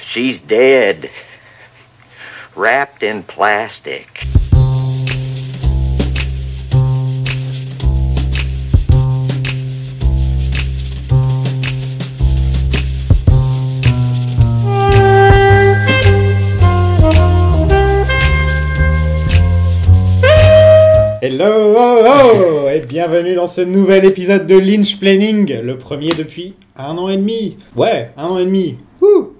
She's dead, wrapped in plastic. Hello oh, oh, et bienvenue dans ce nouvel épisode de Lynch Planning, le premier depuis un an et demi. Ouais, un an et demi. Ouh.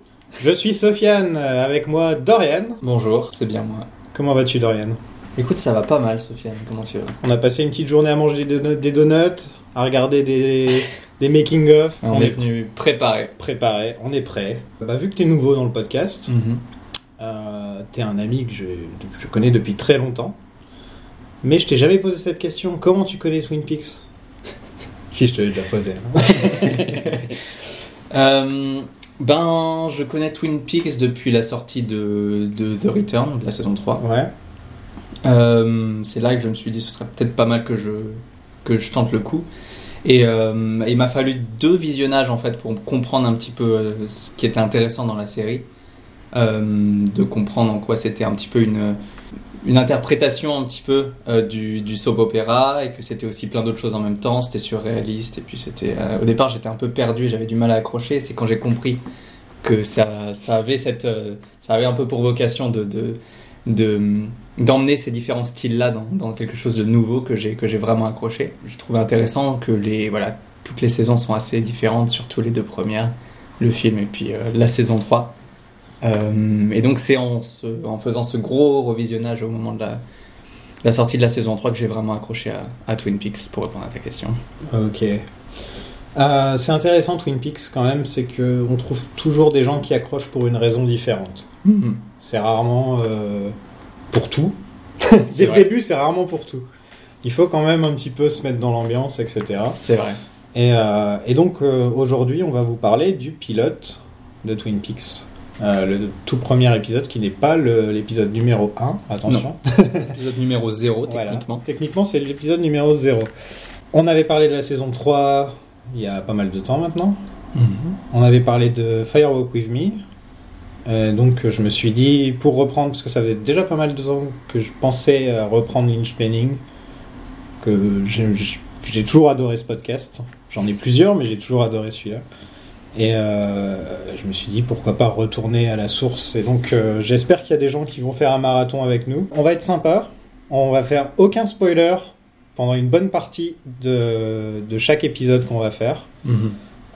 Je suis Sofiane, euh, avec moi Dorian. Bonjour, c'est bien moi. Comment vas-tu Dorian Écoute, ça va pas mal, Sofiane. Comment tu vas On a passé une petite journée à manger des donuts, des donuts, à regarder des, des making-of. On, est venu préparer. préparé, on est prêt. Bah, vu que t'es nouveau dans le podcast, Mhm. euh, t'es un ami que je, je connais depuis très longtemps. Mais je t'ai jamais posé cette question. Comment tu connais Twin Peaks Si, je te l'ai déjà posé. hein. Euh, ben, je connais Twin Peaks depuis la sortie de, de The Return, de la saison 3. ouais. Euh, c'est là que je me suis dit, ce serait peut-être pas mal que je, que je tente le coup. Et euh, il m'a fallu deux visionnages en fait pour comprendre un petit peu euh, ce qui était intéressant dans la série, Euh, de comprendre en quoi c'était un petit peu une, une interprétation un petit peu euh, du, du soap opéra et que c'était aussi plein d'autres choses en même temps. C'était surréaliste et puis c'était. euh, au départ, j'étais un peu perdu, j'avais du mal à accrocher. C'est quand j'ai compris que ça, ça avait cette, euh, ça avait un peu pour vocation de, de, de d'emmener ces différents styles-là dans, dans quelque chose de nouveau que j'ai que j'ai vraiment accroché. Je trouvais intéressant que les voilà toutes les saisons sont assez différentes, surtout les deux premières, le film et puis euh, la saison 3. Euh, et donc c'est en, ce- en faisant ce gros revisionnage au moment de la, la sortie de la saison 3 que j'ai vraiment accroché à, à Twin Peaks pour répondre à ta question. Ok. Euh, c'est intéressant Twin Peaks quand même, c'est que on trouve toujours des gens qui accrochent pour une raison différente. C'est rarement euh, pour tout. Dès le vrai. début, c'est rarement pour tout. Il faut quand même un petit peu se mettre dans l'ambiance, etc. C'est vrai. Et, euh, et donc euh, aujourd'hui, on va vous parler du pilote de Twin Peaks. Euh, le tout premier épisode qui n'est pas le- l'épisode numéro 1, attention. Épisode numéro 0 Voilà. techniquement. Techniquement, c'est l'épisode numéro 0. On avait parlé de la saison 3 il y a pas mal de temps maintenant. Hmm. On avait parlé de Firewalk With Me. Euh, donc euh, je me suis dit, pour reprendre, parce que ça faisait déjà pas mal de temps que je pensais euh, reprendre Lynch Planning, que j'ai- j'ai j'ai toujours adoré ce podcast. J'en ai plusieurs, mais j'ai toujours adoré celui-là. Et euh, je me suis dit, pourquoi pas retourner à la source. Et donc euh, j'espère qu'il y a des gens qui vont faire un marathon avec nous. On va être sympa. On va faire aucun spoiler pendant une bonne partie de, de chaque épisode qu'on va faire. Mhm.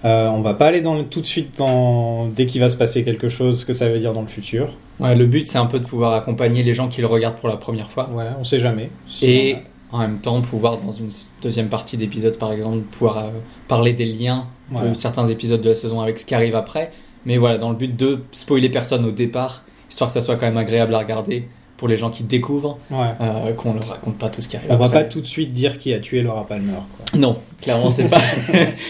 Euh, on va pas aller dans le- tout de suite dans, dès qu'il va se passer quelque chose, ce que ça veut dire dans le futur. Ouais, le but c'est un peu de pouvoir accompagner les gens qui le regardent pour la première fois. Ouais, on sait jamais. Et en même temps, pouvoir, dans une deuxième partie d'épisode par exemple, pouvoir euh, parler des liens Voilà. de certains épisodes de la saison avec ce qui arrive après. Mais voilà, dans le but de spoiler personne au départ, histoire que ça soit quand même agréable à regarder pour les gens qui découvrent, Ouais. euh, qu'on ne leur raconte pas tout ce qui arrive On va pas après. tout de suite dire qui a tué Laura Palmer. quoi. Non, clairement, c'est pas.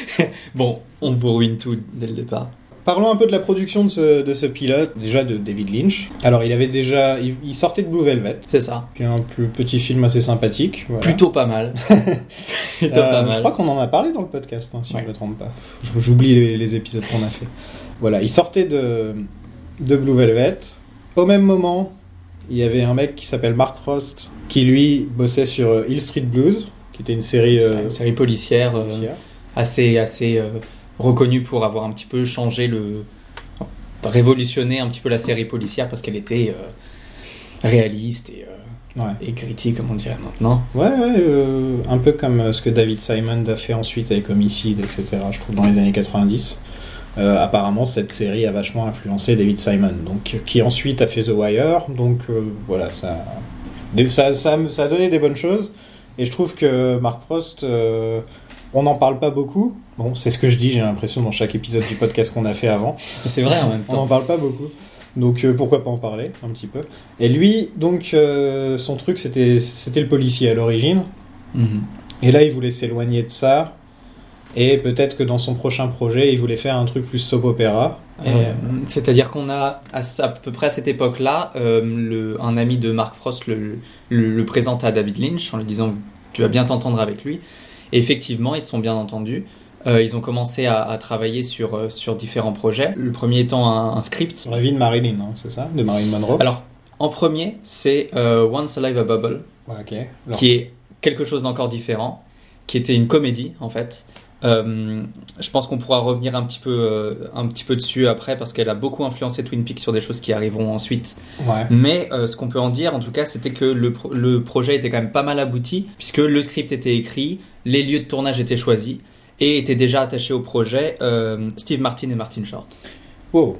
bon, on vous ruine tout dès le départ. Parlons un peu de la production de ce, de ce pilote, déjà de David Lynch. Alors, il avait déjà, il, il sortait de Blue Velvet, C'est ça. qui est un plus petit film assez sympathique. voilà. Plutôt pas mal. Plutôt Euh, pas Je mal. crois qu'on en a parlé dans le podcast, hein, si Ouais. je ne me trompe pas. J- J'oublie les, les épisodes qu'on a fait. Voilà, il sortait de, de Blue Velvet. Au même moment, il y avait un mec qui s'appelle Mark Frost, qui lui bossait sur euh, Hill Street Blues, qui était une série C'est euh, une série policière. euh, policière. assez, assez euh, reconnu pour avoir un petit peu changé le. révolutionné un petit peu la série policière parce qu'elle était euh, réaliste et, euh, Ouais, et critique, comme on dirait maintenant. ouais, ouais, euh, un peu comme euh, ce que David Simon a fait ensuite avec Homicide, etc., je trouve, dans les années 90. Euh, apparemment, cette série a vachement influencé David Simon, donc, qui ensuite a fait The Wire. Donc euh, voilà, ça, ça, ça, ça a donné des bonnes choses. Et je trouve que Mark Frost, euh, on n'en parle pas beaucoup. Bon, c'est ce que je dis, j'ai l'impression, dans chaque épisode du podcast qu'on a fait avant. C'est vrai en même On n'en temps. parle pas beaucoup. Donc euh, pourquoi pas en parler un petit peu. Et lui, donc, euh, son truc, c'était c'était le policier à l'origine. Mhm. Et là, il voulait s'éloigner de ça. Et peut-être que dans son prochain projet, il voulait faire un truc plus soap opéra. Et, Et, euh, C'est-à-dire qu'on a à, ce- à peu près à cette époque-là, euh, le- un ami de Mark Frost le, le- le présente à David Lynch en lui disant tu vas bien t'entendre avec lui. Et effectivement, ils se sont bien entendus. Euh, ils ont commencé à, à travailler sur, euh, sur différents projets. Le premier étant un, un script. Sur la vie de Marilyn, hein, c'est ça De Marilyn Monroe Alors, en premier, c'est euh, Once Alive a Bubble, Ouais, Ok. Alors, qui est quelque chose d'encore différent, qui était une comédie en fait. Euh, je pense qu'on pourra revenir un petit peu, euh, un petit peu dessus après parce qu'elle a beaucoup influencé Twin Peaks sur des choses qui arriveront ensuite. Ouais. Mais euh, ce qu'on peut en dire, en tout cas, c'était que le, pro- le projet était quand même pas mal abouti, puisque le script était écrit, les lieux de tournage étaient choisis, et étaient déjà attachés au projet euh, Steve Martin et Martin Short. Wow.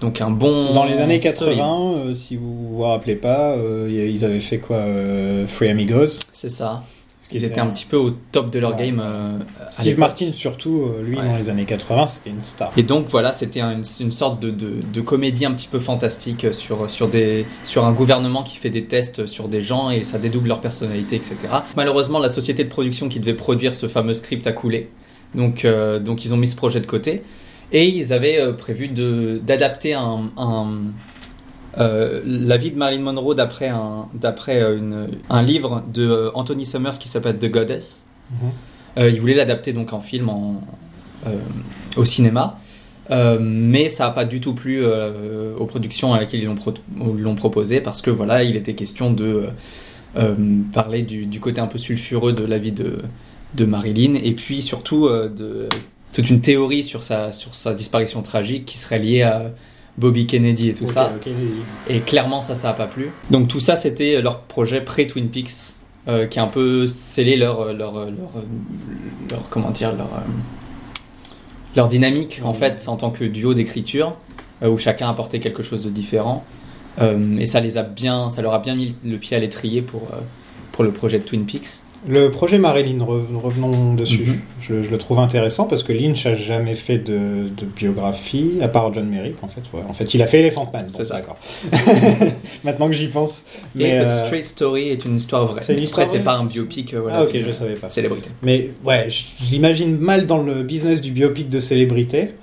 Donc un bon... Dans les années Euh, solide. 80, euh, si vous vous rappelez pas, euh, y a- ils avaient fait quoi euh, Free Amigos. C'est ça. ce qui Ils était- étaient un petit peu au top de leur Ouais. game. euh, à Steve l'époque. Martin, surtout, euh, lui, Ouais. dans les années 80, c'était une star. Et donc voilà, c'était un- une, une sorte de, de- de comédie un petit peu fantastique sur, sur, des, sur un gouvernement qui fait des tests sur des gens et ça dédouble leur personnalité, etc. Malheureusement, la société de production qui devait produire ce fameux script a coulé. Donc, euh, donc ils ont mis ce projet de côté et ils avaient euh, prévu de- d'adapter un, un, euh, la vie de Marilyn Monroe d'après un, d'après euh, une- un livre de euh, Anthony Summers qui s'appelle The Goddess. Mhm. Euh, ils voulaient l'adapter donc en film, en, euh, au cinéma, Euh, mais ça n'a pas du tout plu euh, aux productions à laquelle ils l'ont pro- l'ont proposé parce que voilà, il était question de euh, euh, parler du, du côté un peu sulfureux de la vie de, de Marilyn et puis surtout euh, de toute une théorie sur sa, sur sa disparition tragique qui serait liée à Bobby Kennedy et tout Ok, ça. ok, vas-y. Et clairement, ça, ça a pas plu. Donc tout ça, c'était leur projet pré-Twin Peaks, euh, qui a un peu scellé leur, euh, leur, leur, leur- comment dire, leur, euh, leur dynamique, en Mhm. fait, en tant que duo d'écriture, euh, où chacun apportait quelque chose de différent. Euh, et ça les a bien, ça leur a bien mis le pied à l'étrier pour, euh, pour le projet de Twin Peaks. Le projet Marilyn, re- revenons dessus. Mhm. je, je le trouve intéressant parce que Lynch a jamais fait de, de biographie, à part John Merrick en fait. ouais. En fait, il a fait Elephant Man. C'est ça. d'accord. Maintenant que j'y pense. et Mais, A euh, Straight Story est une histoire vraie. c'est une histoire Après, c'est vraie pas un biopic, euh, voilà, Ah, ok, d'une je savais pas. célébrité. Mais ouais, j- j'imagine mal dans le business du biopic de célébrité.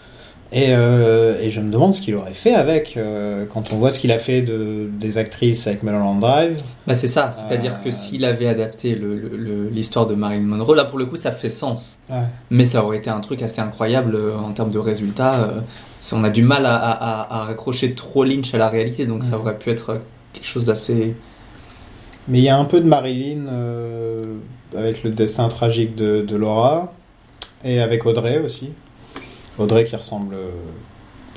Et, euh, et je me demande ce qu'il aurait fait avec, euh, quand on voit ce qu'il a fait de, des actrices avec Mulholland Drive. Bah c'est ça, c'est-à-dire Euh, que s'il avait adapté le- le- le- l'histoire de Marilyn Monroe, là pour le coup ça fait sens. Ouais. Mais ça aurait été un truc assez incroyable euh, en termes de résultats. euh, si on a du mal à, à- à- à raccrocher trop Lynch à la réalité, donc ça Mhm. aurait pu être euh, quelque chose d'assez... Mais il y a un peu de Marilyn euh, avec le destin tragique de, de Laura et avec Audrey aussi. Audrey qui ressemble euh,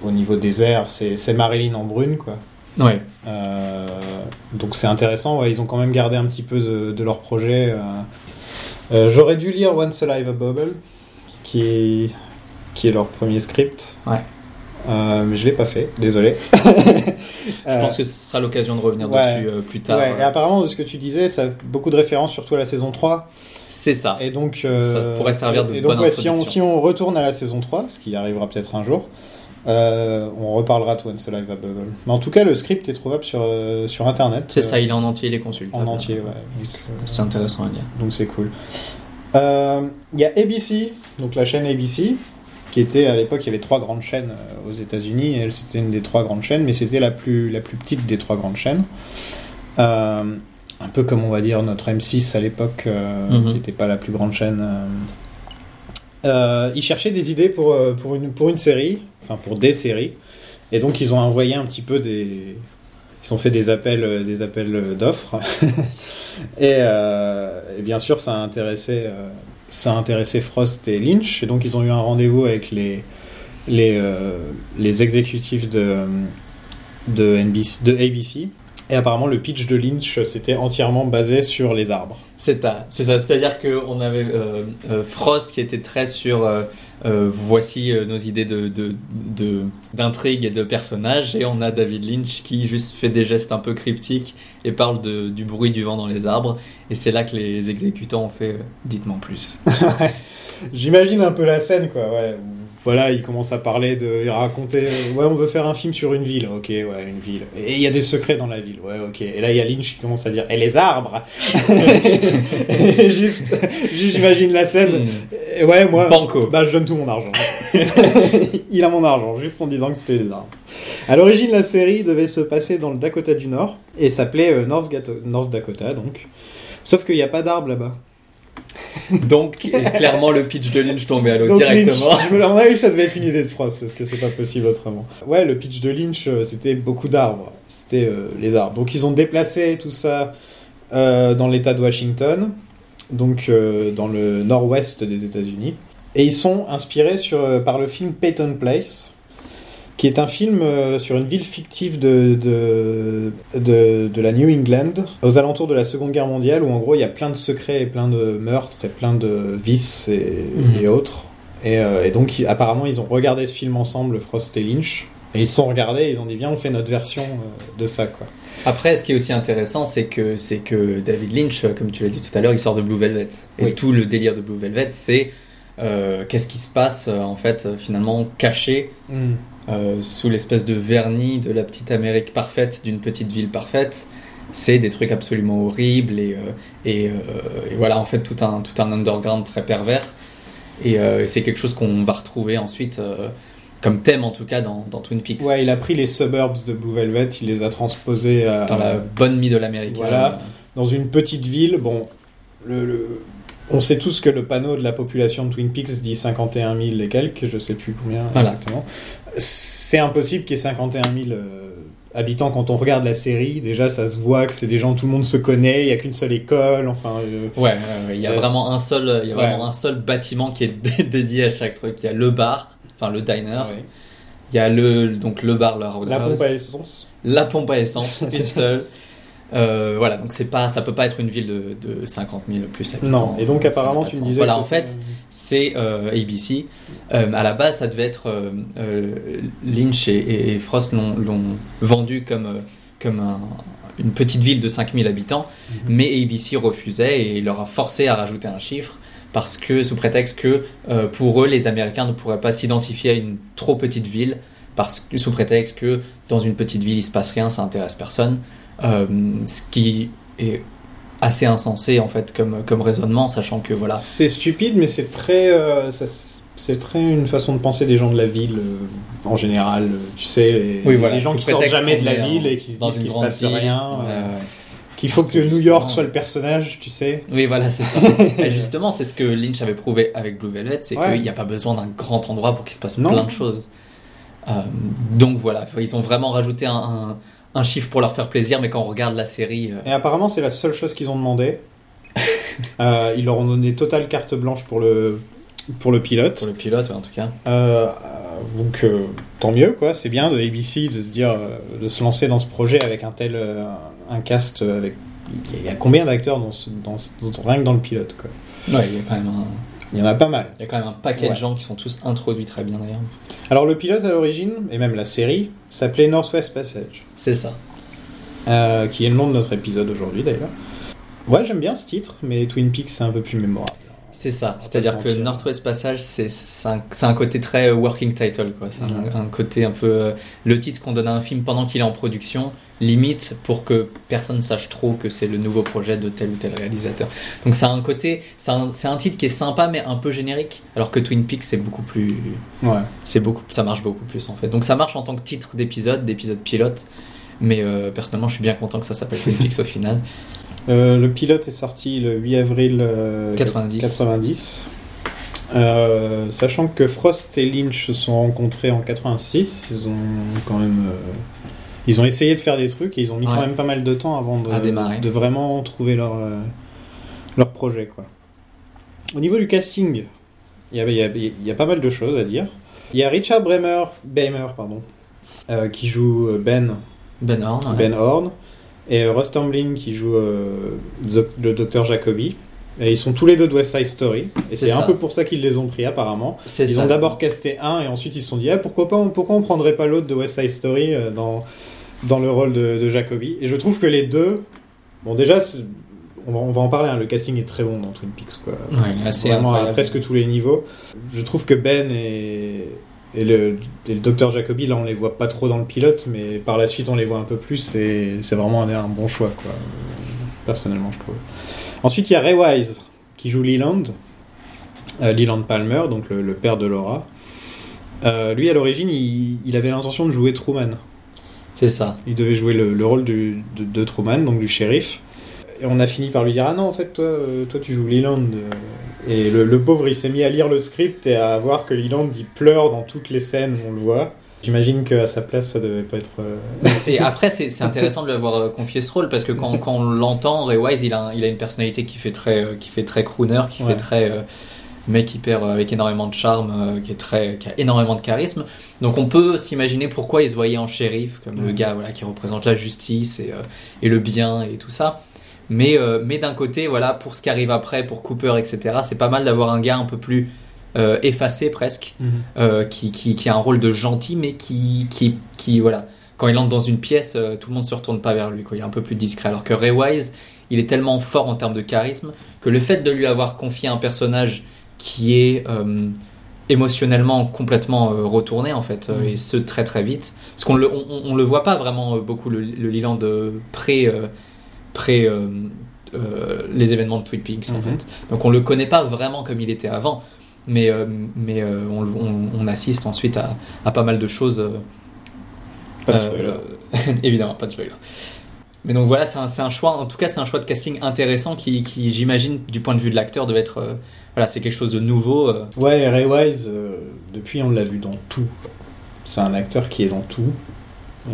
au niveau des airs, c'est c'est Marilyn en brune quoi. Ouais. Euh, donc c'est intéressant, ouais, ils ont quand même gardé un petit peu de, de leur projet. euh. Euh, J'aurais dû lire Once Alive a Bubble, qui est, qui est leur premier script. Ouais. Euh, mais je l'ai pas fait, désolé. Je pense que ce sera l'occasion de revenir Euh, ouais. dessus euh, plus tard. et apparemment, de ce que tu disais, ça a beaucoup de références, surtout à la saison 3. C'est ça. Et donc, euh, Ça pourrait servir de et donc, bonne ouais, si, on, introduction. si on retourne à la saison 3, ce qui arrivera peut-être un jour, euh, on reparlera de Once Alive a Bubble. Mais en tout cas, le script est trouvable sur, euh, sur Internet. C'est ça, euh, il est en entier, il est consultable. en entier, ouais. C'est Donc, euh, c'est intéressant à lire. donc c'est cool. Euh, Il y a ABC, donc la chaîne ABC, qui était à l'époque, il y avait trois grandes chaînes euh, aux États-Unis, et elle c'était une des trois grandes chaînes, mais c'était la plus, la plus petite des trois grandes chaînes. Euh, un peu comme on va dire notre M6 à l'époque, euh, Mhm. qui n'était pas la plus grande chaîne. euh. Euh, ils cherchaient des idées pour, euh, pour, une, pour une série, enfin pour des séries, et donc ils ont envoyé un petit peu des. Ils ont fait des appels, euh, des appels euh, d'offres. et, euh, et bien sûr, ça a intéressé, euh, ça a intéressé Frost et Lynch. Et donc ils ont eu un rendez-vous avec les les euh, les exécutifs de de NBC, de ABC. Et apparemment, le pitch de Lynch, c'était entièrement basé sur les arbres. C'est ça, c'est ça. C'est-à-dire qu'on avait euh, euh, Frost qui était très sur euh, euh, voici euh, nos idées de, de, de- d'intrigue et de personnages, et on a David Lynch qui juste fait des gestes un peu cryptiques et parle de- du bruit du vent dans les arbres, et c'est là que les exécutants ont fait euh, dites-moi en plus. J'imagine un peu la scène, quoi. Ouais. Voilà, il commence à parler de, il raconter. euh, Ouais, on veut faire un film sur une ville. Ok, ouais, une ville. Et il y a des secrets dans la ville. Ouais, ok. Et là, il y a Lynch qui commence à dire, et les arbres. Et juste, juste, j'imagine la scène. Hmm. Et ouais, moi. Banco. Bah, je donne tout mon argent. il a mon argent, juste en disant que c'était les arbres. À l'origine, la série devait se passer dans le Dakota du Nord et s'appelait euh, North, Gato- North Dakota, donc. Sauf qu'il n'y a pas d'arbres là-bas. Donc, et clairement, le pitch de Lynch tombait à l'eau Donc, directement. Lynch, je me l'en ai eu, ça devait être une idée de phrase parce que c'est pas possible autrement. Ouais, le pitch de Lynch, euh, c'était beaucoup d'arbres. C'était euh, les arbres. Donc ils ont déplacé tout ça euh, dans l'état de Washington, donc euh, dans le nord-ouest des États-Unis. Et ils sont inspirés sur, euh, par le film Peyton Place, qui est un film euh, sur une ville fictive de, de, de, de la New England, aux alentours de la Seconde Guerre mondiale, où en gros il y a plein de secrets et plein de meurtres et plein de vices et, Mhm. et autres. Et, euh, et donc ils- apparemment ils ont regardé ce film ensemble, Frost et Lynch. Et ils se sont regardés, et ils ont dit viens on fait notre version euh, de ça quoi. Après, ce qui est aussi intéressant, c'est que, c'est que David Lynch, comme tu l'as dit tout à l'heure, il sort de Blue Velvet. Et Oui. tout le délire de Blue Velvet, c'est euh, qu'est-ce qui se passe, euh, en fait, euh, finalement, caché Hmm. euh, sous l'espèce de vernis de la petite Amérique parfaite, d'une petite ville parfaite. C'est des trucs absolument horribles et, euh, et, euh, et voilà, en fait, tout un, tout un underground très pervers. Et euh, c'est quelque chose qu'on va retrouver ensuite, euh, comme thème en tout cas, dans, dans Twin Peaks. Ouais, il a pris les suburbs de Blue Velvet, il les a transposés à, Dans la bonne mie de l'Amérique. Voilà. dans une petite ville. Bon, le, le- on sait tous que le panneau de la population de Twin Peaks dit 51 000 et quelques, je sais plus combien Voilà. exactement. C'est impossible qu'il y ait 51 000 euh, habitants quand on regarde la série. Déjà, ça se voit que c'est des gens, tout le monde se connaît, il n'y a qu'une seule école, enfin. euh, Ouais, ouais, ouais, il y a Euh, vraiment un seul, il y a ouais. vraiment un seul bâtiment qui est dé- dédié à chaque truc. Il y a le bar, enfin le diner. Il y a le donc le bar, le roadhouse, La pompe à essence. la pompe à essence, C'est une ça. seule. Euh, voilà, donc c'est pas, ça peut pas être une ville de, de 50 000 plus habitants. Non, et donc Ça n'a apparemment pas de tu me sens. disais. Voilà, que en c'était- fait, c'est euh, ABC. Euh, à la base, ça devait être euh, euh, Lynch et, et- et Frost l'ont l'ont vendu comme, euh, comme un- une petite ville de 5000 habitants, Mhm. mais ABC refusait et leur a forcé à rajouter un chiffre parce que sous prétexte que euh, pour eux, les Américains ne pourraient pas s'identifier à une trop petite ville parce que sous prétexte que dans une petite ville, il se passe rien, ça intéresse personne, Euh, ce qui est assez insensé en fait comme, comme raisonnement, sachant que voilà. C'est stupide, mais c'est très, euh, ça s- c'est très une façon de penser des gens de la ville euh, en général. euh, Tu sais, les, Oui, voilà, les gens sous qui sortent prétexte jamais de qu'on la est en- ville et qui se dans disent une qu'il se grande passe ville, rien, ouais, euh, ouais. qu'il faut Parce que que New York justement- soit le personnage, tu sais. Oui, voilà, c'est ça. Et justement, c'est ce que Lynch avait prouvé avec Blue Velvet, c'est Ouais. qu'il n'y a pas besoin d'un grand endroit pour qu'il se passe Non. plein de choses. Euh, donc voilà, ils ont vraiment rajouté un, un- un chiffre pour leur faire plaisir, mais quand on regarde la série, euh, Et apparemment, c'est la seule chose qu'ils ont demandé. Euh, ils leur ont donné totale carte blanche pour le pour le pilote. pour le pilote ouais, en tout cas, Euh, euh, donc euh, tant mieux quoi, c'est bien de ABC de se dire euh, de se lancer dans ce projet avec un tel euh, un cast euh, avec il y a- il y a combien d'acteurs dans, ce- dans, ce- dans- rien que dans le pilote quoi. ouais, il, y a quand même un, Il y en a pas mal. il y a quand même un paquet Ouais. de gens qui sont tous introduits très bien d'ailleurs. Alors le pilote à l'origine et même la série s'appelait Northwest Passage, C'est ça. euh, qui est le nom de notre épisode aujourd'hui d'ailleurs. Ouais, j'aime bien ce titre, mais Twin Peaks c'est un peu plus mémorable. C'est ça, pas c'est-à-dire se que mentir. Northwest Passage, c'est c'est un, c'est un côté très euh, working title, quoi. C'est un, Mhm. un côté un peu euh, le titre qu'on donne à un film pendant qu'il est en production, limite pour que personne sache trop que c'est le nouveau projet de tel ou tel réalisateur. Donc ça a un côté, c'est un, c'est un titre qui est sympa mais un peu générique, alors que Twin Peaks c'est beaucoup plus, Ouais. c'est beaucoup, ça marche beaucoup plus en fait. Donc ça marche en tant que titre d'épisode, d'épisode pilote, mais euh, personnellement je suis bien content que ça s'appelle Twin Peaks au final. Euh, le pilote est sorti le 8 avril euh, 90. 90. Euh, sachant que Frost et Lynch se sont rencontrés en 86, ils ont quand même, euh, ils ont essayé de faire des trucs et ils ont mis Ouais. quand même pas mal de temps avant de, À démarrer. de vraiment trouver leur euh, leur projet quoi. Au niveau du casting, il y, avait- il y a- il y a pas mal de choses à dire. Il y a Richard Bremer, Bemer, pardon, euh, qui joue euh, Ben Ben Horn, ouais. ben Horn et euh, Russ Tamblyn qui joue euh, doc- le docteur Jacobi. Et ils sont tous les deux de West Side Story. Et C'est c'est un ça. peu pour ça qu'ils les ont pris apparemment. C'est Ils ça. ont d'abord casté un et ensuite ils se sont dit ah, pourquoi pas on, pourquoi on prendrait pas l'autre de West Side Story euh, dans dans le rôle de, de Jacobi. Et je trouve que les deux bon déjà c'est- on va, on va en parler. hein, le casting est très bon dans Twin Peaks quoi. Ouais, il est assez Vraiment à incroyable. presque tous les niveaux. Je trouve que Ben et, et le, et le docteur Jacobi, là, on les voit pas trop dans le pilote, mais par la suite, on les voit un peu plus et c'est vraiment un, un bon choix, quoi. Personnellement, je trouve. Ensuite, il y a Ray Wise qui joue Leland, euh, Leland Palmer, donc le, le père de Laura. Euh, lui, à l'origine, il, il avait l'intention de jouer Truman. C'est ça. Il devait jouer le, le rôle du- de, de Truman, donc du shérif. et on a fini par lui dire Ah non, en fait, toi, euh, toi tu joues Leland. Et le, le pauvre, il s'est mis à lire le script et à voir que Leland, il pleure dans toutes les scènes, on le voit. J'imagine qu'à sa place, ça devait pas être. euh, Mais c'est- après, c'est c'est intéressant de lui avoir euh, confié ce rôle parce que quand, quand on l'entend, Ray Wise, il a, un- il a une personnalité qui fait très, euh, qui fait très crooner, qui Ouais. fait très euh, mec hyper euh, avec énormément de charme, euh, qui, est très, qui a énormément de charisme. Donc on peut s'imaginer pourquoi il se voyait en shérif, comme le Ouais. gars voilà, qui représente la justice et, euh, et le bien et tout ça. Mais, euh, mais d'un côté, voilà, pour ce qui arrive après, pour Cooper, etc., c'est pas mal d'avoir un gars un peu plus euh, effacé presque euh, qui, qui, qui a un rôle de gentil, mais qui, qui, qui voilà, quand il entre dans une pièce, euh, tout le monde se retourne pas vers lui. Quoi. Il est un peu plus discret. Alors que Ray Wise, il est tellement fort en termes de charisme que le fait de lui avoir confié un personnage qui est euh, émotionnellement complètement euh, retourné en fait, euh, Mm. et ce très très vite, parce qu'on le, on, on- on le voit pas vraiment euh, beaucoup le, le Leland euh, pré, euh, pré euh, euh, les événements de Twin Peaks en Mhm. fait. Donc on le connaît pas vraiment comme il était avant, mais, euh, mais euh, on, le- on- on assiste ensuite à, à pas mal de choses. euh, Pas de euh, spoiler. évidemment, pas de spoiler. Mais donc voilà, c'est un, c'est un choix, en tout cas c'est un choix de casting intéressant qui, qui, j'imagine, du point de vue de l'acteur, devait être... euh, voilà, c'est quelque chose de nouveau. euh. Ouais, Ray Wise, euh, depuis, on l'a vu dans tout. C'est un acteur qui est dans tout.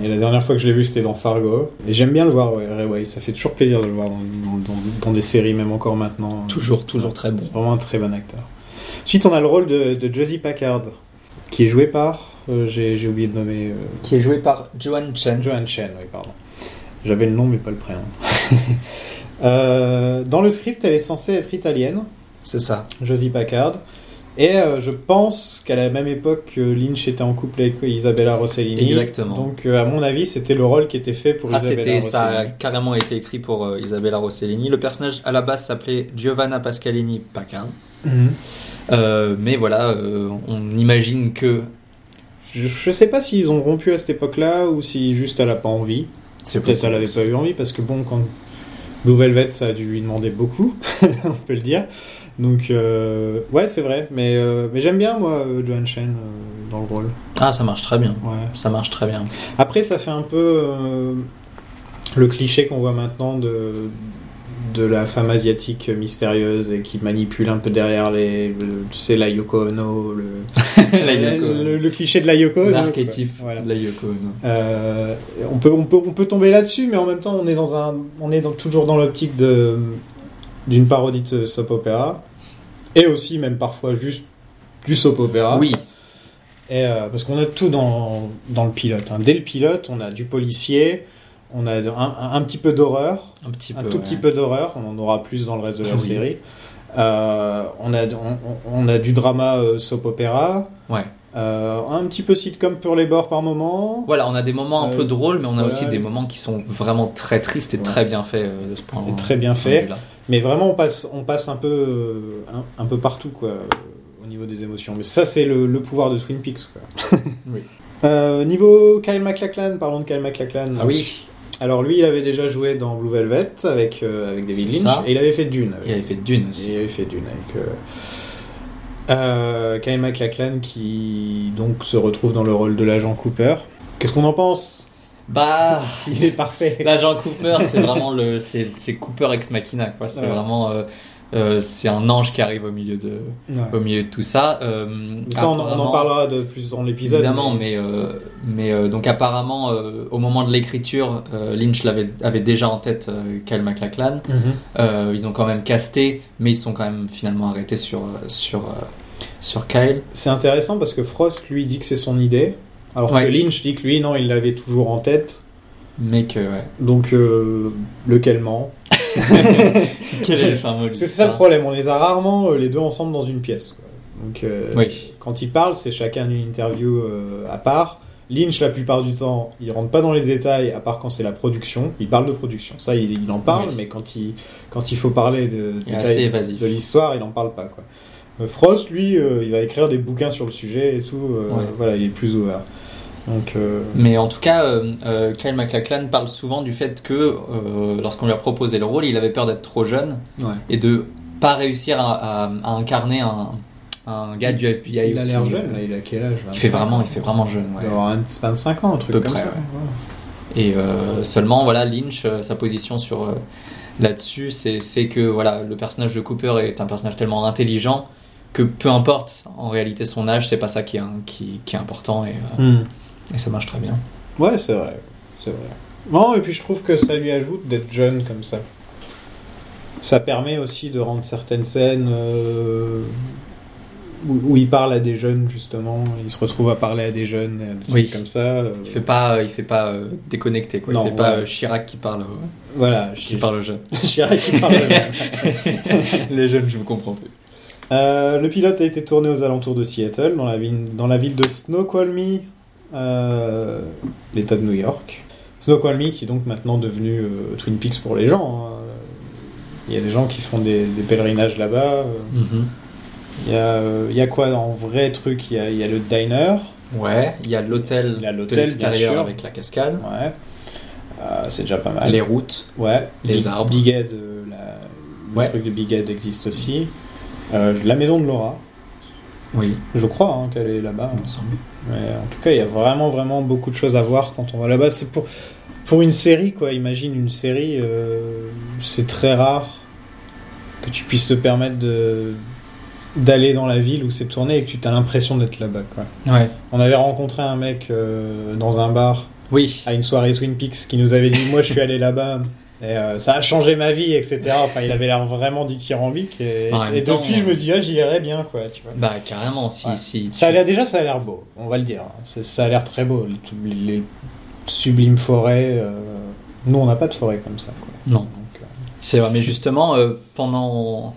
Et la dernière fois que je l'ai vu, c'était dans Fargo. Et j'aime bien le voir, ouais, Ray Wise. Ça fait toujours plaisir de le voir dans, dans- dans- dans des séries, même encore maintenant. Toujours, toujours très bon. C'est vraiment un très bon acteur. Ensuite, on a le rôle de, de Josie Packard, qui est joué par. euh, J'ai j'ai oublié de nommer. euh, Qui est joué par Joan Chen. Johan Chen, oui, pardon. J'avais le nom, mais pas le prénom. Euh, dans le script, elle est censée être italienne, C'est ça. Josie Packard. Et euh, je pense qu'à la même époque, que Lynch était en couple avec Isabella Rossellini. Exactement. Donc, euh, à mon avis, c'était le rôle qui était fait pour Ah, Isabella c'était, Rossellini. ça a carrément été écrit pour euh, Isabella Rossellini. Le personnage à la base s'appelait Giovanna Pascalini Packard. Mhm. Euh, mais voilà, euh, on imagine que Je, je sais pas s'ils ont rompu à cette époque-là ou si juste elle a pas envie. c'est Peut-être elle avait pas eu envie parce que bon, quand Blue Velvet, ça a dû lui demander beaucoup, on peut le dire. Donc euh, ouais, c'est vrai. Mais, euh, mais j'aime bien moi euh, Joan Chen euh, dans le rôle. Ah, ça marche très bien. Ouais. Ça marche très bien. Après, ça fait un peu euh, le cliché qu'on voit maintenant de de la femme asiatique mystérieuse et qui manipule un peu derrière les, le- tu sais, la Yoko Ono, le, La Yoko Ono. le, le cliché de la Yoko Ono. quoi. L'archétype Voilà. de la Yoko Ono. Euh, on, peut, on, peut, on peut tomber là-dessus, mais en même temps, on est, dans un, on est dans- toujours dans l'optique de- d'une parodie de soap opéra, et aussi même parfois juste du soap opéra. Ah Oui, Et, euh, parce qu'on a tout dans, dans le pilote. hein. Dès le pilote, on a du policier, on a un, un- un petit peu d'horreur, un petit peu. un tout ouais. Ah petit peu d'horreur, on en aura plus dans le reste de la Oui. série. Euh, on, a, on, on a du drama euh, soap opéra, Ouais. euh, un petit peu sitcom pour les bords par moment. Voilà, on a des moments un Euh, peu drôles, mais on a voilà. aussi des moments qui sont vraiment très tristes et Ouais. très bien faits euh, de ce point Et très bien de point de faits. vue-là. Mais vraiment, on passe, on passe un peu, euh, un, un peu partout, quoi, euh, au niveau des émotions. Mais ça, c'est le, le pouvoir de Twin Peaks, quoi. Oui. Euh, niveau Kyle MacLachlan, parlons de Kyle MacLachlan. Ah oui, Alors lui, il avait déjà joué dans Blue Velvet avec euh, avec David C'est Lynch ça. et il avait fait Dune. il Avec, avait fait Dune et aussi. il avait fait Dune avec. euh, euh, Kyle MacLachlan qui donc se retrouve dans le rôle de l'agent Cooper. Qu'est-ce qu'on en pense Bah, Il est parfait. l'agent Cooper, c'est vraiment le, c'est c'est Cooper ex machina quoi. C'est Ouais. vraiment, euh, euh, c'est un ange qui arrive au milieu de, Ouais. au milieu de tout ça. Euh, Ça, on, on en apparemment- parlera de plus dans l'épisode. Évidemment, mais, euh, mais euh, donc apparemment, euh, au moment de l'écriture, euh, Lynch l'avait, avait déjà en tête euh, Kyle MacLachlan. Mhm. Euh, ils ont quand même casté, mais ils sont quand même finalement arrêtés sur, euh, sur, euh, sur Kyle. C'est intéressant parce que Frost lui dit que c'est son idée, alors Ouais. que Lynch dit que lui non, il l'avait toujours en tête. Mais que, ouais. Donc euh, lequel ment Quel est le fin mot de Parce que c'est ça le l'histoire problème, on les a rarement euh, les deux ensemble dans une pièce. quoi. Donc euh, Oui. quand ils parlent, c'est chacun une interview euh, à part. Lynch, la plupart du temps, il rentre pas dans les détails, à part quand c'est la production. Il parle de production, ça, il, il en parle, Oui. mais quand il, quand il faut parler de Il est assez détails évasif. de l'histoire, il en parle pas. Quoi. Euh, Frost, lui, euh, il va écrire des bouquins sur le sujet et tout. euh, Ouais. Voilà, il est plus ouvert. Donc, euh, Mais en tout cas, euh, euh, Kyle MacLachlan parle souvent du fait que euh, lorsqu'on lui a proposé le rôle, il avait peur d'être trop jeune ouais. et de pas réussir à, à- à incarner un, un gars du FBI. il a aussi. euh, l'air jeune, là, il a quel âge Il fait 25 vraiment, ans il fait vraiment jeune. ouais. Il doit avoir 25 ans, un truc Peu comme près, ça. ouais. ouais. Et euh, seulement, voilà, Lynch, euh, sa position sur euh, là-dessus, c'est c'est que voilà, le personnage de Cooper est un personnage tellement intelligent que peu importe en réalité son âge, c'est pas ça qui est, un- qui, qui est important et, euh, Hmm. et ça marche très bien. Ouais, c'est vrai. C'est vrai. Non, et puis je trouve que ça lui ajoute d'être jeune comme ça. Ça permet aussi de rendre certaines scènes euh, où, où il parle à des jeunes, justement. Il se retrouve à parler à des jeunes, à des Oui. trucs comme ça. euh, Il fait pas, euh, il fait pas euh, déconnecter quoi. Non, il fait pas ouais. euh, Chirac qui parle, au- Voilà, qui parle aux jeunes. Chirac qui parle. Les jeunes, je vous comprends plus. Euh, le pilote a été tourné aux alentours de Seattle, dans la ville, dans la ville de Snoqualmie, euh, l'État de New York. Snoqualmie qui est donc maintenant devenu euh, Twin Peaks pour les gens. hein. Il y a des gens qui font des, des pèlerinages là-bas. euh. Il y, a, euh, il y a quoi en vrai truc il y, a, il y a le diner. Ouais, il y a l'hôtel, Il y a de l'hôtel, bien l'extérieur sûr. avec la cascade, Ouais. Euh, c'est déjà pas mal. les routes. Ouais. Les Big- arbres. Big Ed, euh, la- le Ouais. truc de Big Ed existe aussi. Euh, la maison de Laura. Oui, Je crois hein, qu'elle est là-bas. il me semble. Mais en tout cas, il y a vraiment, vraiment beaucoup de choses à voir quand on va là-bas. C'est pour, pour une série, quoi. Imagine une série, euh, c'est très rare que tu puisses te permettre de d'aller dans la ville où c'est tourné et que tu as l'impression d'être là-bas. quoi. Ouais. On avait rencontré un mec euh, dans un bar Oui. à une soirée Twin Peaks qui nous avait dit moi je suis allé là-bas et euh, ça a changé ma vie etc. Enfin il avait l'air vraiment dithyrambique et, Bah, En même et temps, depuis je me dis ah j'y irais bien quoi. Tu vois. Bah carrément, si Ouais. si. Ça a l'air déjà, ça a l'air beau, on va le dire. C'est- Ça a l'air très beau, le- tout- les, sublimes forêts. euh, Nous, on n'a pas de forêt comme ça. quoi. Non. Donc, euh, C'est vrai, mais justement, euh, pendant.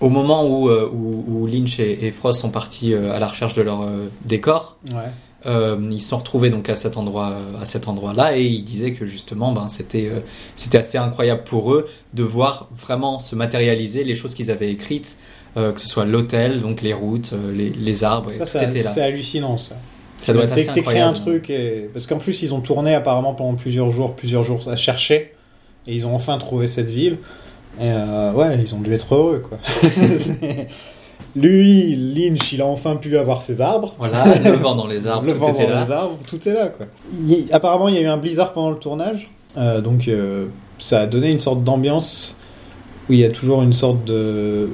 Au moment où, euh, où, où Lynch et, et Frost sont partis euh, à la recherche de leur euh, décor, ouais. euh, ils se sont retrouvés donc à cet endroit, à cet endroit-là, et ils disaient que justement, ben c'était, euh, c'était assez incroyable pour eux de voir vraiment se matérialiser les choses qu'ils avaient écrites, euh, que ce soit l'hôtel, donc les routes, euh, les, les arbres, Ça, et tout ça- était là. c'est hallucinant. Ça, Ça doit être T'é- assez t'écris incroyable. un truc, et... parce qu'en plus, ils ont tourné apparemment pendant plusieurs jours, plusieurs jours à chercher, et ils ont enfin trouvé cette ville. Et euh, ouais, ils ont dû être heureux, quoi. C'est- Lui, Lynch, il a enfin pu avoir ses arbres. Voilà, le vent dans les arbres, Le tout vent était dans là. les arbres, tout est là, quoi. Il- apparemment, il y a eu un blizzard pendant le tournage, euh, donc euh, ça a donné une sorte d'ambiance où il y a toujours une sorte de,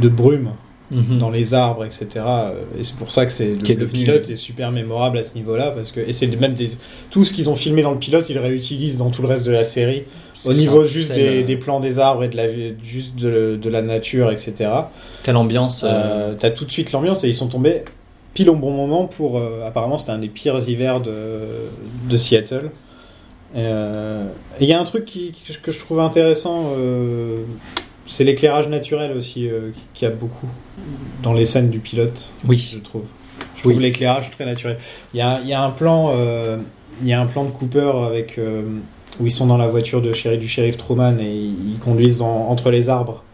de brume Mhm. dans les arbres, etc. euh, Et c'est pour ça que c'est le, Qui est le devenu- pilote est super mémorable à ce niveau-là, parce que et c'est même des, tout ce qu'ils ont filmé dans le pilote, ils le réutilisent dans tout le reste de la série, C'est au niveau ça, juste telle, des, euh, des plans des arbres et de la vie- juste de, de la nature, etc. telle ambiance. euh, Euh, T'as tout de suite l'ambiance et ils sont tombés pile au bon moment pour. euh, apparemment, c'était un des pires hivers de, de Seattle. Euh, et Il y a un truc qui, que je trouve intéressant, euh, c'est l'éclairage naturel aussi, euh, qui, qui a beaucoup dans les scènes du pilote, Oui. je trouve. Je trouve Oui. l'éclairage très naturel. Il y a, il y a un plan, euh, il y a un plan de Cooper avec euh, où ils sont dans la voiture de chéri- du shérif Truman et ils, ils conduisent dans- entre les arbres.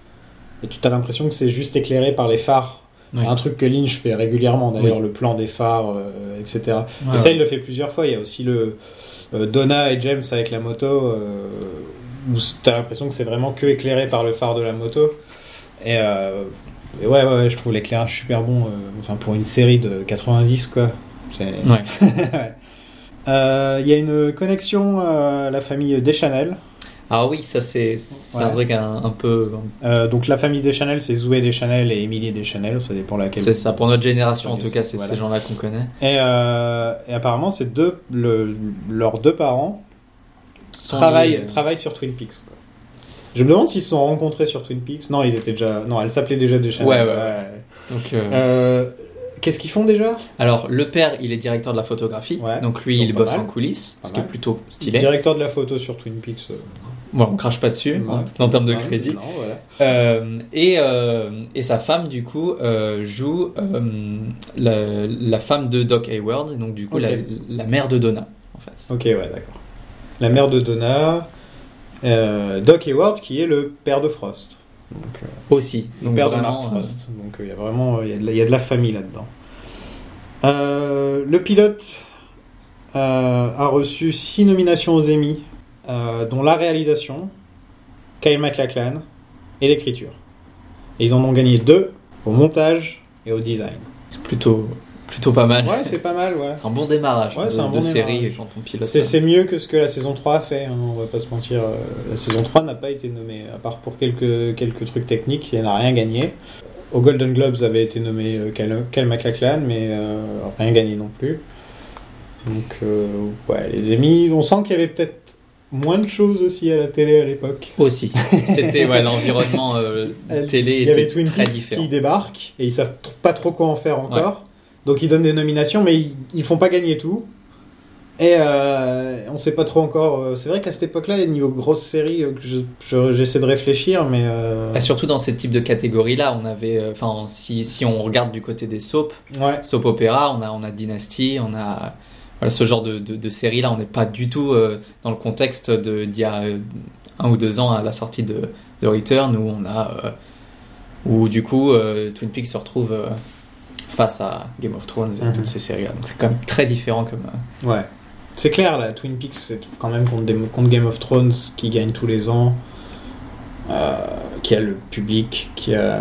Et tu as l'impression que c'est juste éclairé par les phares. Oui. Un truc que Lynch fait régulièrement d'ailleurs, Oui. le plan des phares, euh, etc. Ouais, et ça, ouais. il le fait plusieurs fois. Il y a aussi le euh, Donna et James avec la moto, euh, où tu as l'impression que c'est vraiment que éclairé par le phare de la moto. Et, euh, et ouais, ouais, ouais, je trouve l'éclairage super bon, euh, enfin pour une série de 90, quoi. C'est- Ouais. Euh, Il y a une connexion euh, à la famille Deschanel. Ah oui, ça c'est c'est un Ouais. truc un, un peu. Euh, donc la famille Deschanel, c'est Zoé Deschanel et Émilie Deschanel, ça dépend laquelle. C'est ça, pour notre génération en Oui, tout cas, c'est voilà. ces gens-là qu'on connaît. Et, euh, et apparemment, ces deux, le- leurs deux parents Sont euh, travaillent, les- travaillent sur Twin Peaks. quoi. Je me demande s'ils se sont rencontrés sur Twin Peaks. Non, ils étaient déjà. Non, elle s'appelait déjà Deschanel. Ouais, ouais, ouais. Donc, euh, Euh, Qu'est-ce qu'ils font déjà alors, le père, il est directeur de la photographie, Ouais. donc lui, Donc, il pas bosse mal. en coulisses, Pas ce qui est mal. plutôt stylé. Directeur de la photo sur Twin Peaks. euh, Bon, on crache pas dessus hein, Ouais. en, en termes de non, crédit. non, voilà. Euh, et, euh, et sa femme, du coup, euh, joue euh, la, la femme de Doc Hayward, donc du coup, Ok. la, la mère de Donna, en fait. Ok, ouais, d'accord. La mère de Donna. euh, Doc Hayward, qui est le père de Frost. Donc, euh, Aussi. Donc, père de vraiment, Mark euh, Frost. Donc il y a vraiment euh, il y a de la- il y, a de la famille là-dedans. Euh, le pilote euh, a reçu six nominations aux Emmy, euh, dont la réalisation, Kyle MacLachlan et l'écriture. Et ils en ont gagné deux au montage et au design. c'est plutôt, plutôt pas mal. Ouais, c'est pas mal, ouais. C'est un bon démarrage Ouais, de, c'est un de bon série démarrage. quand on pilote. C'est ça. c'est mieux que ce que la saison 3 a fait, hein, on va pas se mentir. Euh, La saison 3 n'a pas été nommée, à part pour quelques, quelques trucs techniques, elle n'a rien gagné. Au Golden Globes avait été nommé euh, Cal, Cal MacLachlan, mais euh, rien gagné non plus. Donc, euh, ouais, les Emmy, on sent qu'il y avait peut-être moins de choses aussi à la télé à l'époque. Aussi. C'était ouais, l'environnement euh, télé Il y avait était Twin très Peaks différent. qui débarque et ils savent t- pas trop quoi en faire encore. Donc ils donnent des nominations, mais ils, ils font pas gagner tout. Et euh, on sait pas trop encore. euh, C'est vrai qu'à cette époque-là, niveau grosse série, euh, que je- je- j'essaie de réfléchir, mais euh, Bah, surtout dans ces types de catégories-là, on avait, euh, enfin, si, si on regarde du côté des soaps, ouais. soap opéra, on a, on a Dynasty, on a voilà, ce genre de, de, de séries-là, on n'est pas du tout euh, dans le contexte de- d'il y a euh, un ou deux ans à la sortie de, de Return où on a, euh, où du coup euh, Twin Peaks se retrouve euh, face à Game of Thrones et Mhm. toutes ces séries-là, donc c'est quand même très différent comme. euh, Ouais. C'est clair, là, Twin Peaks, c'est quand même contre, des- contre Game of Thrones qui gagne tous les ans, euh, qui a le public, qui a euh,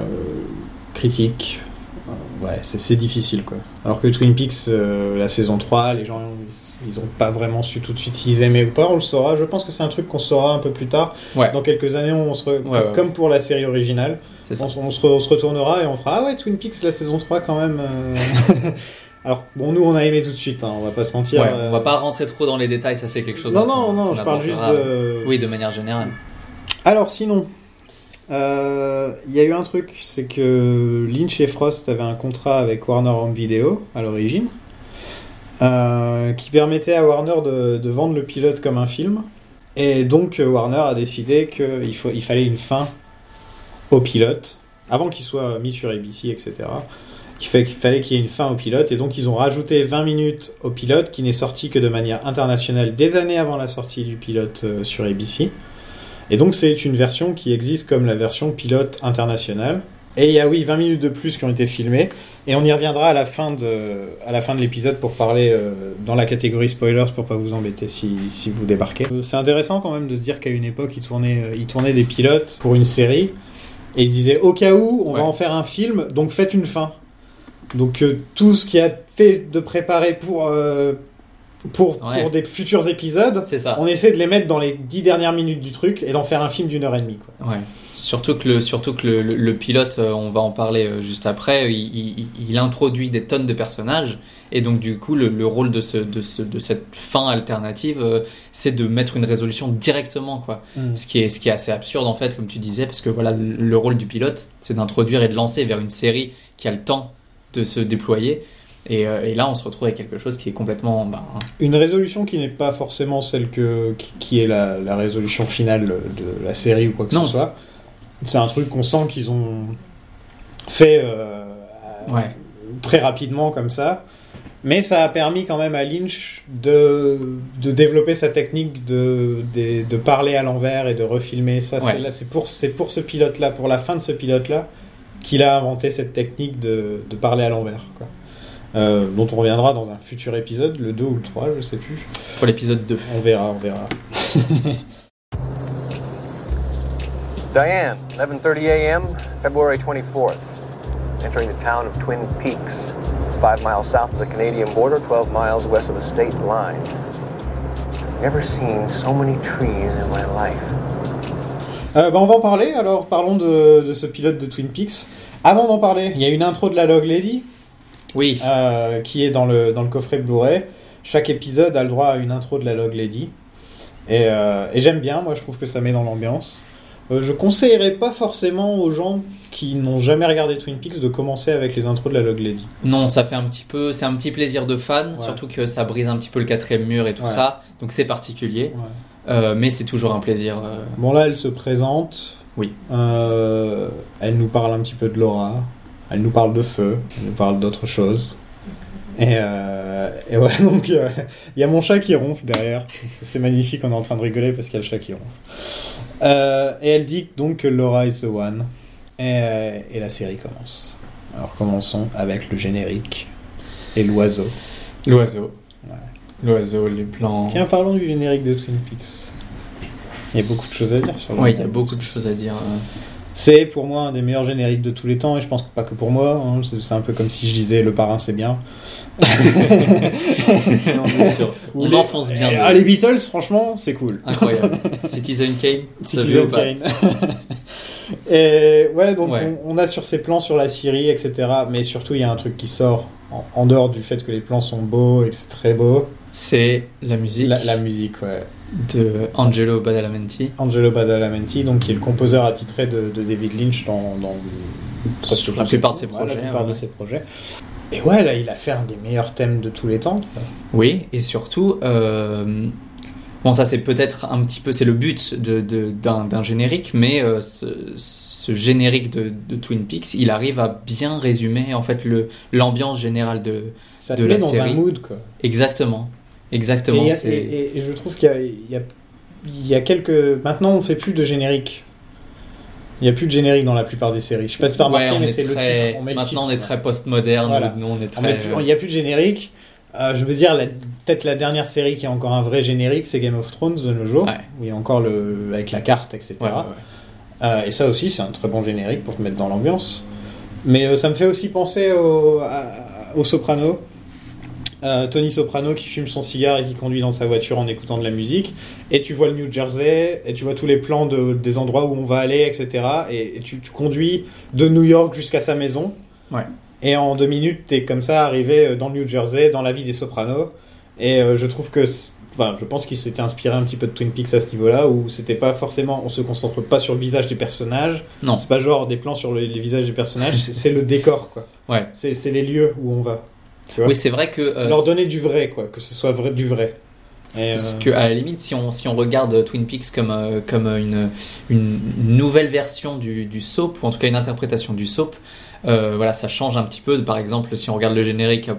critique. Euh, ouais, c'est, c'est difficile, quoi. Alors que Twin Peaks, euh, la saison 3, les gens, ils, ils ont pas vraiment su tout de suite s'ils aimaient ou pas, on le saura. Je pense que c'est un truc qu'on saura un peu plus tard. Ouais. Dans quelques années, on se re- Ouais, ouais. comme pour la série originale, C'est ça. on, se- on se re- on se retournera et on fera Ah ouais, Twin Peaks, la saison 3 quand même. euh. Alors, bon, nous, on a aimé tout de suite, hein, on va pas se mentir. Ouais, euh, on va pas rentrer trop dans les détails, ça c'est quelque chose. Non, dont non, on- non, qu'on je parle juste abordera, de. Oui, de manière générale. Alors, sinon, euh, il y a eu un truc, c'est que Lynch et Frost avaient un contrat avec Warner Home Video à l'origine, euh, qui permettait à Warner de, de vendre le pilote comme un film. Et donc, euh, Warner a décidé qu'il faut- il fallait une fin au pilote, avant qu'il soit mis sur ABC, etc. Qui fait qu'il fallait qu'il y ait une fin au pilote, et donc ils ont rajouté 20 minutes au pilote, qui n'est sorti que de manière internationale des années avant la sortie du pilote euh, sur ABC. Et donc c'est une version qui existe comme la version pilote internationale. Et il y a oui 20 minutes de plus qui ont été filmées, et on y reviendra à la fin de, à la fin de l'épisode pour parler euh, dans la catégorie spoilers pour pas vous embêter si, si vous débarquez. Euh, C'est intéressant quand même de se dire qu'à une époque ils tournaient, euh, ils tournaient des pilotes pour une série, et ils se disaient au cas où on Ouais. va en faire un film, donc faites une fin. Donc euh, tout ce qui a fait de préparer pour, euh, pour, Ouais. pour des futurs épisodes, C'est ça. on essaie de les mettre dans les dix dernières minutes du truc et d'en faire un film d'une heure et demie. Quoi. Ouais. Surtout que le, surtout que le, le- le pilote, euh, on va en parler euh, juste après, il, il- il introduit des tonnes de personnages. Et donc, du coup, le, le rôle de, ce, de, ce- de cette fin alternative, euh, c'est de mettre une résolution directement, quoi. Ce qui, est, ce qui est assez absurde, en fait, comme tu disais, parce que voilà, le, le rôle du pilote, c'est d'introduire et de lancer vers une série qui a le temps de se déployer. Et, euh, et là, on se retrouve avec quelque chose qui est complètement. ben, Une résolution qui n'est pas forcément celle que, qui- qui est la, la résolution finale de la série ou quoi que Non. ce soit. C'est un truc qu'on sent qu'ils ont fait euh, ouais. très rapidement comme ça. Mais ça a permis quand même à Lynch de, de développer sa technique de, de, de parler à l'envers et de refilmer. Ça, c'est Ouais. là- c'est pour, c'est pour ce pilote-là, pour la fin de ce pilote-là, qu'il a inventé cette technique de, de parler à l'envers. quoi. Euh, dont on reviendra dans un futur épisode, le 2 ou le 3, je sais plus. Pour l'épisode 2. On verra, on verra. Diane, 11:30 a.m., February 24th. Entering the town of Twin Peaks. It's five miles south of the Canadian border, 12 miles west of the state line. I've never seen so many trees in my life. Euh, bah, on va en parler, alors parlons de, de ce pilote de Twin Peaks. Avant d'en parler, il y a une intro de la Log Lady. Oui. euh, qui est dans le, dans le coffret Blu-ray. Chaque épisode a le droit à une intro de la Log Lady. Et, euh, et j'aime bien, moi je trouve que ça met dans l'ambiance. Euh, je conseillerais pas forcément aux gens qui n'ont jamais regardé Twin Peaks de commencer avec les intros de la Log Lady. Non, ça fait un petit peu, c'est un petit plaisir de fan, Ouais. surtout que ça brise un petit peu le quatrième mur et tout Ouais. ça, donc c'est particulier, Euh, mais c'est toujours un plaisir. euh, Bon là, elle se présente. Oui. Euh, elle nous parle un petit peu de Laura. Elle nous parle de feu. Elle nous parle d'autres choses. Et, euh, et ouais, donc euh, il y a mon chat qui ronfle derrière. C'est c'est magnifique, on est en train de rigoler parce qu'il y a le chat qui ronfle. Euh, et elle dit donc que Laura is the one. Et, euh, et la série commence. Alors commençons avec le générique et l'oiseau. L'oiseau. L'oiseau, les plans. Tiens, parlons du générique de Twin Peaks. Il y a beaucoup de choses à dire sur le Oui, il y a beaucoup de choses à dire. euh. C'est pour moi un des meilleurs génériques de tous les temps, et je pense que pas que pour moi. hein, c'est c'est un peu comme si je disais Le parrain, c'est bien. On est sûr. Ou On les- enfonce bien. Eh, le- ah, les Beatles, franchement, c'est cool. Incroyable. Citizen Kane, ça Citizen joue pas. Kane. et ouais, donc Ouais. On, on a sur ces plans sur la Syrie, etc. Mais surtout, il y a un truc qui sort en, en dehors du fait que les plans sont beaux et que c'est très beau. C'est la musique La, la musique, ouais. de Angelo Badalamenti. Angelo Badalamenti, donc qui est le composeur attitré de, de David Lynch dans, dans presque Sur tous la ses- plupart de ses ouais, projets, la plupart de ouais. ses projets. Et ouais, là, il a fait un des meilleurs thèmes de tous les temps. Oui, et surtout, euh, bon, ça c'est peut-être un petit peu, c'est le but de- de- d'un d'un générique, mais euh, ce, ce générique de, de Twin Peaks, il arrive à bien résumer en fait le- l'ambiance générale de. Ça te De met la dans un série. mood, quoi. Exactement, Et, il exactement. y a- c'est- et- et- et je trouve qu'il y a, il y a- il y a quelques. Maintenant, on fait plus de générique. Il n'y a plus de générique dans la plupart des séries. Je sais pas si t'as Ouais, remarqué, on mais est c'est très- le titre. On met le Maintenant, titre, on est quoi. très postmoderne. Voilà. Nous, on est On très. met plus- Il n'y a plus de générique. Euh, je veux dire, la- peut-être la dernière série qui a encore un vrai générique, c'est Game of Thrones de nos jours, Ouais. où il y a encore le, avec la carte, etc. Ouais, ouais, ouais. Euh, et ça aussi, c'est un très bon générique pour te mettre dans l'ambiance. Mais euh, ça me fait aussi penser au, à- au soprano. Euh, Tony Soprano qui fume son cigare et qui conduit dans sa voiture en écoutant de la musique. Et tu vois le New Jersey, et tu vois tous les plans de- des endroits où on va aller, etc. Et, et tu, tu conduis de New York jusqu'à sa maison. Ouais. Et en deux minutes, t'es comme ça arrivé euh, dans le New Jersey, dans la vie des sopranos. Et euh, je trouve que. c'est- Enfin, je pense qu'il s'était inspiré un petit peu de Twin Peaks à ce niveau-là, où c'était pas forcément. On se concentre pas sur le visage des personnages. Non. C'est pas genre des plans sur le- les visages des personnages, c'est- c'est le décor, quoi. Ouais. C'est c'est les lieux où on va. tu vois. Oui, c'est vrai que. euh, Leur donner du vrai, quoi. Que ce soit vrai, du vrai. Et, Parce euh, que à la limite, si on, si on regarde euh, Twin Peaks comme, euh, comme euh, une, une nouvelle version du, du soap, ou en tout cas une interprétation du soap, euh, voilà, ça change un petit peu. Par exemple, si on regarde le générique, euh,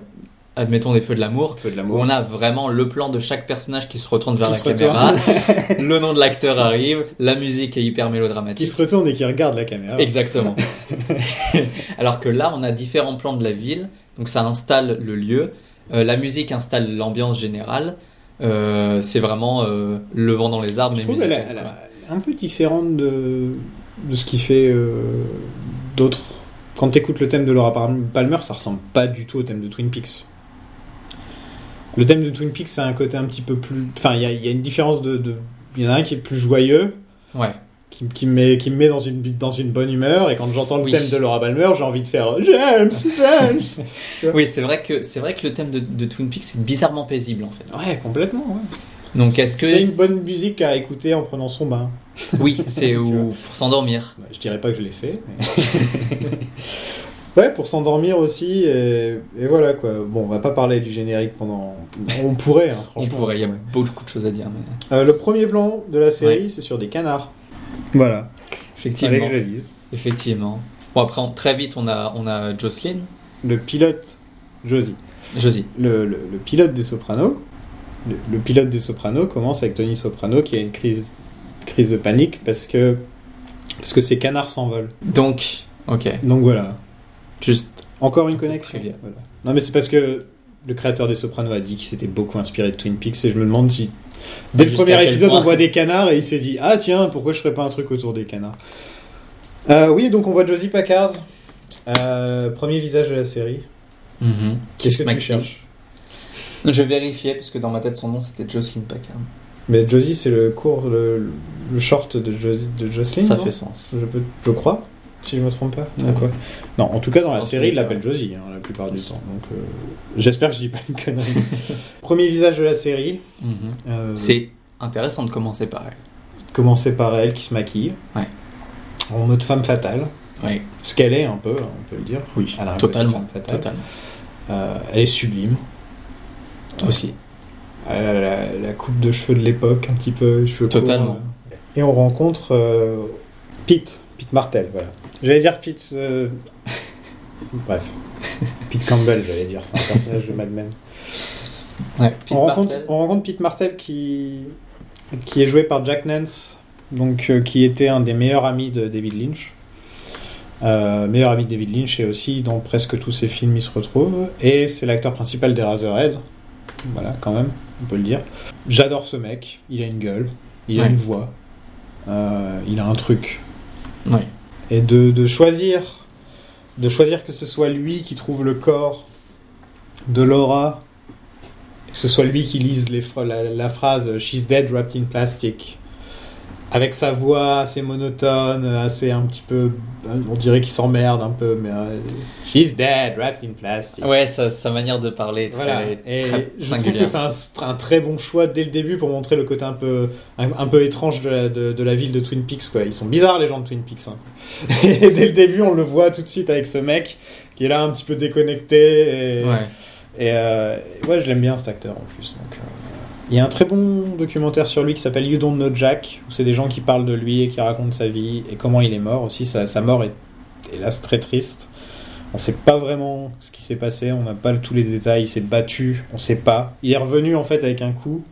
admettons des Feux de l'amour, Feu de où l'amour. on a vraiment le plan de chaque personnage qui se retourne vers Qui la se caméra, le nom de l'acteur arrive, la musique est hyper mélodramatique. Qui se retourne et qui regarde la caméra. Exactement. Alors que là, on a différents plans de la ville, donc ça installe le lieu, euh, la musique installe l'ambiance générale. euh, c'est vraiment euh, le vent dans les arbres. Je mais trouve qu'elle musical, est- elle quoi. est un peu différente de, de ce qui fait euh, d'autres. Quand t'écoutes le thème de Laura Palm- Palmer, ça ressemble pas du tout au thème de Twin Peaks. Le thème de Twin Peaks, c'est un côté un petit peu plus. Enfin, il y a, il y a une différence de. de- Il y en a un qui est plus joyeux, Ouais. qui, qui me met, qui me met dans, une, dans une bonne humeur, et quand j'entends le Oui. thème de Laura Palmer, j'ai envie de faire James, James Oui, c'est vrai que c'est vrai que le thème de, de Twin Peaks est bizarrement paisible en fait. Ouais, complètement. ouais. Donc est-ce que C'est une bonne musique à écouter en prenant son bain. Oui, c'est Tu ou pour s'endormir. Bah, Je dirais pas que je l'ai fait. mais- ouais, pour s'endormir aussi. Et, et voilà quoi. Bon, on va pas parler du générique pendant. On pourrait, hein, On franchement. pourrait, il y a beaucoup de choses à dire, mais Euh, le premier plan de la série, c'est sur des canards. Voilà. Fallait effectivement, que je le dise. effectivement. Bon après, on- très vite, on a on a Jocelyn, Le pilote, Josie. Josie. Le, le- le pilote des Sopranos. Le, le pilote des Sopranos commence avec Tony Soprano qui a une crise, crise de panique parce que parce que ces canards s'envolent. Donc, ok, Donc voilà. juste Encore une connexion. Trivia. Voilà. Non, mais c'est parce que le créateur des Sopranos a dit qu'il s'était beaucoup inspiré de Twin Peaks et je me demande si. Dès le Jusqu'à premier quel épisode, point. on voit des canards et il s'est dit Ah tiens, pourquoi je ferais pas un truc autour des canards Euh, Oui, donc on voit Josie Packard, euh, premier visage de la série. Mhm. Qu'est-ce que tu maquille. cherches Je vérifiais parce que dans ma tête son nom c'était Jocelyn Packard. Mais Josie, c'est le court, le, le short de, Josie, de Jocelyn Ça non fait sens. je, peux- je crois, si je me trompe pas. Ou quoi Non, en tout cas, dans la Dans série, tous il les cas. l'appelle Josie hein, la plupart du Oui. temps. Donc, euh, j'espère que je dis pas une connerie. Premier visage de la série. Mhm. euh, C'est intéressant de commencer par elle. commencer par elle qui se maquille. Ouais. En mode femme fatale. Oui, Ce qu'elle est un peu, hein, on peut le dire. oui, Elle a un côté totalement, femme fatale. totalement. Euh, elle est sublime. Aussi. Elle a la, la coupe de cheveux de l'époque, un petit peu. les cheveux courts, Totalement. là. Et on rencontre euh, Pete. Pete Martel, voilà. J'allais dire Pete. euh, Bref. Pete Campbell, j'allais dire. C'est un personnage de Mad Men. Ouais. Pete on, rencontre, Martel. on rencontre Pete Martel qui, qui est joué par Jack Nance, donc, euh, qui était un des meilleurs amis de David Lynch. Euh, meilleur ami de David Lynch et aussi dans presque tous ses films il se retrouve. Et c'est l'acteur principal des Razorhead. Voilà, quand même, on peut le dire. J'adore ce mec, il a une gueule, il a Ouais. une voix, euh, il a un truc. Ouais. Et de, de choisir, de choisir que ce soit lui qui trouve le corps de Laura, que ce soit lui qui lise les phra- la, la phrase She's dead wrapped in plastic, avec sa voix assez monotone, assez un petit peu, on dirait qu'il s'emmerde un peu, mais euh, She's dead wrapped in plastic. Ouais, sa, sa manière de parler est très, Voilà. Et très je trouve que singulière. c'est un, un très bon choix dès le début pour montrer le côté un peu, un, un peu étrange de la, de, de la ville de Twin Peaks. Quoi. Ils sont bizarres, les gens de Twin Peaks. hein. Et dès le début, on le voit tout de suite avec ce mec qui est là un petit peu déconnecté. Et, Ouais. et, euh, ouais, je l'aime bien cet acteur en plus. donc, euh, Il y a un très bon documentaire sur lui qui s'appelle You Don't Know Jack, où c'est des gens qui parlent de lui et qui racontent sa vie et comment il est mort aussi. Sa, sa mort est hélas très triste. On sait pas vraiment ce qui s'est passé, on n'a pas tous les détails. Il s'est battu, on sait pas. Il est revenu en fait avec un coup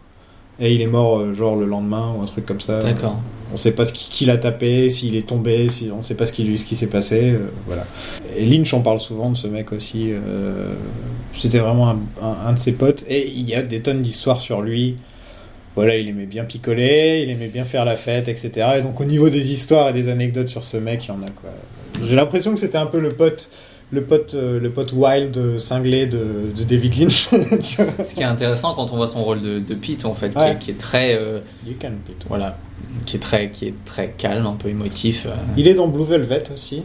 et il est mort euh, genre le lendemain ou un truc comme ça. D'accord. On sait pas ce qui, qui l'a tapé, s'il est tombé, si, on sait pas ce qui, lui- ce qui s'est passé. euh, voilà. Et Lynch, on parle souvent de ce mec aussi. euh, C'était vraiment un, un- un de ses potes. Et il y a des tonnes d'histoires sur lui. Voilà, il aimait bien picoler, il aimait bien faire la fête, etc. Et donc au niveau des histoires et des anecdotes sur ce mec, il y en a quoi. J'ai l'impression que c'était un peu le pote, le pote, euh, le pote wild euh, cinglé de, de David Lynch. tu vois. Ce qui est intéressant quand on voit son rôle de, de Pete en fait, Ouais. qui, est, qui est très euh, You can be too. voilà, qui est très qui est très calme, un peu émotif. euh. Il est dans Blue Velvet aussi,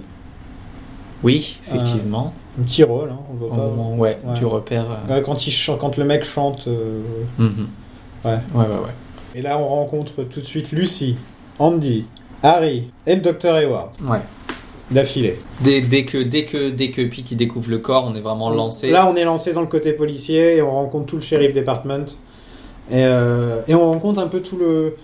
Oui, effectivement. un petit rôle, hein, on le voit Au pas. moment ouais, Ouais. du repère. euh, Ouais, quand, il chan- quand le mec chante. euh, mhm. Ouais. ouais, ouais, ouais. Et là, on rencontre tout de suite Lucy, Andy, Harry et le docteur Hayward Ouais. d'affilée. Dès, dès que dès que dès que Pete il découvre le corps, on est vraiment lancé. Là, on est lancé dans le côté policier et on rencontre tout le shérif department. Et, euh, et on rencontre un peu tout le.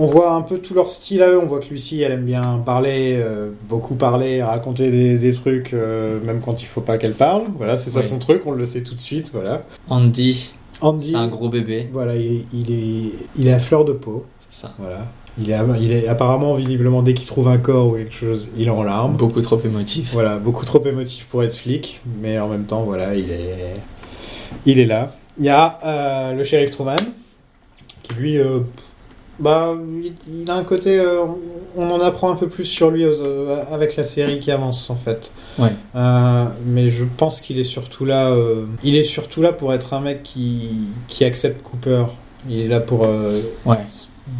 On voit un peu tout leur style à eux. On voit que Lucy, elle aime bien parler, euh, beaucoup parler, raconter des, des trucs, euh, même quand il faut pas qu'elle parle. Voilà, c'est ça Oui. son truc, on le sait tout de suite. Voilà. Andy, Andy, c'est un gros bébé, voilà, il est, il, est, il est à fleur de peau. c'est ça. Voilà. Il est, il est apparemment, visiblement, dès qu'il trouve un corps ou quelque chose, il est en larmes. Beaucoup trop émotif. Voilà, beaucoup trop émotif pour être flic, mais en même temps, voilà, il est, il est là. Il y a euh, le shérif Truman, qui lui, euh, bah, il- il a un côté, euh, on en apprend un peu plus sur lui aux- euh, avec la série qui avance en fait. Ouais. Euh, mais je pense qu'il est surtout là, euh, il est surtout là pour être un mec qui, qui accepte Cooper. Il est là pour euh, Ouais.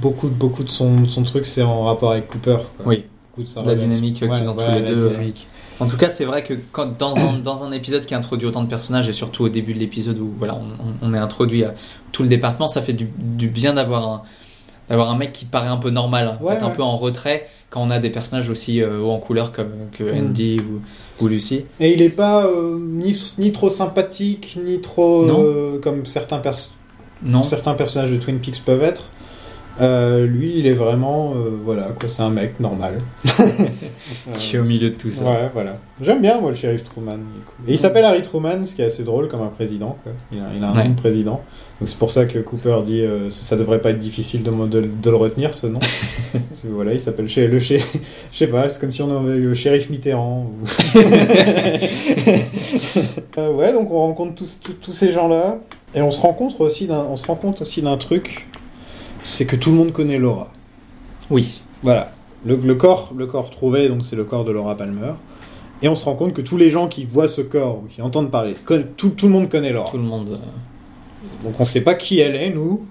beaucoup, beaucoup de son, de son truc, c'est en rapport avec Cooper. quoi. Oui. Beaucoup de sa La relation. dynamique, euh, qu'ils ont tous la les deux, euh, dynamique. En tout cas, c'est vrai que quand, dans, un, dans un épisode qui introduit autant de personnages, et surtout au début de l'épisode où voilà, on, on- on est introduit à tout le département, ça fait du, du bien d'avoir un, d'avoir un mec qui paraît un peu normal, en Ouais, fait, un ouais. peu en retrait, quand on a des personnages aussi euh, hauts en couleur comme que Mm. Andy ou, ou Lucy. Et il est pas euh, ni, ni trop sympathique, ni trop Non. euh, comme certains, pers- Non, certains personnages de Twin Peaks peuvent être. Euh, lui, il est vraiment, euh, voilà, quoi, c'est un mec normal. Euh, qui euh, est au milieu de tout ça. Ouais, voilà. J'aime bien, moi, le shérif Truman. il est cool. Et il s'appelle Harry Truman, ce qui est assez drôle comme un président. quoi. Il a, il a un Ouais. nom de président. Donc c'est pour ça que Cooper dit euh, ça, ça devrait pas être difficile de, mo- de- de le retenir, ce nom. Parce que, voilà, il s'appelle chez le chez. Je sais pas, c'est comme si on avait eu le shérif Mitterrand. ou- Euh, ouais, donc on rencontre tous, tous, tous ces gens-là. Et on se rencontre aussi d'un- on se rend compte aussi d'un truc c'est que tout le monde connaît Laura. Oui, Voilà. Le, le corps, le corps trouvé, donc c'est le corps de Laura Palmer. Et on se rend compte que tous les gens qui voient ce corps, ou qui entendent parler, conna- tout, tout le monde connaît Laura. tout le monde. euh, Donc on sait pas qui elle est, nous.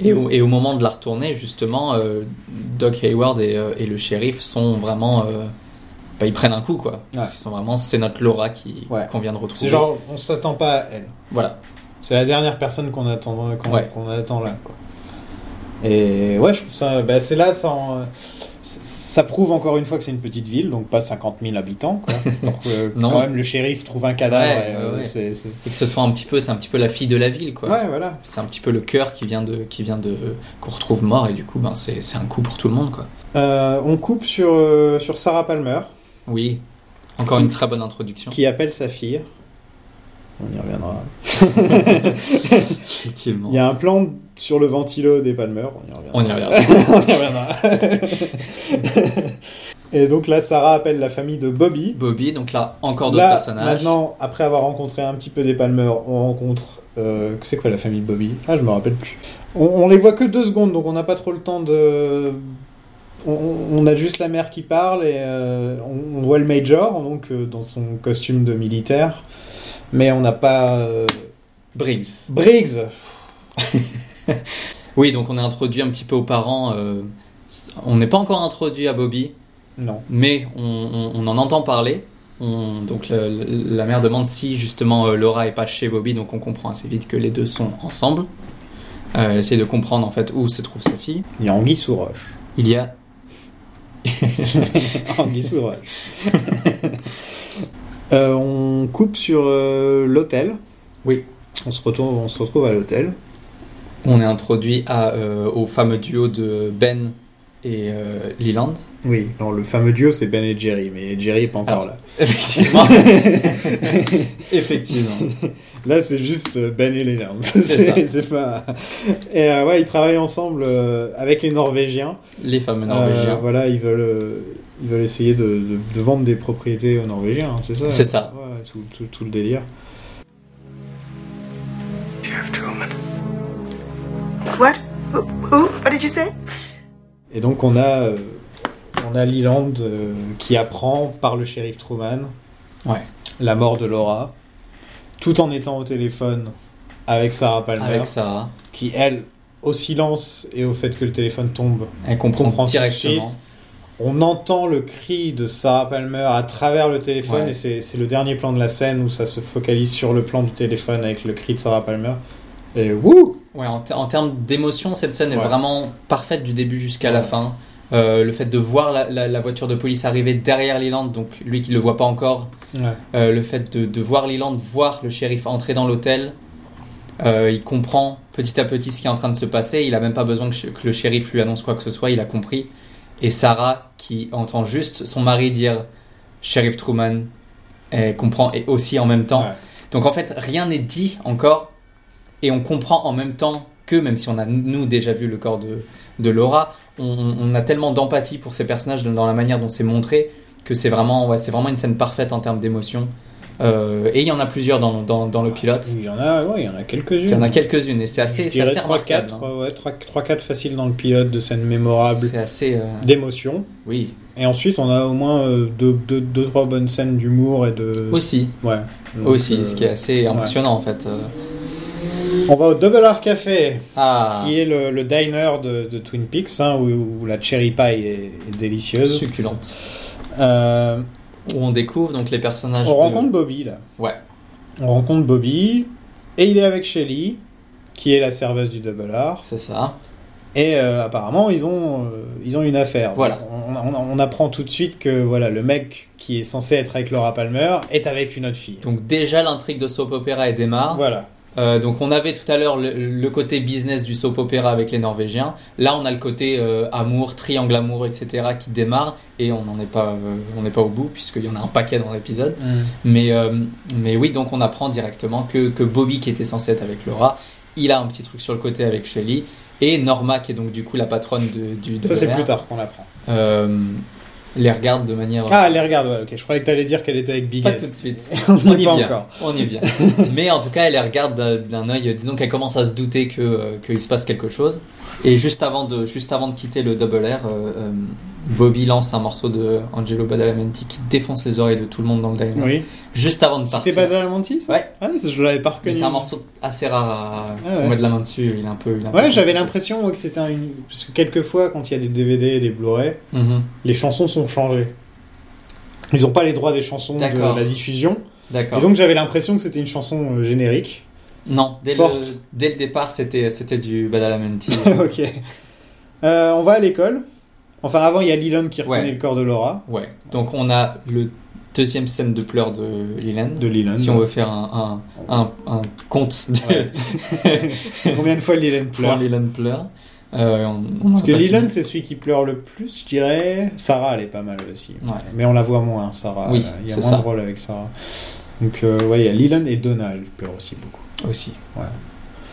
Et au, et au moment de la retourner, justement, euh, Doc Hayward et, euh, et le shérif sont vraiment. euh, bah, ils prennent un coup, quoi. Ouais. Ils sont vraiment. C'est notre Laura qui Ouais. qu'on vient de retrouver. C'est genre, on s'attend pas à elle. Voilà. C'est la dernière personne qu'on attend, qu'on Ouais. qu'on attend là. Quoi. Et ouais, je trouve ça. bah, c'est là, ça, en- ça prouve encore une fois que c'est une petite ville, donc pas 50 000 habitants. Quoi. Donc, euh, Non. quand même, le shérif trouve un cadavre. Ouais, et, euh, ouais, ouais. c'est- c'est- Et que ce soit un petit peu. C'est un petit peu la fille de la ville, quoi. ouais, voilà. C'est un petit peu le cœur qui vient de. qui vient de. qu'on retrouve mort, et du coup, ben, c'est c'est un coup pour tout le monde, quoi. Euh, on coupe sur, euh, sur Sarah Palmer. Oui. Encore une très bonne introduction. qui appelle sa fille. On y reviendra. Effectivement. Il y a un plan sur le ventilo des Palmer. On y reviendra. On y regarde. On y reviendra. Et donc là, Sarah appelle la famille de Bobby. Bobby, donc là, encore d'autres Là, personnages. maintenant, après avoir rencontré un petit peu des Palmer, on rencontre. euh, c'est quoi la famille de Bobby Ah, je me rappelle plus. On, on les voit que deux secondes, donc on n'a pas trop le temps de. on, on a juste la mère qui parle et euh, on, on voit le major donc euh, dans son costume de militaire, mais on n'a pas euh, Briggs. Briggs. Oui, donc on est introduit un petit peu aux parents. euh, on n'est pas encore introduit à Bobby, Non. mais on, on- on en entend parler. On- donc le- le- la mère demande si justement euh, Laura est pas chez Bobby, donc on comprend assez vite que les deux sont ensemble. Euh, elle essaie de comprendre en fait où se trouve sa fille. Il y a Anguille sous roche. Il y a Anguille sous roche. Euh, on coupe sur euh, l'hôtel. Oui. On se retrouve, on se retrouve à l'hôtel. On est introduit à, euh, au fameux duo de Ben et euh, Leland. Oui. Alors le fameux duo c'est Ben et Jerry, mais Jerry est pas encore Alors, là. Effectivement. Effectivement. Là, c'est juste euh, Ben et Leonard. C'est ça. c'est pas. Et euh, ouais, ils travaillent ensemble euh, avec les Norvégiens. Les fameux Euh, Norvégiens. voilà, ils veulent, euh, ils veulent essayer de, de- de vendre des propriétés aux Norvégiens, hein, c'est ça C'est ça. Ouais, tout, tout- tout le délire. Sheriff Truman. What? Who? who? What did you say? Et donc, on a, euh, on a Leland euh, qui apprend par le shérif Truman Ouais. la mort de Laura, tout en étant au téléphone avec Sarah Palmer, Avec Sarah. qui, elle, au silence et au fait que le téléphone tombe, Elle comprend, comprend tout de directement. suite. On entend le cri de Sarah Palmer à travers le téléphone Ouais. et c'est c'est le dernier plan de la scène où ça se focalise sur le plan du téléphone avec le cri de Sarah Palmer. Et wouh Ouais, en, ter- en termes d'émotion, cette scène est Ouais. vraiment parfaite du début jusqu'à la Ouais. fin. Euh, le fait de voir la, la- la voiture de police arriver derrière Leland, donc lui qui le voit pas encore, Ouais. euh, le fait de, de voir Leland voir le shérif entrer dans l'hôtel, euh, il comprend petit à petit ce qui est en train de se passer, il a même pas besoin que, sh- que le shérif lui annonce quoi que ce soit, il a compris. Et Sarah, qui entend juste son mari dire shérif Truman, elle comprend et aussi en même temps. Ouais. Donc en fait, rien n'est dit encore, et on comprend en même temps que, même si on a nous déjà vu le corps de, de Laura, on, on a tellement d'empathie pour ces personnages dans- dans la manière dont c'est montré que c'est vraiment, ouais, c'est vraiment une scène parfaite en termes d'émotion. Euh, et il y en a plusieurs dans, dans, dans le pilote. Il y en a, ouais, il y en a quelques-unes. Il y en a quelques-unes et Ah, c'est assez, c'est assez 3 remarquable. 4, hein. ouais, 3, 4 faciles dans le pilote de scènes mémorables, C'est assez. euh, d'émotions. Oui, Et ensuite, on a au moins euh, 2-3 bonnes scènes d'humour et de. aussi. Ouais. Euh, Donc, Aussi, euh, ce qui est assez impressionnant en fait. Euh, On va au Double R Café. Ah, qui est le, le diner de, de Twin Peaks, hein, où, où la cherry pie est, est délicieuse. succulente. Euh, Où on découvre donc les personnages. on de- rencontre Bobby là. Ouais. On rencontre Bobby et il est avec Shelly, qui est la serveuse du Double R. C'est ça. Et euh, apparemment, ils ont, euh, ils ont une affaire. Voilà. On, on- on apprend tout de suite que voilà, le mec qui est censé être avec Laura Palmer est avec une autre fille. Donc déjà l'intrigue de soap opera elle démarre. Voilà. Euh, donc on avait tout à l'heure le, le côté business du soap opéra avec les Norvégiens. Là on a le côté euh, amour, triangle amour, etc. qui démarre et on n'en est pas, euh, on n'est pas au bout puisqu'il y en a un paquet dans l'épisode. Mais euh, mais oui donc on apprend directement que, que Bobby qui était censé être avec Laura, il a un petit truc sur le côté avec Shelly et Norma qui est donc du coup la patronne de- du. de Ça, c'est Blair, plus tard qu'on l'apprend. euh, les regarde de manière. Ah, elle les regarde, ouais, ok. Je croyais que t'allais dire qu'elle était avec Big Pas Ed. tout de suite. On On y y est pas vient. encore. On y vient. Mais en tout cas, elle les regarde d'un- d'un œil. Disons qu'elle commence à se douter que euh, qu'il se passe quelque chose. Et juste avant de juste avant de quitter le double R, euh, euh, Bobby lance un morceau de Angelo Badalamenti qui défonce les oreilles de tout le monde dans le diner. Oui. Juste avant de C'était partir. pas de la mentise Ouais. Ah, je l'avais pas Mais reconnu. c'est un morceau assez rare à Ah ouais. qu'on mette la main dessus. Il est un peu. il est un peu Ouais, j'avais compliqué. l'impression moi, que c'était un. une- Parce que quelquefois, quand il y a des DVD et des Blu-ray, Mhm. les chansons sont changées. Ils n'ont pas les droits des chansons de D'accord. la diffusion. Et D'accord. donc, j'avais l'impression que c'était une chanson euh, générique. Non, dès le, Forte. dès le départ, c'était c'était du Badalamenti. ok. Euh, on va à l'école. Enfin, avant, il y a Lilon qui reconnaît Ouais. le corps de Laura. ouais. Donc on a le deuxième scène de pleurs de Leland. De Lilon. Si on veut faire un, un, un, un compte de Ouais. Combien de fois Lilon pourquoi pleure Leland pleure. Euh, on, on en a Parce que pas Leland, fini. c'est celui qui pleure le plus, je dirais. Sarah, elle est pas mal aussi. Ouais. Mais on la voit moins, Sarah. Oui, il y a c'est moins ça. de rôle avec Sarah. Donc, euh, ouais, il y a Leland et Donna, elle pleure aussi beaucoup. aussi. Ouais.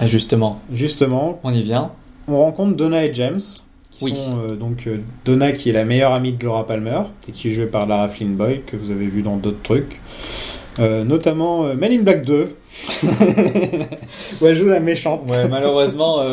Ah, justement, Justement, on y vient. on rencontre Donna et James. Qui Oui. sont, euh, donc euh, Donna qui est la meilleure amie de Laura Palmer et qui est jouée par Lara Flynn Boyle que vous avez vu dans d'autres trucs, Euh, notamment euh, Men in Black 2 où elle joue la méchante. euh, malheureusement,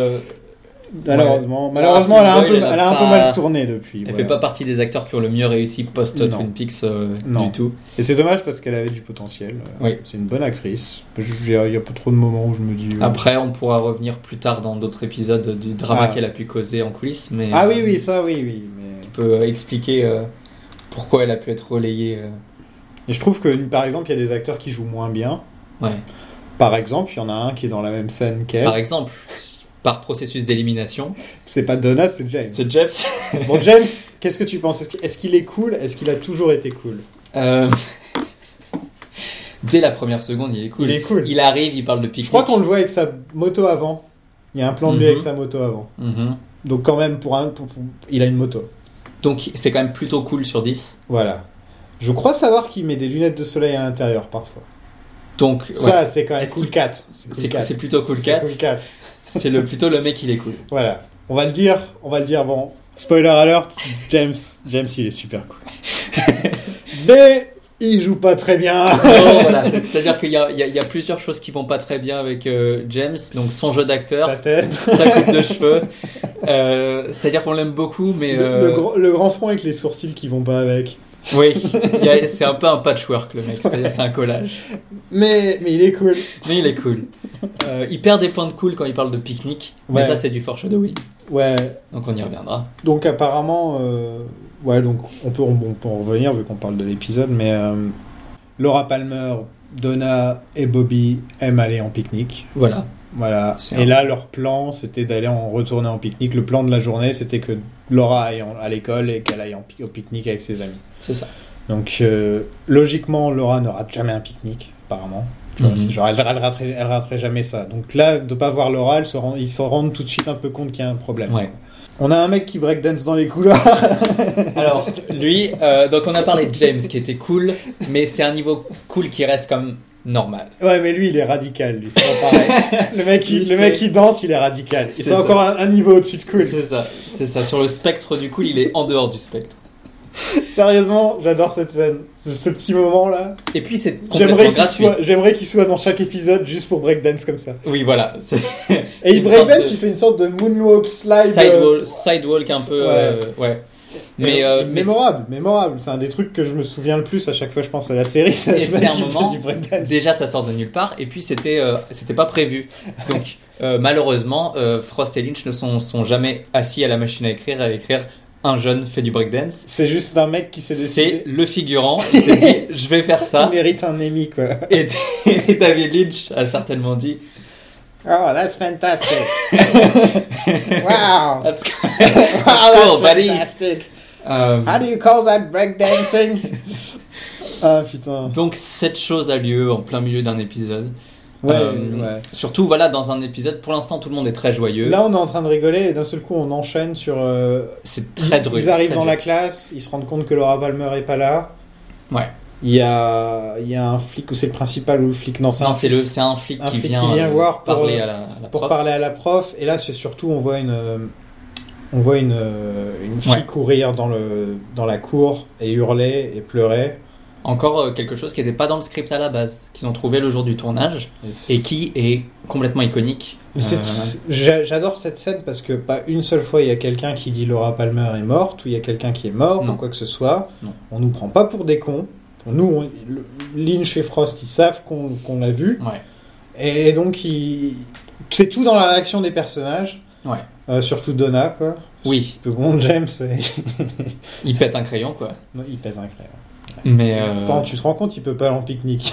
Malheureusement, malheureusement, elle a un Boyle, peu, elle a elle a un peu pas- mal tourné depuis. Elle voilà. fait pas partie des acteurs qui ont le mieux réussi post Non. Twin Peaks euh, Non. du tout. Et c'est dommage parce qu'elle avait du potentiel. Euh, Oui. C'est une bonne actrice. Je- Il y, a il y a pas trop de moments où je me dis. euh, Après, on pourra revenir plus tard dans d'autres épisodes du drama Ah. qu'elle a pu causer en coulisses, mais Ah euh, oui, oui, ça, oui, oui. Mais... on peut euh, expliquer euh, pourquoi elle a pu être relayée. euh. Et je trouve que, par exemple, il y a des acteurs qui jouent moins bien. Ouais. Par exemple, il y en a un qui est dans la même scène Par qu'elle. exemple, par processus d'élimination, C'est pas Donna, c'est James. c'est Jeff. Bon, James, qu'est-ce que tu penses Est-ce que- Est-ce qu'il est cool Est-ce qu'il a toujours été cool Euh, Dès la première seconde, il est cool. Il est cool. Il arrive, il parle de pique Je crois qu'on le voit avec sa moto avant. Il y a un plan de lui Mhm. avec sa moto avant. Donc, quand même, pour un, pour- pour- il a une moto. Donc, c'est quand même plutôt cool sur 10. Voilà. Je crois savoir qu'il met des lunettes de soleil à l'intérieur parfois. Donc, ouais, Ça, c'est quand même Est-ce cool qu'il- 4. C'est- c'est plutôt cool cat. Cool cat. c'est le, plutôt le mec, il est cool. Voilà. On va le dire, on va le dire. Bon, spoiler alert, James, James, il est super cool. Mais il joue pas très bien. Non, voilà, c'est- C'est-à-dire qu'il y a, il y a- il y a plusieurs choses qui vont pas très bien avec euh, James, donc son jeu Sa d'acteur, tête. sa coupe de cheveux. Euh, C'est-à-dire qu'on l'aime beaucoup, mais Le, euh, le grand, le grand front avec les sourcils qui vont pas avec. oui, il y a- c'est un peu un patchwork le mec, c'est-à-dire c'est un collage. Mais, mais il est cool. Mais il est cool. Euh, il perd des points de cool quand il parle de pique-nique, mais Ouais. ça c'est du foreshadowing, Ouais. donc on y reviendra. Donc apparemment, euh, ouais, donc on peut, on, peut en revenir vu qu'on parle de l'épisode, mais euh, Laura Palmer, Donna et Bobby aiment aller en pique-nique. Voilà. Voilà. C'est Et un- là, leur plan, c'était d'aller en retourner en pique-nique. Le plan de la journée, c'était que Laura aille en- à l'école et qu'elle aille en pi- au pique-nique avec ses amis. C'est ça. Donc, euh, logiquement, Laura ne rate jamais un pique-nique, apparemment. Tu vois, Mhm. c'est genre, elle, elle, raterait, elle raterait jamais ça. Donc là, de pas voir Laura, elle se rend- ils s'en rendent tout de suite un peu compte qu'il y a un problème. Ouais. On a un mec qui breakdance dans les couloirs. Alors, lui, euh, donc on a parlé de James qui était cool, mais c'est un niveau cool qui reste comme normal. ouais, mais lui, il est radical. Lui, c'est pas pareil. le mec, Lui, il, le c'est- mec, qui danse, il est radical. C'est C'est ça. encore un, un niveau au-dessus de cool. C'est ça, c'est ça. Sur le spectre du cool, il est en dehors du spectre. Sérieusement, j'adore cette scène. Ce- ce petit moment là. Et puis c'est J'aimerais complètement qu'il gratuit. soit, j'aimerais qu'il soit dans chaque épisode juste pour breakdance comme ça. Oui, voilà. C'est- Et il une sorte breakdance, de il fait une sorte de moonwalk slide. euh, Sidewalk, sidewalk un peu. Ouais. euh, ouais. Mais, et- euh, mais- mémorable, mémorable. C'est un des trucs que je me souviens le plus à chaque fois je pense à la série. C'est la Et semaine c'est un qui fait moment du breakdance. déjà ça sort de nulle part. Et puis c'était, euh, c'était pas prévu. Donc euh, malheureusement, euh, Frost et Lynch ne sont, sont jamais assis à la machine à écrire à écrire. Un jeune fait du breakdance. C'est juste un mec qui s'est C'est décidé. le figurant. Il s'est dit, je vais faire ça. Il mérite un Emmy quoi. Et, et David Lynch a certainement dit Oh, that's fantastic. wow. That's cool, Wow, Ah, that's buddy. fantastic. Euh, How do you call that breakdancing? ah putain. donc cette chose a lieu en plein milieu d'un épisode. Ouais, Euh, ouais. Surtout voilà dans un épisode pour l'instant tout le monde est très joyeux. Là, on est en train de rigoler et d'un seul coup, on enchaîne sur euh, c'est Ils- très drôle. Ils arrivent dans la classe, ils se rendent compte que Laura Palmer est pas là. Ouais. Il y a, il y a un flic, ou c'est le principal ou le flic, non, c'est un Non c'est le c'est un flic Un qui flic qui vient, vient euh, voir pour, parler euh, à la, à la pour prof. parler à la prof. Et là, c'est surtout, on voit une, euh, on voit une, euh, une fille Ouais. courir dans, le, dans la cour et hurler et pleurer. Encore euh, quelque chose qui n'était pas dans le script à la base qu'ils ont trouvé le jour du tournage c'est- et qui est complètement iconique. Mais c'est- Euh, c'est- j'a- J'adore cette scène parce que pas une seule fois il y a quelqu'un qui dit Laura Palmer est morte ou il y a quelqu'un qui est mort Non. ou quoi que ce soit. Non. On nous prend pas pour des cons. Nous, on- le- Lynch et Frost, ils savent qu'on qu'on l'a vu. ouais. Et donc, il... c'est tout dans la réaction des personnages. Ouais. Euh, surtout Donna, quoi. Oui, Parce que bon, James, euh, il pête un crayon quoi. non, il pèse un crayon. Mais euh, Attends, tu te rends compte, il peut pas aller en pique-nique.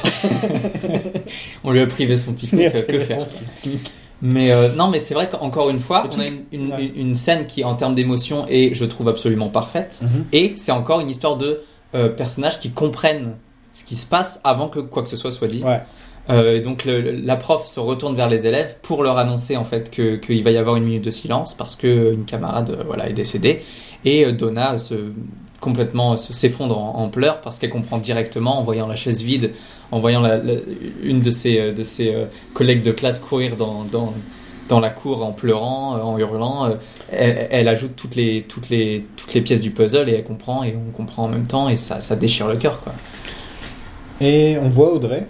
on lui a privé son Il pique-nique. a euh, Que fait faire son pique-nique. Mais euh, non, mais c'est vrai qu'encore une fois, Et on tout- a une, une- ouais. une- une scène qui, en termes d'émotion, est, je trouve, absolument parfaite. Mhm. Et c'est encore une histoire de euh, personnages qui comprennent ce qui se passe avant que quoi que ce soit soit dit. Ouais. Euh, et donc le- le- la prof se retourne vers les élèves pour leur annoncer en fait que- qu'il va y avoir une minute de silence parce que une camarade euh, voilà est décédée et euh, Donna se complètement euh, se- s'effondre en, en pleurs parce qu'elle comprend directement en voyant la chaise vide, en voyant la- la- une de ses euh, de ses euh, collègues de classe courir dans, dans dans la cour en pleurant, euh, en hurlant, euh, elle, elle ajoute toutes les, toutes, les, toutes les pièces du puzzle et elle comprend et on comprend en même temps et ça, ça déchire le cœur quoi. Et on voit Audrey.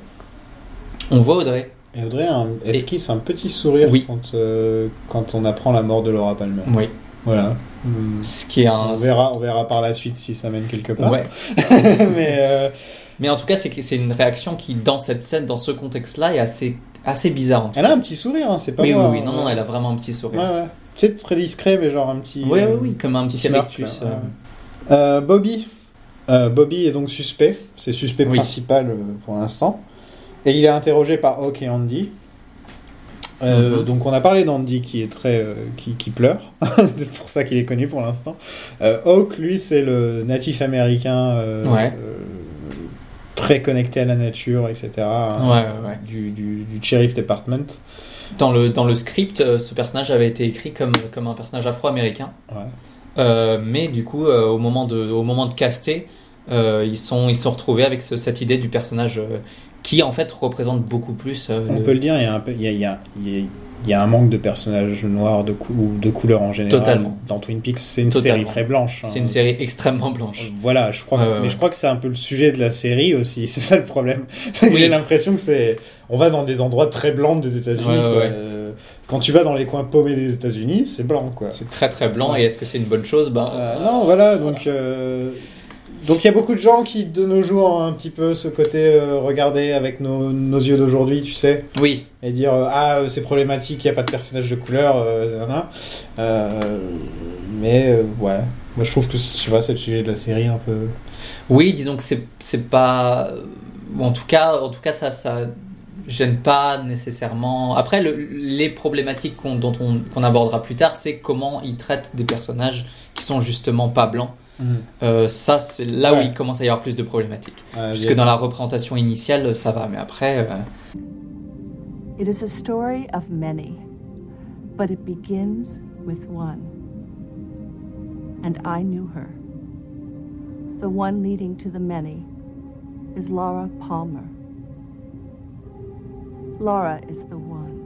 On voit Audrey. Et Audrey a un- esquisse un petit sourire Oui. Mm. quand, euh, quand on apprend la mort de Laura Palmer. Oui. Voilà. Hmm. Ce qui est un. On verra, on verra par la suite si ça mène quelque part. Ah, Ouais. Mais euh, Mais en tout cas, c'est que- c'est une réaction qui, dans cette scène, dans ce contexte-là, est assez, assez bizarre. En tout elle a un petit sourire, hein, c'est pas oui, oui, moi, oui, hein. non, non, elle a vraiment un petit sourire. Ouais, ouais. Peut-être très discret, mais genre un petit. euh, Oui, oui, oui, comme un petit petit marque, Syracuse. là, ouais. Euh, Bobby. Euh, Bobby est donc suspect. C'est suspect Oui. principal euh, pour l'instant. Et il est interrogé par Hawk et Andy. Euh, Mhm. Donc on a parlé d'Andy qui est très euh, qui, qui pleure, c'est pour ça qu'il est connu pour l'instant. Euh, Hawk lui c'est le natif américain euh, Ouais. euh, très connecté à la nature etc. euh. Ouais, ouais, ouais. Du, du, du sheriff department. Dans le, dans le script, euh, ce personnage avait été écrit comme, comme un personnage afro-américain. Ouais. Euh, mais du coup, euh, au, moment de, au moment de caster, euh, ils se sont, ils sont retrouvés avec ce- cette idée du personnage euh, qui, en fait, représente beaucoup plus. euh, On le- peut le dire, il y a un peu- il y a- il y a- il y a- il y a un manque de personnages noirs de cou- ou de couleur en général. Totalement. Dans Twin Peaks, c'est une Totalement. série très blanche. hein. C'est une série extrêmement blanche. Voilà, je crois. Ouais, ouais, mais je ouais. crois que c'est un peu le sujet de la série aussi. C'est ça le problème. C'est que Oui. J'ai l'impression que c'est. On va dans des endroits très blancs des États-Unis. Ouais, ouais, quoi. ouais. Euh, Quand tu vas dans les coins paumés des États-Unis, c'est blanc, quoi. C'est très très blanc, et est-ce que c'est une bonne chose ben, Euh, non, voilà. Donc. euh, Donc il y a beaucoup de gens qui de nos jours ont un petit peu ce côté euh, regarder avec nos, nos yeux d'aujourd'hui, tu sais, Oui, et dire euh, ah euh, c'est problématique, il n'y a pas de personnage de couleur, euh, nanana. Euh, mais euh, ouais, moi je trouve que tu vois c'est le sujet de la série un peu. oui, disons que c'est c'est pas, ou en tout cas, en tout cas ça ça gêne pas nécessairement. Après, le- les problématiques qu'on dont on- qu'on abordera plus tard, c'est comment ils traitent des personnages qui sont justement pas blancs. Euh, ça, c'est là Mhm. Ouais. où il commence à y avoir plus de problématiques. Ouais, Puisque bien. dans la représentation initiale, ça va, mais après, euh, It is a story of many, but it begins with one. And I knew her. The one leading to the many is Laura Palmer. Laura is the one.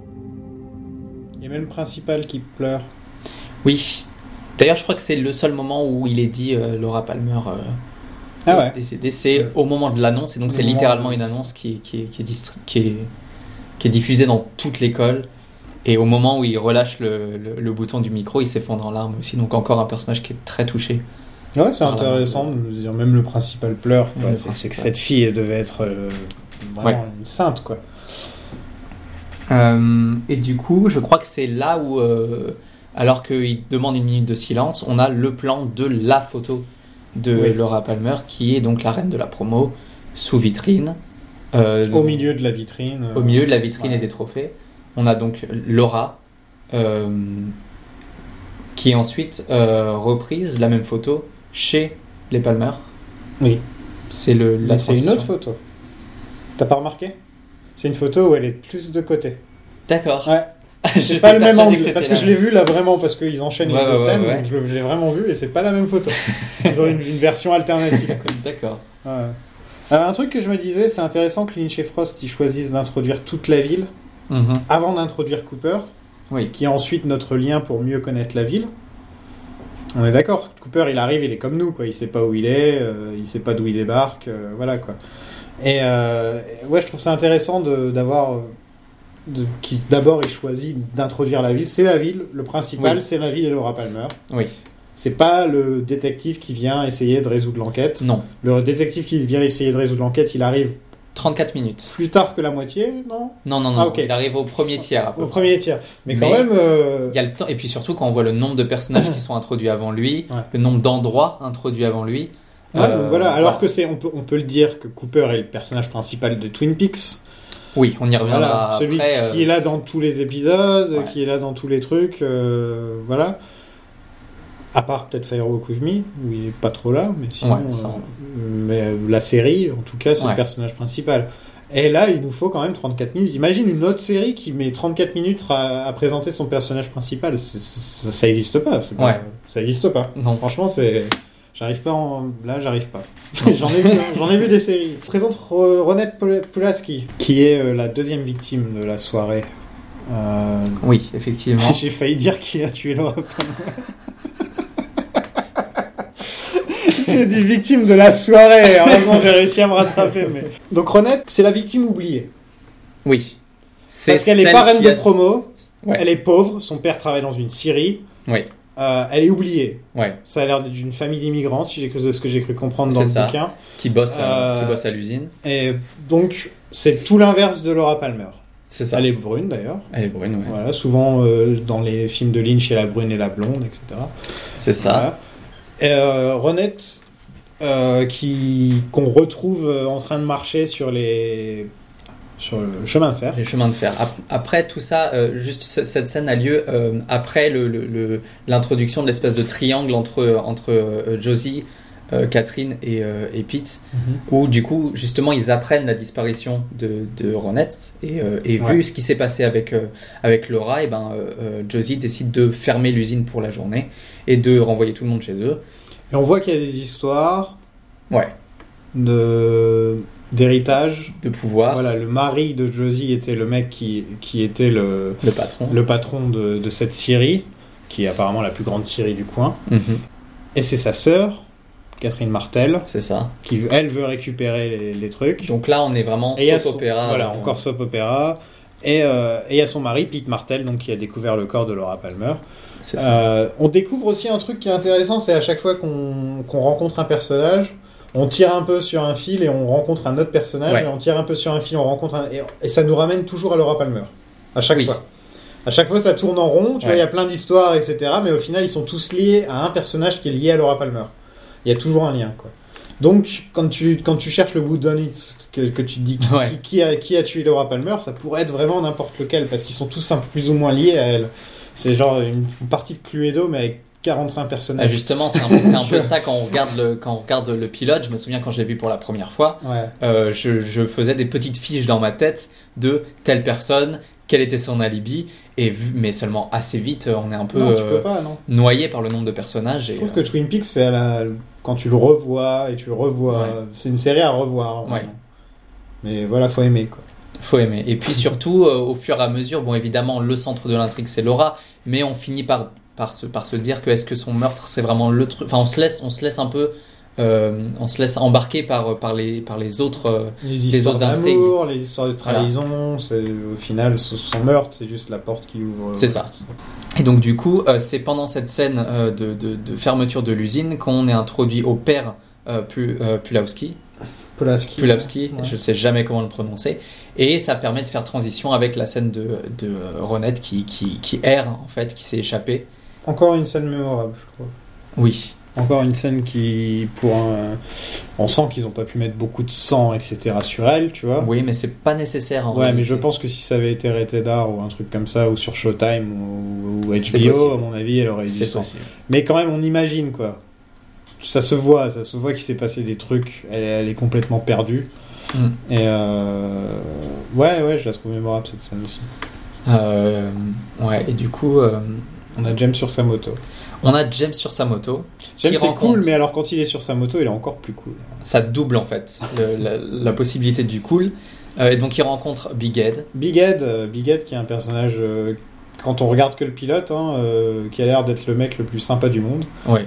Il y a même le principal qui pleure. oui. D'ailleurs, je crois que c'est le seul moment où il est dit euh, Laura Palmer euh, Ah ouais. décédée. C'est au moment de l'annonce, et donc Au c'est moment littéralement de une l'annonce. annonce qui, qui, qui est distri- qui, est, qui est diffusée dans toute l'école. Et au moment où il relâche le, le- le bouton du micro, il s'effondre en larmes aussi. Donc encore un personnage qui est très touché. Ouais, c'est Par la- intéressant de nous dire même le principal pleure. quoi. Le C'est c'est que principal. cette fille elle devait être euh, vraiment Ouais. une sainte quoi. Euh, et du coup, je crois que c'est là où, euh, alors qu'il demande une minute de silence, on a le plan de la photo de Oui. Laura Palmer, qui est donc la reine de la promo, sous vitrine. Euh, Au milieu de la vitrine. euh, au milieu de la vitrine ouais. et des trophées. On a donc Laura, euh, qui est ensuite euh, reprise, la même photo, chez les Palmer. Oui. C'est le, la Mais c'est une transition. autre photo. T'as pas remarqué C'est une photo où elle est plus de côté. D'accord. Ouais. J'étais C'est pas le même persuadé angle, que c'était parce que la je l'ai même. vu là vraiment, parce qu'ils enchaînent Ouais, les deux ouais, ouais, scènes, ouais. donc je l'ai- je l'ai vraiment vu et c'est pas la même photo. Ils ont une, une version alternative. D'accord. Ouais. Euh, un truc que je me disais, c'est intéressant que Lynch et Frost ils choisissent d'introduire toute la ville Mhm. avant d'introduire Cooper, Oui. qui est ensuite notre lien pour mieux connaître la ville. On est d'accord, Cooper il arrive, il est comme nous, quoi. il sait pas où il est, euh, il sait pas d'où il débarque, euh, voilà quoi. Et euh, ouais, je trouve ça intéressant de- d'avoir. euh, de- qui- D'abord, il choisit d'introduire la ville. C'est la ville, le principal, Oui. c'est la ville et Laura Palmer. Oui. C'est pas le détective qui vient essayer de résoudre l'enquête. Non. Le détective qui vient essayer de résoudre l'enquête, il arrive 34 minutes. plus tard que la moitié, non Non, non, non. Ah, ok. Il arrive au premier tiers. à peu Au près. premier tir. Mais quand Mais- même. euh, Il y a le temps. Et puis surtout, quand on voit le nombre de personnages qui sont introduits avant lui, Ouais. le nombre d'endroits introduits avant lui. Ouais, euh, donc voilà, alors ouais. que c'est, on peut, on peut le dire que Cooper est le personnage principal de Twin Peaks. Ah Oui, on y reviendra Voilà, après. celui qui euh, est là dans tous les épisodes, Ouais. qui est là dans tous les trucs, euh, voilà. À part peut-être Firewalk with Me, où il est pas trop là, mais sinon, Ouais, ça, euh, mais euh, la série, en tout cas, c'est Ouais. le personnage principal. Et là, il nous faut quand même 34 minutes. Imagine une autre série qui met 34 minutes à, à présenter son personnage principal. C'est- c'est- ça n'existe pas. c'est pas- Ouais. Ça n'existe pas. Non. Franchement, c'est. J'arrive pas en. Là, j'arrive pas. j'en, ai vu, j'en ai vu des séries. Je présente Ro- Ronette Pol- Pulaski, qui est euh, la deuxième victime de la soirée. Euh, Oui, effectivement. J'ai failli dire qu'il a tué Laura J'ai dit victime de la soirée. Heureusement, j'ai réussi à me rattraper. mais- Donc, Ronette, c'est la victime oubliée. Oui. C'est Parce qu'elle est celle pas reine qui de a- promo, Ouais. elle est pauvre, son père travaille dans une scierie, Oui, euh, elle est oubliée. ouais. Ça a l'air d'une famille d'immigrants, si j'ai- de ce que j'ai cru comprendre dans C'est le ça. bouquin. Qui bosse, à- Euh, qui bosse à l'usine. Et donc, c'est tout l'inverse de Laura Palmer. C'est ça. Elle est brune d'ailleurs. Elle est brune, ouais. Voilà, souvent euh, dans les films de Lynch, il y a la brune et la blonde, etc. C'est ça. Voilà. Et, euh, Renette, euh, qui qu'on retrouve euh, en train de marcher sur les sur le chemin de fer. Les chemins de fer. Ap- Après tout ça, euh, juste ce- cette scène a lieu euh, après le- le- le- l'introduction le, de l'espèce de triangle entre, entre euh, Josie, euh, Catherine et, euh, et Pete, où du coup, justement, ils apprennent la disparition de, de Ronette. Et, euh, et Ouais. vu ce qui s'est passé avec, euh, avec Laura, et ben, euh, euh, Josie décide de fermer l'usine pour la journée et de renvoyer tout le monde chez eux. Et on voit qu'il y a des histoires Ouais, de d'héritage. de pouvoir, Voilà, le mari de Josie était le mec qui, qui était le, le patron. le patron de, de cette scierie, qui est apparemment la plus grande scierie du coin. Mhm, Et c'est sa sœur, Catherine Martel, C'est ça. qui elle veut récupérer les, les trucs. Donc là, on est vraiment Et il y a soap son- opéra. Voilà, euh, encore soap opéra. Et euh, et il y a son mari, Pete Martel, donc, qui a découvert le corps de Laura Palmer. C'est ça. Euh, on découvre aussi un truc qui est intéressant, c'est à chaque fois qu'on qu'on rencontre un personnage, on tire un peu sur un fil et on rencontre un autre personnage, Ouais. et on tire un peu sur un fil, on rencontre un... Et, et ça nous ramène toujours à Laura Palmer, à chaque Oui. fois. À chaque fois, ça tourne en rond, tu vois, Ouais. il y a plein d'histoires, etc. Mais au final, ils sont tous liés à un personnage qui est lié à Laura Palmer. Il y a toujours un lien, quoi. Donc, quand tu, quand tu cherches le Who Done It, que, que tu te dis qui, Ouais. qui- qui a, qui a tué Laura Palmer, ça pourrait être vraiment n'importe lequel, parce qu'ils sont tous un peu plus ou moins liés à elle. C'est genre une partie de Cluedo, mais avec 45 Ah, personnages. justement, c'est un, peu- c'est un Tu peu vois. ça quand on regarde le quand on regarde le pilote. Je me souviens quand je l'ai vu pour la première fois, Ouais. euh, je, je faisais des petites fiches dans ma tête de telle personne, quel était son alibi, et vu- mais seulement assez vite, euh, on est un peu non, tu euh, peux pas, non. noyé par le nombre de personnages. Je Et, trouve que euh, Twin Peaks, c'est à la... quand tu le revois et tu le revois, Ouais. c'est une série à revoir. vraiment. Ouais. Mais voilà, faut aimer, quoi. euh, faut aimer. Et puis surtout, euh, au fur et à mesure, bon, évidemment, le centre de l'intrigue c'est Laura, mais on finit par par se par se dire que est-ce que son meurtre c'est vraiment le truc. Enfin, on se laisse on se laisse un peu. euh, on se laisse embarquer par, par, les, par les autres euh, Les histoires autres intrigues. d'amour, les histoires de trahison, c'est au final ce- sans meurtre, c'est juste la porte qui ouvre. euh, C'est ça. Et donc du coup, euh, c'est pendant cette scène euh, de, de- de fermeture de l'usine qu'on est introduit au père euh, Pu- euh, Pulowski, Pulaski. Pulowski, Ouais. je sais jamais comment le prononcer, et ça permet de faire transition avec la scène de, de euh, Ronette qui, qui, qui erre en fait, qui s'est échappée. Encore une scène mémorable, je crois. Oui, Encore une scène qui, pour un, on sent qu'ils n'ont pas pu mettre beaucoup de sang, etc. sur elle, tu vois. oui, mais c'est pas nécessaire. En Ah. Ouais, mais réalité. je pense que si ça avait été Rated R ou un truc comme ça, ou sur Showtime ou, ou C'est possible. HBO, à mon avis, elle aurait eu du c'est sang. possible. Mais quand même, on imagine, quoi. Ça se voit, ça se voit qu'il s'est passé des trucs. Elle, elle est complètement perdue. Mm. Et euh, ouais, ouais, je la trouve mémorable cette scène aussi. Euh, ouais, et du coup, euh, On a James sur sa moto. on a James sur sa moto. James Qui c'est rencontre. cool, mais alors quand il est sur sa moto, il est encore plus cool. Ça double en fait le- la, la possibilité du cool. Euh, et donc il rencontre Big Ed. Big Ed, euh, Big Ed qui est un personnage, euh, quand on regarde que le pilote, hein, euh, qui a l'air d'être le mec le plus sympa du monde. Ouais.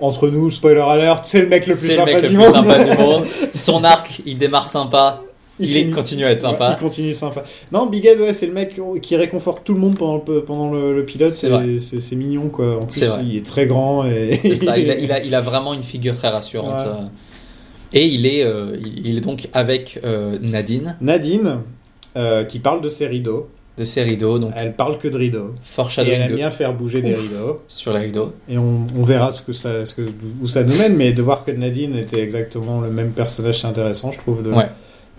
Entre nous, spoiler alert, c'est le mec le plus C'est le sympa, mec le du, plus monde. sympa du monde. Son arc, il démarre sympa. Il, est- finit- continue à être Ouais, sympa. il continue sympa. Non, Big Ed, ouais, c'est le mec qui réconforte tout le monde pendant le, pendant le, le pilote. C'est vrai. C'est c'est- c'est mignon, quoi. En plus, C'est vrai. il est très grand. Et... C'est ça, il, a, il a- il a vraiment une figure très rassurante. Ouais. euh. Et il est, euh, il, il est donc avec euh, Nadine Nadine, euh, qui parle de ses rideaux. de ses rideaux, donc Elle parle que de rideaux. Et elle foreshadowing aime de- bien faire bouger des Ouf. rideaux. sur les rideaux. Et on, on verra ce que ça, ce que, où ça nous mène. Mais de voir que Nadine était exactement le même personnage, c'est intéressant, je trouve. De, Ouais.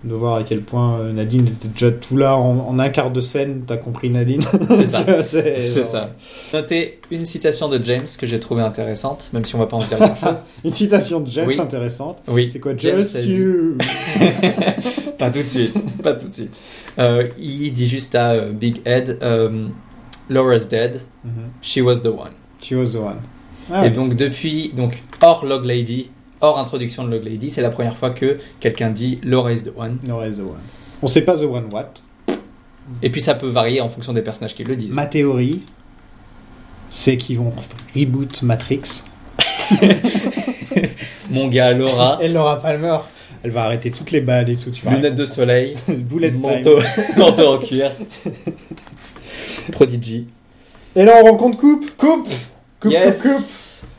de voir à quel point euh, Nadine était déjà tout là en, en un quart de scène. T'as compris Nadine C'est ça. Tu vois, c'est- C'est ça. Notez une citation de James que j'ai trouvée intéressante, même si on va pas en dire grand chose. Une citation de James Oui. intéressante. Oui. C'est quoi James Just a dit- you pas tout de suite, pas tout de suite. Euh, il dit juste à euh, Big Ed, euh, Laura's dead, Mhm. she was the one. She was the one. Ah, et donc depuis, donc hors Log Lady, hors introduction de Log Lady, c'est la première fois que quelqu'un dit Laura is the one. Nora is the one. On sait pas the one what. Et puis ça peut varier en fonction des personnages qui le disent. Ma théorie, c'est qu'ils vont reboot Matrix. Mon gars Laura, Ah. Et Laura Palmer Elle va arrêter toutes les balles et tout. Tu vois. Lunettes de soleil, Bullet time. manteau, manteau en cuir. Prodigy. Et là, on rencontre Coupe. Coupe. Coupe, yes. coupe, coupe.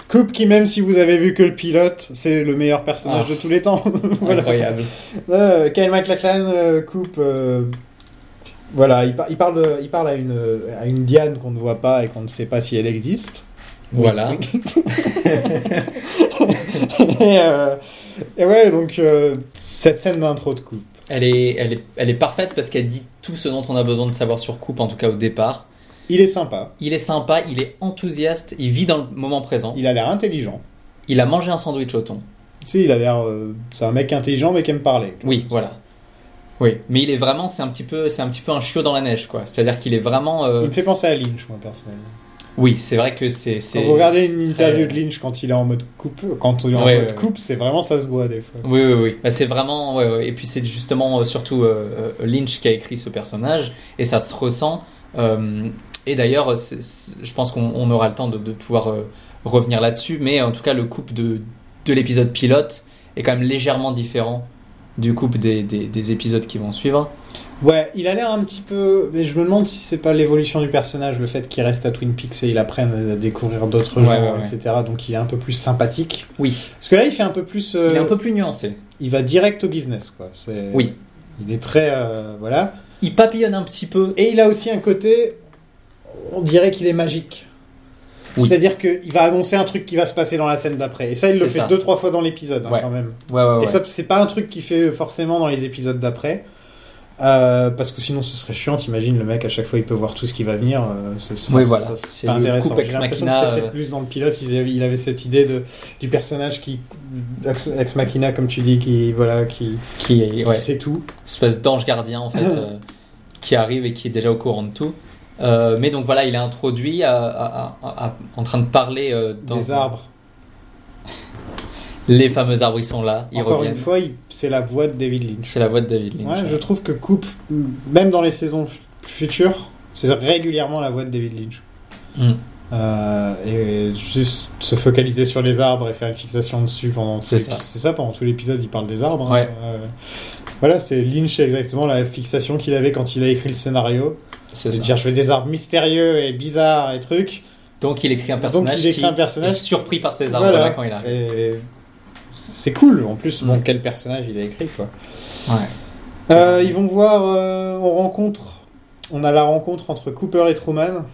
Coupe qui, même si vous avez vu que le pilote, c'est le meilleur personnage Ah. de tous les temps. Voilà. Incroyable. Euh, Kyle MacLachlan euh, coupe. euh, voilà, il, par- il parle, de- il parle à, une, euh, à une Diane qu'on ne voit pas et qu'on ne sait pas si elle existe. Voilà. et, euh, et ouais, donc euh, cette scène d'intro de coupe. Elle est, elle, est, elle est parfaite parce qu'elle dit tout ce dont on a besoin de savoir sur Coupe, en tout cas au départ. Il est sympa, Il est sympa, il est enthousiaste, il vit dans le moment présent. il a l'air intelligent. Il a mangé un sandwich au thon. Si, il a l'air. euh, c'est un mec intelligent mais qui aime parler. Oui, voilà. Oui, mais il est vraiment, c'est un petit peu, c'est un petit peu un chiot dans la neige, quoi. C'est-à-dire qu'il est vraiment. euh, Il me fait penser à Lynch, moi, personnellement. Oui, c'est vrai que c'est. c'est- Quand vous regardez une très- interview de Lynch quand il est en mode coupe, quand il est en Ouais, mode ouais, coupe, c'est vraiment ça se voit des fois. Oui, oui, oui. Bah, c'est vraiment. ouais, ouais. Et puis c'est justement euh, surtout euh, euh, Lynch qui a écrit ce personnage et ça se ressent. Euh, et d'ailleurs, c'est- c'est- je pense qu'on on aura le temps de, de pouvoir euh, revenir là-dessus, mais en tout cas, le couple de, de l'épisode pilote est quand même légèrement différent du couple des, des- des épisodes qui vont suivre. Ouais, il a l'air un petit peu. Mais je me demande si c'est pas l'évolution du personnage, le fait qu'il reste à Twin Peaks et il apprenne à découvrir d'autres Ouais, gens, ouais, ouais. etc. Donc il est un peu plus sympathique. Oui, Parce que là, il fait un peu plus. euh, il est un peu plus nuancé. il va direct au business, quoi. C'est- Oui. Il est très. euh, voilà. Il papillonne un petit peu. Et il a aussi un côté. On dirait qu'il est magique. Oui. C'est-à-dire qu'il va annoncer un truc qui va se passer dans la scène d'après. Et ça, il le C'est fait ça. deux, trois fois dans l'épisode, hein, Ouais. quand même. Ouais, ouais, Et Ah ouais. ça, c'est pas un truc qu'il fait forcément dans les épisodes d'après. Euh, parce que sinon, ce serait chiant. T'imagines, le mec, à chaque fois, il peut voir tout ce qui va venir. euh, c'est- c'est- Oui, c'est- voilà. c'est C'est pas le intéressant. coupe ex J'ai l'impression que machina, c'était peut-être euh. plus dans le pilote. Il avait, il avait cette idée de, du personnage qui. Ex, ex machina, comme tu dis, qui, voilà, qui, Qui est- qui ouais. sait tout. espèce d'ange gardien en fait euh, qui arrive et qui est déjà au courant de tout. Euh, mais donc voilà, il est introduit à- à- à- à- en train de parler euh, dans des arbres. Les fameux arbres, ils sont là, ils Encore reviennent. une fois, il- c'est la voix de David Lynch. C'est la voix de David Lynch. Ouais, je trouve que Coupe, même dans les saisons f- futures, c'est régulièrement la voix de David Lynch. Mm. Euh, et juste se focaliser sur les arbres et faire une fixation dessus pendant tout C'est l'épi- ça. c'est ça pendant tout l'épisode il parle des arbres hein. Ouais. Euh, voilà c'est Lynch c'est exactement la fixation qu'il avait quand il a écrit le scénario C'est de ça. dire je veux des arbres mystérieux et bizarres et trucs Donc il écrit un personnage il écrit qui un personnage. est surpris par ces arbres là quand il arrive. et c'est cool en plus Mm. bon quel personnage il a écrit quoi Ouais. Euh, ils vont voir euh, on rencontre on a la rencontre entre Cooper et Truman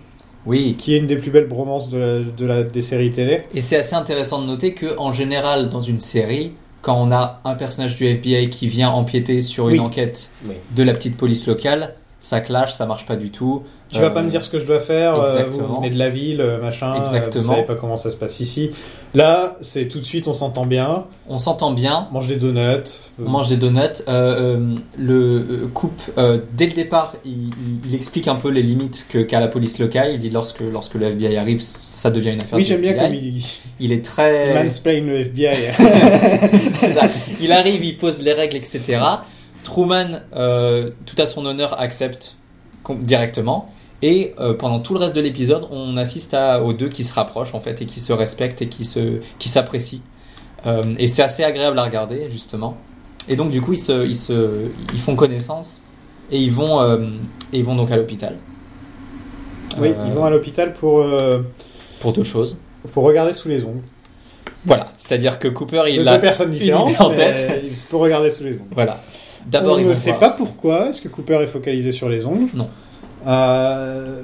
Oui. qui est une des plus belles bromances de la- de la, des séries télé Et c'est assez intéressant de noter que en général dans une série, quand on a un personnage du FBI qui vient empiéter sur une Oui. enquête Oui. de la petite police locale, ça clash, ça marche pas du tout. Tu vas pas Euh, me dire ce que je dois faire, euh, exactement. vous venez de la ville, euh, machin, euh, Exactement. vous savez pas comment ça se passe ici. Là, c'est tout de suite, on s'entend bien, On s'entend bien, mange des donuts. euh, On mange des donuts. Euh, euh, le euh, coupe, euh, dès le départ, il, il- il explique un peu les limites que- qu'a la police locale. Il dit lorsque, lorsque le FBI arrive, ça devient une affaire. Oui, du j'aime bien FBI. comme il Il est très. mansplain le FBI. C'est ça. Il arrive, il pose les règles, etc. Truman, euh, tout à son honneur, accepte com- directement. Et euh, pendant tout le reste de l'épisode, on assiste à, aux deux qui se rapprochent en fait et qui se respectent et qui se qui s'apprécient. Euh, et c'est assez agréable à regarder justement. Et donc du coup, ils se ils se ils font connaissance et ils vont euh, et ils vont donc à l'hôpital. oui, Euh, ils vont à l'hôpital pour, euh, pour deux choses. pour regarder sous les ongles. Voilà, c'est-à-dire que Cooper, De il deux a personnes différentes, idée en mais tête. ils- pour regarder sous les ongles. voilà. D'abord, On ils ne vont sait voir- pas pourquoi, est-ce que Cooper est focalisé sur les ongles Non. Euh,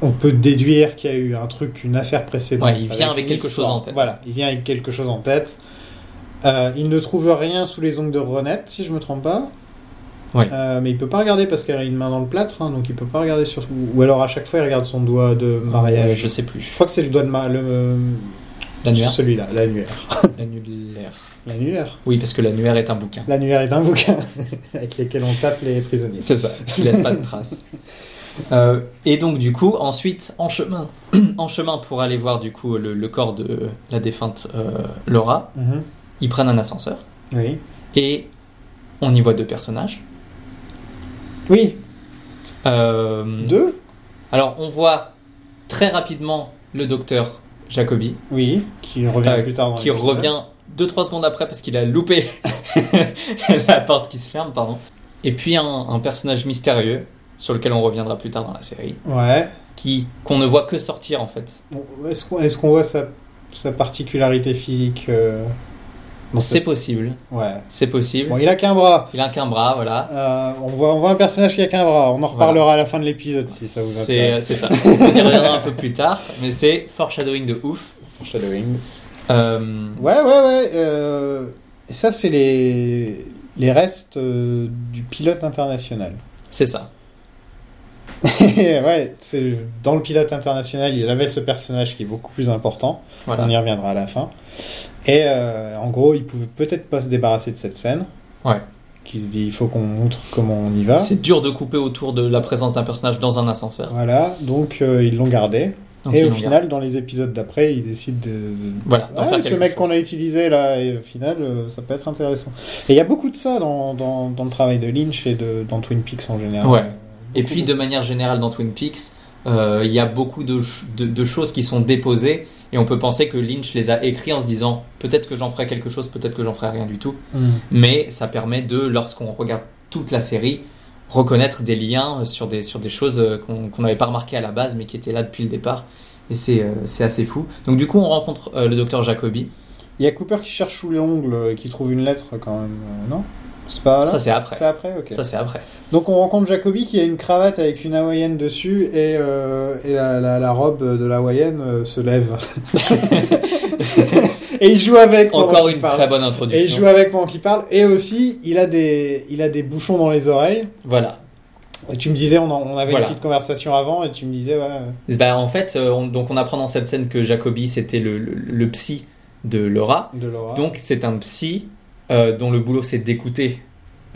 on peut déduire qu'il y a eu un truc, une affaire précédente. Ouais, il vient avec une quelque chose histoire. en tête. Voilà, il vient avec quelque chose en tête. Euh, il ne trouve rien sous les ongles de Ronette, si je me trompe pas. Ouais. Euh, mais il peut pas regarder parce qu'elle a une main dans le plâtre, hein, donc il peut pas regarder sur. Ou alors à chaque fois il regarde son doigt de mariage. Euh, je sais Je plus. crois que c'est le doigt de ma... le... euh, L'annuaire. Celui-là, l'annuaire. L'annulaire. L'annulaire. Oui, parce que l'annuaire est un bouquin. L'annuaire est un bouquin avec lequel on tape les prisonniers. C'est ça. Qui laisse pas de traces. Euh, et donc du coup, ensuite, en chemin, en chemin pour aller voir du coup le, le corps de la défunte euh, Laura, Mhm. ils prennent un ascenseur Oui. et on y voit deux personnages. Oui, Euh, deux Alors on voit très rapidement le docteur Jacobi Oui, qui revient Euh, plus tard. dans hein. qui l'épisode. revient 2-3 secondes après parce qu'il a loupé la porte qui se ferme, pardon. Et puis un, un personnage mystérieux, sur lequel on reviendra plus tard dans la série, Ouais. qui qu'on ne voit que sortir en fait. Bon, Est-ce qu'on est-ce qu'on voit sa, sa particularité physique euh, dans C'est cette- possible, Ouais. c'est possible. Bon, il a qu'un bras. Il a qu'un bras, voilà. Euh, on, voit, on voit un personnage qui a qu'un bras. On en reparlera à la fin de l'épisode si ça vous C'est euh, intéresse. c'est ça. On y reviendra un peu plus tard, mais c'est foreshadowing de ouf. Foreshadowing. Euh, Ouais, ouais, ouais. euh, et ça, c'est les, les restes euh, du pilote international. c'est ça. ouais, c'est dans le pilote international, il avait ce personnage qui est beaucoup plus important. Voilà. On y reviendra à la fin. Et euh, en gros, il pouvait peut-être pas se débarrasser de cette scène. Ouais. Qui se dit, il faut qu'on montre comment on y va. C'est dur de couper autour de la présence d'un personnage dans un ascenseur. Voilà, donc euh, ils l'ont gardé. Donc, et ils au l'ont final, dans les épisodes d'après, ils décident de. de- Voilà, d'en Ouais, faire ce quelque mec chose. qu'on a utilisé là, et au final, euh, ça peut être intéressant. Et il y a beaucoup de ça dans, dans, dans le travail de Lynch et de, dans Twin Peaks en général. Ouais. Et Beaucoup puis, de manière générale, dans Twin Peaks, euh, il y a beaucoup de, ch- de- de choses qui sont déposées et on peut penser que Lynch les a écrits en se disant peut-être que j'en ferai quelque chose, peut-être que j'en ferai rien du tout. Hmm. Mais ça permet de, lorsqu'on regarde toute la série, reconnaître des liens sur des, sur des choses euh, qu'on qu'on n'avait pas remarquées à la base mais qui étaient là depuis le départ. Et c'est euh, c'est assez fou. Donc, du coup, on rencontre euh, le docteur Jacobi. Il y a Cooper qui cherche sous l'ongle et qui trouve une lettre quand même, euh, non C'est pas là Ça, c'est après. C'est après, ok. Ça, c'est après. Donc on rencontre Jacobi qui a une cravate avec une hawaïenne dessus et, euh, et la, la- la robe de la hawaïenne euh, se lève. et il joue avec. pendant Encore qu'il une parle. très bonne Et il introduction. joue avec pendant qu'il parle. Et aussi, il a des, il a des bouchons dans les oreilles. Voilà. Et tu me disais, on, en- on avait Voilà. une petite conversation avant et tu me disais, ouais. euh, Bah, en fait, euh, on, donc on apprend dans cette scène que Jacobi c'était le, le- le psy de Laura. De Laura. Ah. Donc c'est un psy euh, dont le boulot c'est d'écouter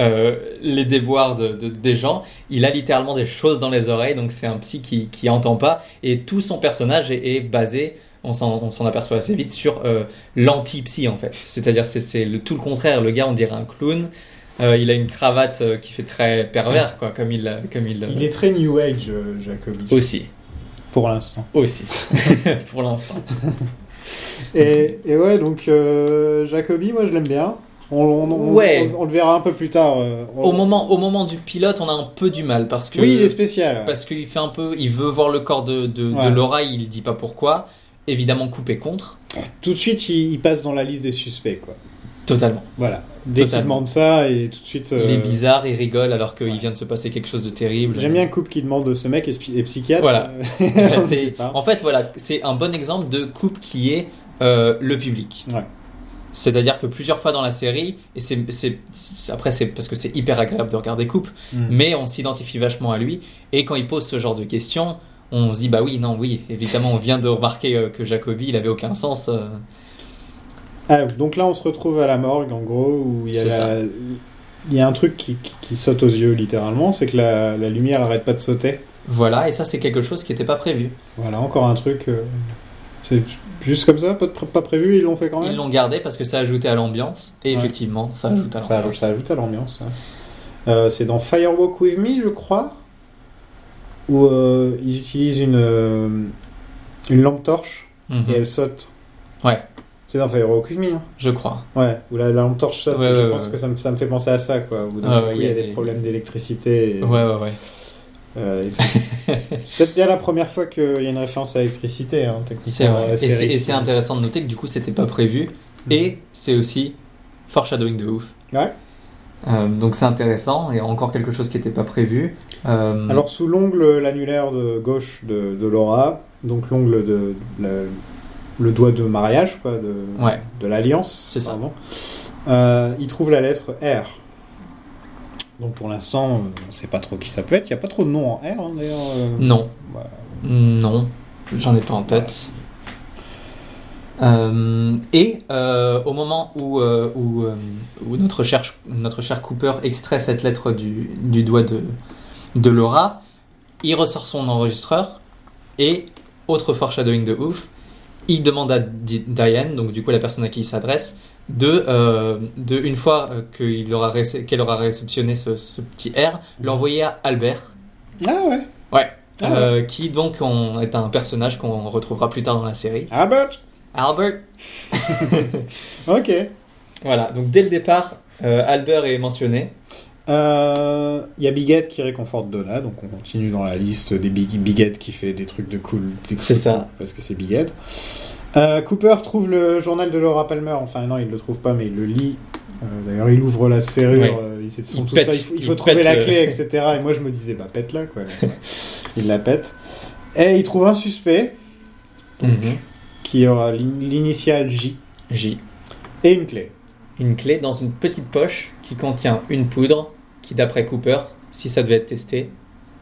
euh, les déboires de, de- des gens. Il a littéralement des choses dans les oreilles, donc c'est un psy qui, qui entend pas. Et tout son personnage est, est basé, on s'en on s'en aperçoit assez vite, sur euh, l'anti-psy en fait. C'est-à-dire c'est- c'est le, tout le contraire. Le gars on dirait un clown. Euh, il a une cravate euh, qui fait très pervers, quoi, comme il, l'a- comme il, l'a- il est très New Age, euh, Jacobi. euh, aussi, Pour l'instant. aussi, pour l'instant. Et, et ouais, donc euh, Jacobi, moi je l'aime bien. On, on- on- Ouais. on- on le verra un peu plus tard. euh, on- Au moment, au moment du pilote, on a un peu du mal parce que Oui, il est spécial. ouais. parce qu'il fait un peu, il veut voir le corps de de, de Ouais. Laura, il dit pas pourquoi. Évidemment coupé contre, Tout de suite, il, il passe dans la liste des suspects, quoi. totalement. Voilà. Dès qu'il Totalement. demande ça, et tout de suite. euh, Il est bizarre, il rigole alors qu'il ouais. vient de se passer quelque chose de terrible. J'aime bien un couple qui demande ce mec est, psy- est psychiatre. Euh, Voilà. On Là, le dit c'est- pas. en fait, voilà, c'est un bon exemple de couple qui est euh, le public. Ouais. C'est-à-dire que plusieurs fois dans la série, et c'est, c'est- c'est- après c'est parce que c'est hyper agréable de regarder couple, Mm. mais on s'identifie vachement à lui. Et quand il pose ce genre de questions, on se dit bah oui, non, oui, évidemment, on vient de remarquer euh, que Jacobi, il avait aucun sens. euh. Ah, donc là, on se retrouve à la morgue, en gros, où il y a, C'est la- il y a un truc qui, qui- qui saute aux yeux, littéralement, c'est que la, la lumière arrête pas de sauter. Voilà, et ça c'est quelque chose qui n'était pas prévu. Voilà, encore un truc. euh, C'est juste comme ça, pas, de pré- pas prévu, ils l'ont fait quand même. Ils l'ont gardé parce que ça ajoutait à l'ambiance, et Ouais. effectivement, ça ajoute à Ça, l'ambiance. ajoute- ça ajoute à l'ambiance. ouais. Euh, c'est dans Firewalk With Me, je crois, où euh, ils utilisent une, euh, une lampe torche Mhm. et elle saute. Ouais. C'est dans Firewalk With Me. hein. Je crois. Ouais, où la, la lampe torche saute. Ouais, je ouais, pense ouais. que ça me, ça me fait penser à ça, quoi. Où d'un Ouais, seul ouais, coup, il y a, des, problèmes d'électricité. et- Ouais, ouais, ouais. euh, et c'est c'est peut-être bien la première fois qu'il y a une référence à l'électricité, hein, techniquement. C'est dans vrai. la Et c'est- série. Mhm. et c'est intéressant de noter que du coup, c'était pas prévu. Et c'est aussi foreshadowing de ouf. Ouais. Euh, donc c'est intéressant et encore quelque chose qui n'était pas prévu. Euh, Alors sous l'ongle l'annulaire de gauche de, de Laura, donc l'ongle de, le, le doigt de mariage quoi, de, Ouais. de l'alliance, C'est ça. pardon, euh, il trouve la lettre R. Donc pour l'instant, euh, on ne sait pas trop qui ça peut être. Il n'y a pas trop de noms en R hein, d'ailleurs. euh. Non. Ouais. Non, j'en ai pas en tête. Euh, et euh, au moment où, euh, où, euh, où notre, cher, notre cher Cooper extrait cette lettre du, du doigt de, de Laura, il ressort son enregistreur et, autre foreshadowing de ouf, il demande à Di- Diane, donc du coup la personne à qui il s'adresse, de, euh, de, une fois euh, qu'il aura récé- qu'elle aura réceptionné ce, ce petit R, l'envoyer à Albert, Mm. Ah ouais. Ouais. Ah ouais. Euh, qui donc on- est un personnage qu'on retrouvera plus tard dans la série. Ah, Albert. Albert. Ok. Voilà, donc dès le départ, Euh, Albert est mentionné. Euh, Il y a Bigette qui réconforte Donna, donc on continue dans la liste des Big Bigette qui fait des trucs de cool. des C'est trucs ça. cool, Parce que c'est Bigette. Euh, Cooper trouve le journal de Laura Palmer. Enfin, non, il le trouve pas, mais il le lit. Euh, D'ailleurs, il ouvre la serrure. Oui. euh, ils sont Il tous pète, là, il faut, il il faut trouver pète euh, la le- clé, etc. Et moi, je me disais, bah, pète-la, quoi. il la pète. Et il trouve un suspect Mhm. qui aura l'in- l'initiale J J. et une clé. Une clé dans une petite poche qui contient une poudre qui, d'après Cooper, si ça devait être testé,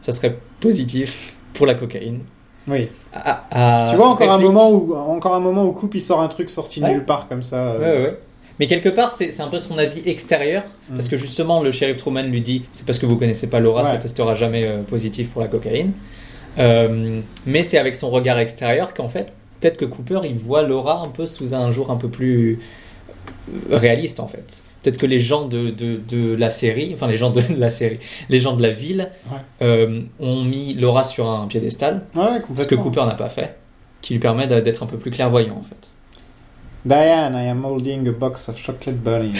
ça serait positif pour la cocaïne. Oui. À- à- tu vois, encore un, réplique- moment où, encore un moment où Coupe, il sort un truc sorti de Ah, Ouais. nulle part, comme ça. euh, Ouais, ouais, ouais. Mais quelque part, c'est c'est un peu son avis extérieur, parce Mm. que justement, le shérif Truman lui dit c'est parce que vous connaissez pas Laura, ça Ouais. testera jamais euh, positif pour la cocaïne. Euh, mais c'est avec son regard extérieur qu'en fait, peut-être que Cooper, il voit Laura un peu sous un jour un peu plus euh, réaliste, en fait. Peut-être que les gens de, de, de la série, enfin les gens de, la série, les gens de la ville Ouais. euh, ont mis Laura sur un piédestal, Ouais, ouais, ce que complètement. Cooper n'a pas fait, qui lui permet d'a- d'être un peu plus clairvoyant, en fait. Diane, I am holding a box of chocolate bunnies.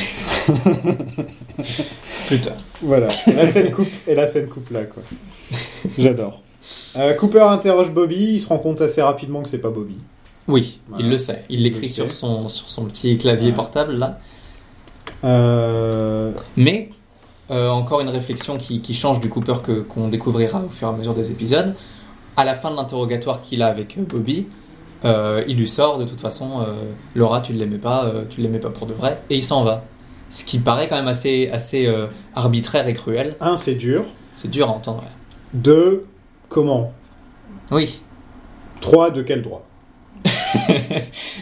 Plus tard. voilà, la scène coupe et la scène coupe là, quoi. J'adore. Euh, Cooper interroge Bobby, il se rend compte assez rapidement que c'est pas Bobby. Oui, Voilà. il le sait. Il Il le l'écrit sait. sur son, sur son petit clavier Ouais. portable, là. Euh, Mais, euh, encore une réflexion qui, qui change du Cooper que, qu'on découvrira au fur et à mesure des épisodes. À la fin de l'interrogatoire qu'il a avec euh, Bobby, euh, il lui sort de toute façon euh, Laura, tu ne l'aimais pas, euh, tu ne l'aimais pas pour de vrai, et il s'en va. Ce qui paraît quand même assez, assez euh, arbitraire et cruel. un, c'est dur. C'est dur à entendre. ouais. Deux, comment Oui, Trois, de quel droit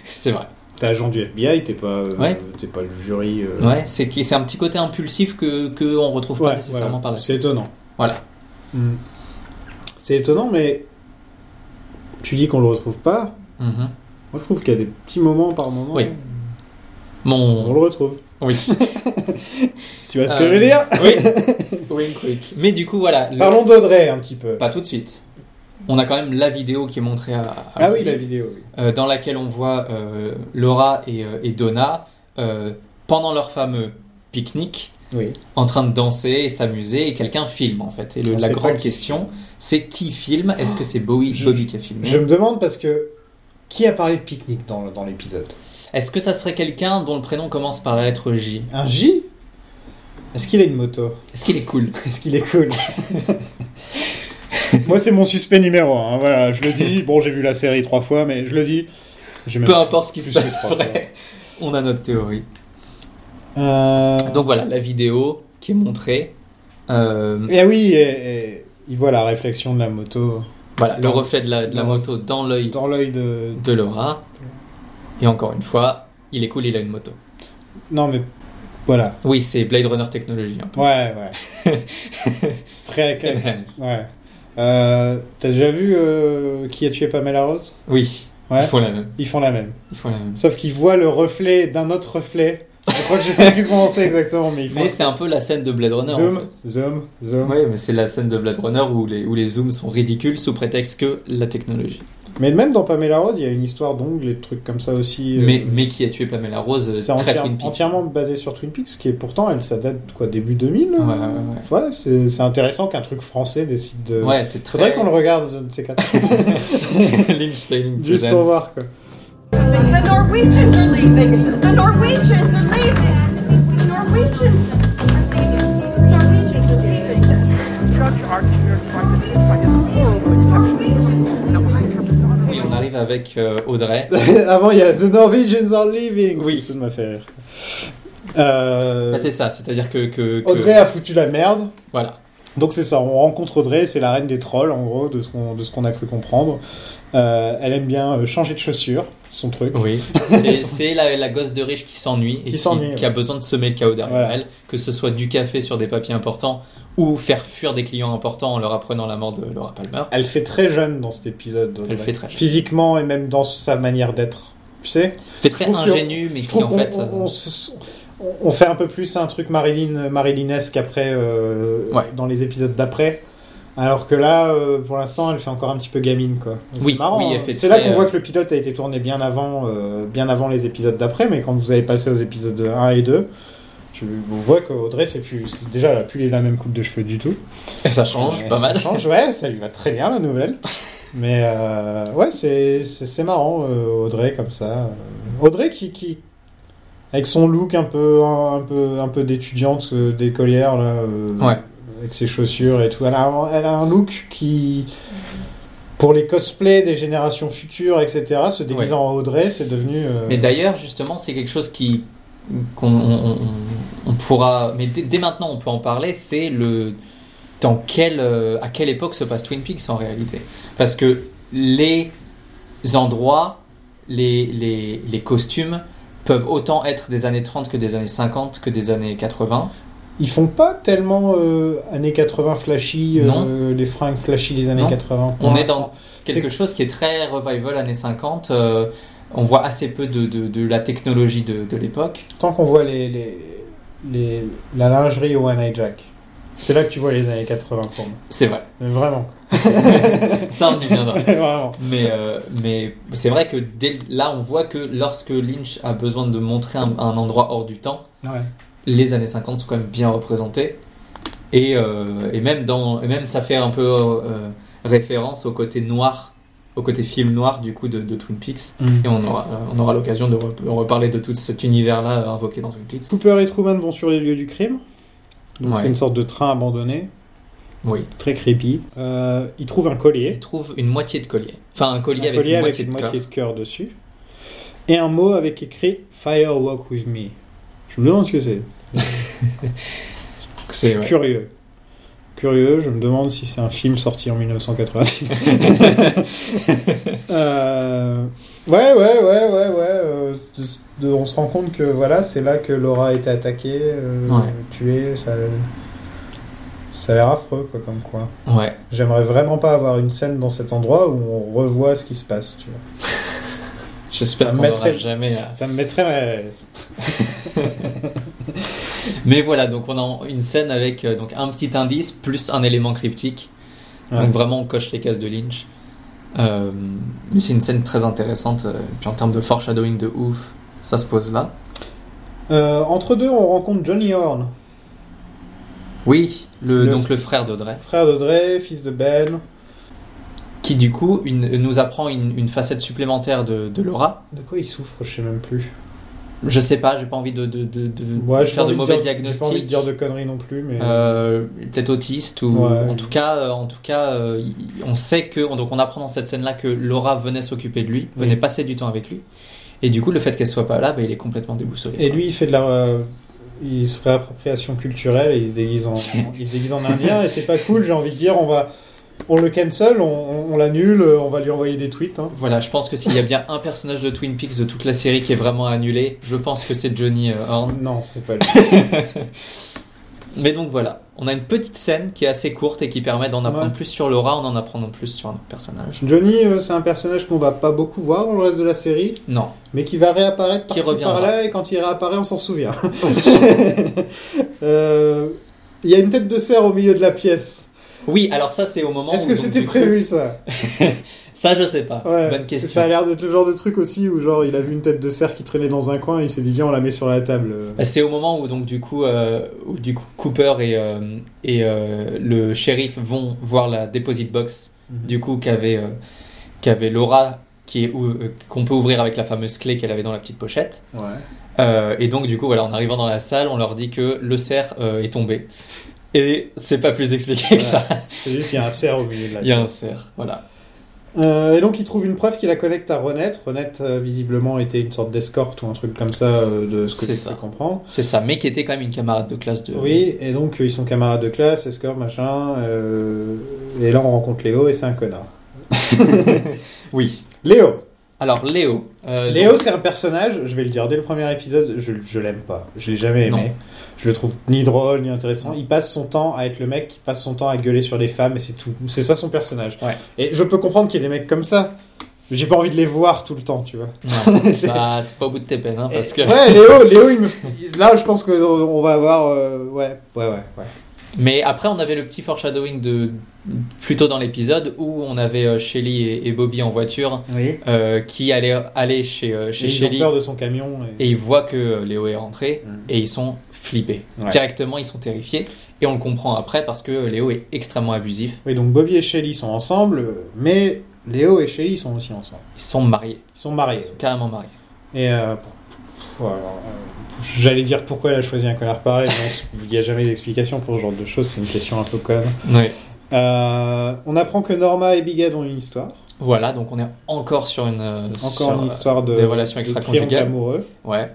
c'est vrai. T'es agent du FBI, t'es pas, euh, Ouais. t'es pas le jury. euh, Ouais, c'est, qui- c'est un petit côté impulsif que, que on retrouve pas Ouais, nécessairement voilà. par la suite. C'est étonnant. Voilà. Mm. C'est étonnant, mais tu dis qu'on le retrouve pas. Mhm. Moi, je trouve qu'il y a des petits moments par moment. Oui. On Mon... le retrouve. Oui. Tu vois ce que Euh, je veux dire Oui. Wink, wink. Mais du coup, voilà. le- Parlons d'Audrey un petit peu. Pas tout de suite. On a quand même la vidéo qui est montrée à. à- Ah oui, la vidéo. oui. Euh, dans laquelle on voit euh, Laura et, euh, et Donna euh, pendant leur fameux pique-nique Oui. en train de danser et s'amuser et quelqu'un filme en fait. Et On le- la sait pas grande qui question, c'est qui filme Est-ce que c'est Bowie, Je- Bobby qui a filmé Je me demande parce que qui a parlé de pique-nique dans, dans l'épisode Est-ce que ça serait quelqu'un dont le prénom commence par la lettre J Un J Est-ce qu'il a une moto Est-ce qu'il est cool Est-ce qu'il est cool Moi, c'est mon suspect numéro un. hein, Voilà, je le dis. Bon, j'ai vu la série trois fois, mais je le dis. J'ai même- Peu importe ce qui se Plus que passe trois, après, on a notre théorie. Euh, Donc voilà, la vidéo qui est montrée. Euh, Eh oui, et- et il voit la réflexion de la moto Voilà, le Dans- reflet de la, de la dans- moto dans l'œil dans l'œil de. de Laura. Et encore une fois, il est cool, il a une moto. Non, mais voilà. Oui, c'est Blade Runner technologie. hein. Ouais, ouais. c'est très. Enhance. Ouais. Euh, T'as déjà vu euh, qui a tué Pamela Rose Oui, Ouais. ils font la même. Ils font la même. Ils font la même. Sauf qu'ils voient le reflet d'un autre reflet. Je crois que je sais plus comment c'est exactement, mais ils font. Mais c'est un peu la scène de Blade Runner. zoom, en fait. zoom, zoom. Ouais, mais c'est la scène de Blade Runner où les, où les zooms sont ridicules sous prétexte que la technologie. Mais même dans Pamela Rose, il y a une histoire d'ongles et de trucs comme ça aussi. euh, Mais, mais qui a tué Pamela Rose euh, C'est Très entière- Twin Peaks. entièrement basé sur Twin Peaks, qui est pourtant, elle, ça date de quoi, début 2000 euh, Ouais, ouais, Ouais, c'est c'est intéressant qu'un truc français décide de. Ouais, c'est très. Faudrait qu'on le regarde de ces quatre. Lynch Juste pour voir quoi. The Norwegians are leaving. The Norwegians are leaving. The Norwegians are leaving. The Norwegians are leaving. Judge Archer tried to by his horrible exception. Now I have not Et on arrive avec euh, Audrey. Avant, il y a The Norwegians are leaving. Oui. ça ça m'a fait rire. Euh, Bah, c'est ça, c'est-à-dire que, que- que- Audrey a foutu la merde. Voilà. Donc c'est ça, on rencontre Audrey, c'est la reine des trolls en gros, de ce qu'on de ce qu'on a cru comprendre. Euh, elle aime bien euh, changer de chaussures, son truc. Oui. C'est c'est la, la gosse de riche qui s'ennuie et Qui qui, s'ennuie, qui a besoin de semer le chaos derrière Voilà. elle, que ce soit du café sur des papiers importants ou faire fuir des clients importants en leur apprenant la mort de Laura Palmer. Elle fait très jeune dans cet épisode. Audrey. Elle fait très jeune. Physiquement et même dans sa manière d'être. Tu sais Fait très trouve que- ingénue, mais Je qui trouve en qu'on fait. on, euh, on se- on- on fait un peu plus un truc Marilyn, Marilynesque après euh, Ouais. dans les épisodes d'après. Alors que là, euh, pour l'instant, elle fait encore un petit peu gamine, quoi. C'est Oui, marrant, oui, elle hein. fait C'est là très, qu'on euh, voit que le pilote a été tourné bien avant, euh, bien avant les épisodes d'après, mais quand vous avez passé aux épisodes 1 et 2, Tu vois qu'Audrey, c'est plus. c'est- Déjà, elle a plus la même coupe de cheveux du tout. Et ça change Euh, Hein, pas ça mal. change, ouais, ça lui va très bien la nouvelle. Mais euh, ouais, c'est- c'est c'est marrant, euh, Audrey comme ça. Euh, Audrey qui, qui avec son look un peu un, peu un peu d'étudiante euh, d'écolière là, euh, Ouais. avec ses chaussures et tout. Elle a, elle a un look qui pour les cosplays des générations futures, etc., se déguiser Ouais. en Audrey, c'est devenu. euh, Mais d'ailleurs, justement, c'est quelque chose qui qu'on on, on- on pourra. Mais dès, dès maintenant, on peut en parler. C'est le dans quelle euh, à quelle époque se passe Twin Peaks en réalité Parce que les endroits, les, les, les costumes peuvent autant être des années 30 que des années 50 que des années 80. Ils font pas tellement euh, années 80 flashy, euh, Non. les fringues flashy des années Non. 80. pour On est l'instant. dans quelque C'est- chose qui est très revival années 50. euh, on voit assez peu de, de, de la technologie de, de l'époque. Tant qu'on voit les, les, les- la lingerie au One Eye Jack, c'est là que tu vois les années 80 pour moi. C'est vrai. Mais Vraiment. Ça, on y viendra. Vraiment. Mais, euh, mais c'est vrai que dès, là, on voit que lorsque Lynch a besoin de montrer un, un endroit hors du temps, Ouais. les années 50 sont quand même bien représentées. Et, euh, et, même, dans, et même ça fait un peu euh, référence au côté noir, au côté film noir du coup de, de Twin Peaks. Mm. Et on aura, euh, on aura l'occasion de re- reparler de tout cet univers-là euh, invoqué dans Twin Peaks. Cooper et Truman vont sur les lieux du crime. Donc Ouais. c'est une sorte de train abandonné, Oui. très creepy. Euh, ils trouvent un collier. Il trouve une moitié de collier. Enfin, un collier, un avec, collier une avec moitié une de moitié de collier. cœur dessus. Et un mot avec écrit Fire Walk With Me. Je me demande ce que c'est. C'est ouais. Curieux. Curieux, je me demande si c'est un film sorti en 1990. Euh, ouais, ouais, ouais, ouais, ouais. euh, de- de- on se rend compte que voilà, c'est là que Laura a été attaquée, euh, Ouais. tuée. Ça, ça a l'air affreux, quoi, comme quoi. ouais. J'aimerais vraiment pas avoir une scène dans cet endroit où on revoit ce qui se passe. Tu vois. J'espère Ça qu'on mettrait- n'aura jamais euh, à- Ça me mettrait mal à l'aise. Mais voilà, donc on a une scène avec euh, donc un petit indice plus un élément cryptique. Ouais. Donc vraiment, on coche les cases de Lynch. Euh, mais c'est une scène très intéressante. euh, Puis en termes de foreshadowing de ouf, ça se pose là. Euh, entre deux, on rencontre Johnny Horn, Oui, le, Le donc fr- le frère d'Audrey, frère d'Audrey, fils de Ben. Belle, qui du coup une- nous apprend une, une facette supplémentaire de, de Laura. De quoi il souffre, je sais même plus. Je sais pas, j'ai pas envie de, de, de- de- de Ouais, j'ai pas faire de envie mauvais dire- j'ai diagnostics. pas envie de dire de conneries non plus, mais. Euh, peut-être autiste ou Ouais. en tout cas euh, en tout cas euh, il- on sait que donc on apprend dans cette scène là que Laura venait s'occuper de lui venait Oui. passer du temps avec lui et du coup le fait qu'elle soit pas là bah, il est complètement déboussolé Et lui, il fait de la. euh, il se réappropriation culturelle et il se déguise en, il se déguise en indien et c'est pas cool, j'ai envie de dire, on va. On le cancel, on, on- on l'annule, on va lui envoyer des tweets. hein. voilà je pense que s'il y a bien un personnage de Twin Peaks de toute la série qui est vraiment annulé je pense que c'est Johnny euh, Horn Non, c'est pas lui. mais donc voilà on a une petite scène qui est assez courte et qui permet d'en apprendre Ouais. plus sur Laura en en apprenant plus sur un autre personnage Johnny, euh, c'est un personnage qu'on va pas beaucoup voir dans le reste de la série, non mais qui va réapparaître Qui par-ci reviendra. par-là et quand il réapparaît, on s'en souvient. Euh, Il y a une tête de cerf au milieu de la pièce. oui alors ça c'est au moment Est-ce où- que Oh, donc, c'était du coup- prévu ça ça je sais pas Ouais, bonne parce que question ça a l'air d'être le genre de truc aussi où genre il a vu une tête de cerf qui traînait dans un coin et il s'est dit viens on la met sur la table. Bah, C'est au moment où donc du coup, euh, où, du coup Cooper et, euh, et euh, le shérif vont voir la deposit box Mhm. du coup qu'avait euh, qu'avait Laura qui est ou- euh, qu'on peut ouvrir avec la fameuse clé qu'elle avait dans la petite pochette. Euh, et donc du coup voilà, en arrivant dans la salle, on leur dit que le cerf euh, est tombé. Et c'est pas plus expliqué que ça. C'est juste il y a un cerf au milieu de la Il y a un cerf, voilà. Euh, et donc il trouve une preuve qui la connecte à Renette. Renette euh, visiblement était une sorte d'escorte ou un truc comme ça euh, de ce que C'est je ça. peux comprendre. C'est ça, mais qui était quand même une camarade de classe de. Oui et donc euh, ils sont camarades de classe, escorte machin. euh, et là on rencontre Léo et c'est un connard. Oui. Léo. Alors Léo. euh, Léo, c'est un personnage, je vais le dire dès le premier épisode, je, je l'aime pas. Je l'ai jamais aimé. Non. Je le trouve ni drôle, ni intéressant. Il passe son temps à être le mec qui passe son temps à gueuler sur les femmes et c'est tout. C'est ça son personnage. Ouais. Et je peux comprendre qu'il y ait des mecs comme ça. mais J'ai pas envie de les voir tout le temps, tu vois. non, C'est- bah, t'es pas au bout de tes peines, hein, parce que. Ouais, Léo, Léo, il me- là, je pense qu'on va avoir. euh, Ouais, ouais, ouais. ouais. Mais après, on avait le petit foreshadowing de, plus tôt dans l'épisode où on avait euh, Shelly et, et Bobby en voiture Oui. euh, qui allaient aller chez, euh, Et chez ils ont Shelly peur de son camion. Et... et ils voient que euh, Léo est rentré Mm. et ils sont flippés. Ouais. Directement, ils sont terrifiés et on le comprend après parce que euh, Léo est extrêmement abusif. Oui, donc Bobby et Shelly sont ensemble, mais Léo et Shelly sont aussi ensemble. Ils sont mariés, Ils sont mariés. ils sont carrément mariés. Et euh, pour- pour- alors, euh, j'allais dire pourquoi elle a choisi un connard pareil. mais c'est- Il n'y a jamais d'explication pour ce genre de choses. C'est une question un peu conne. Euh, on apprend que Norma et Big Ed ont une histoire. Voilà, donc on est encore sur une euh, Encore sur, une histoire de, des relations de extra-conjugales. triangle amoureux. Ouais,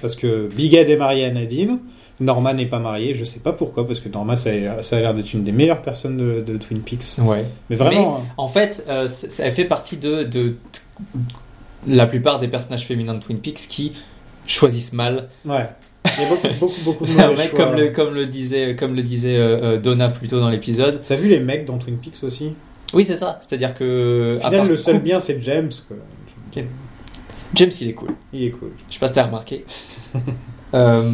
Parce que Big Ed est marié à Nadine. Norma n'est pas mariée. Je sais pas pourquoi. Parce que Norma, ça a ça a l'air d'être une des meilleures personnes de, de Twin Peaks. ouais. Mais vraiment. hein. En fait, euh, c- ça fait partie de, de- de la plupart des personnages féminins de Twin Peaks qui choisissent mal. hein, Ouais. Il y a beaucoup, beaucoup, beaucoup de Ouais, mauvais choix. comme, le, comme le disait, comme le disait euh, euh, Donna plus tôt dans l'épisode. T'as vu les mecs dans Twin Peaks aussi Oui, c'est ça. C'est-à-dire que. Au à final, part- le seul bien, c'est James. quoi. James, il est cool. Il est cool. Je sais pas si t'as remarqué. Euh,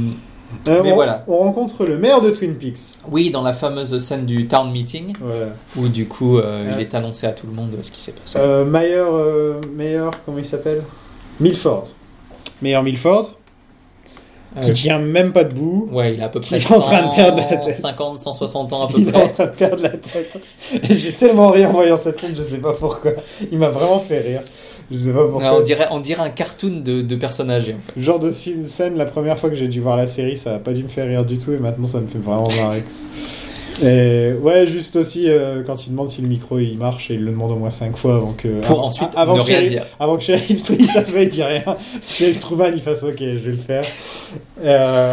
Euh, Mais on, voilà. on rencontre le maire de Twin Peaks. oui, dans la fameuse scène du town meeting, Voilà. où du coup euh, Ouais. il est annoncé à tout le monde ce qui s'est passé. Euh, Mayer, euh, Mayer, comment il s'appelle Milford. Mayer Milford, qui Euh, tient même pas debout. ouais, il a à peu qui près est en train de perdre la tête. 150, 160 ans à peu Il est en près. train de perdre la tête. Et J'ai tellement ri en voyant cette scène, je sais pas pourquoi. Il m'a vraiment fait rire. Je sais pas Ouais, pourquoi. on, dirait, on dirait un cartoon de, de personnes âgées. en fait. Le Genre de scène, scène, la première fois que j'ai dû voir la série, ça a pas dû me faire rire du tout, et maintenant ça me fait vraiment marrer. Et ouais, juste aussi euh, quand il demande si le micro il marche, et il le demande au moins 5 fois avant que. Pour avant- ensuite avant ne que rien Sheriff- dire. Avant que Sheriff Truman s'assoie, il dit rien. Sheriff Truman il fasse ok, je vais le faire. Euh,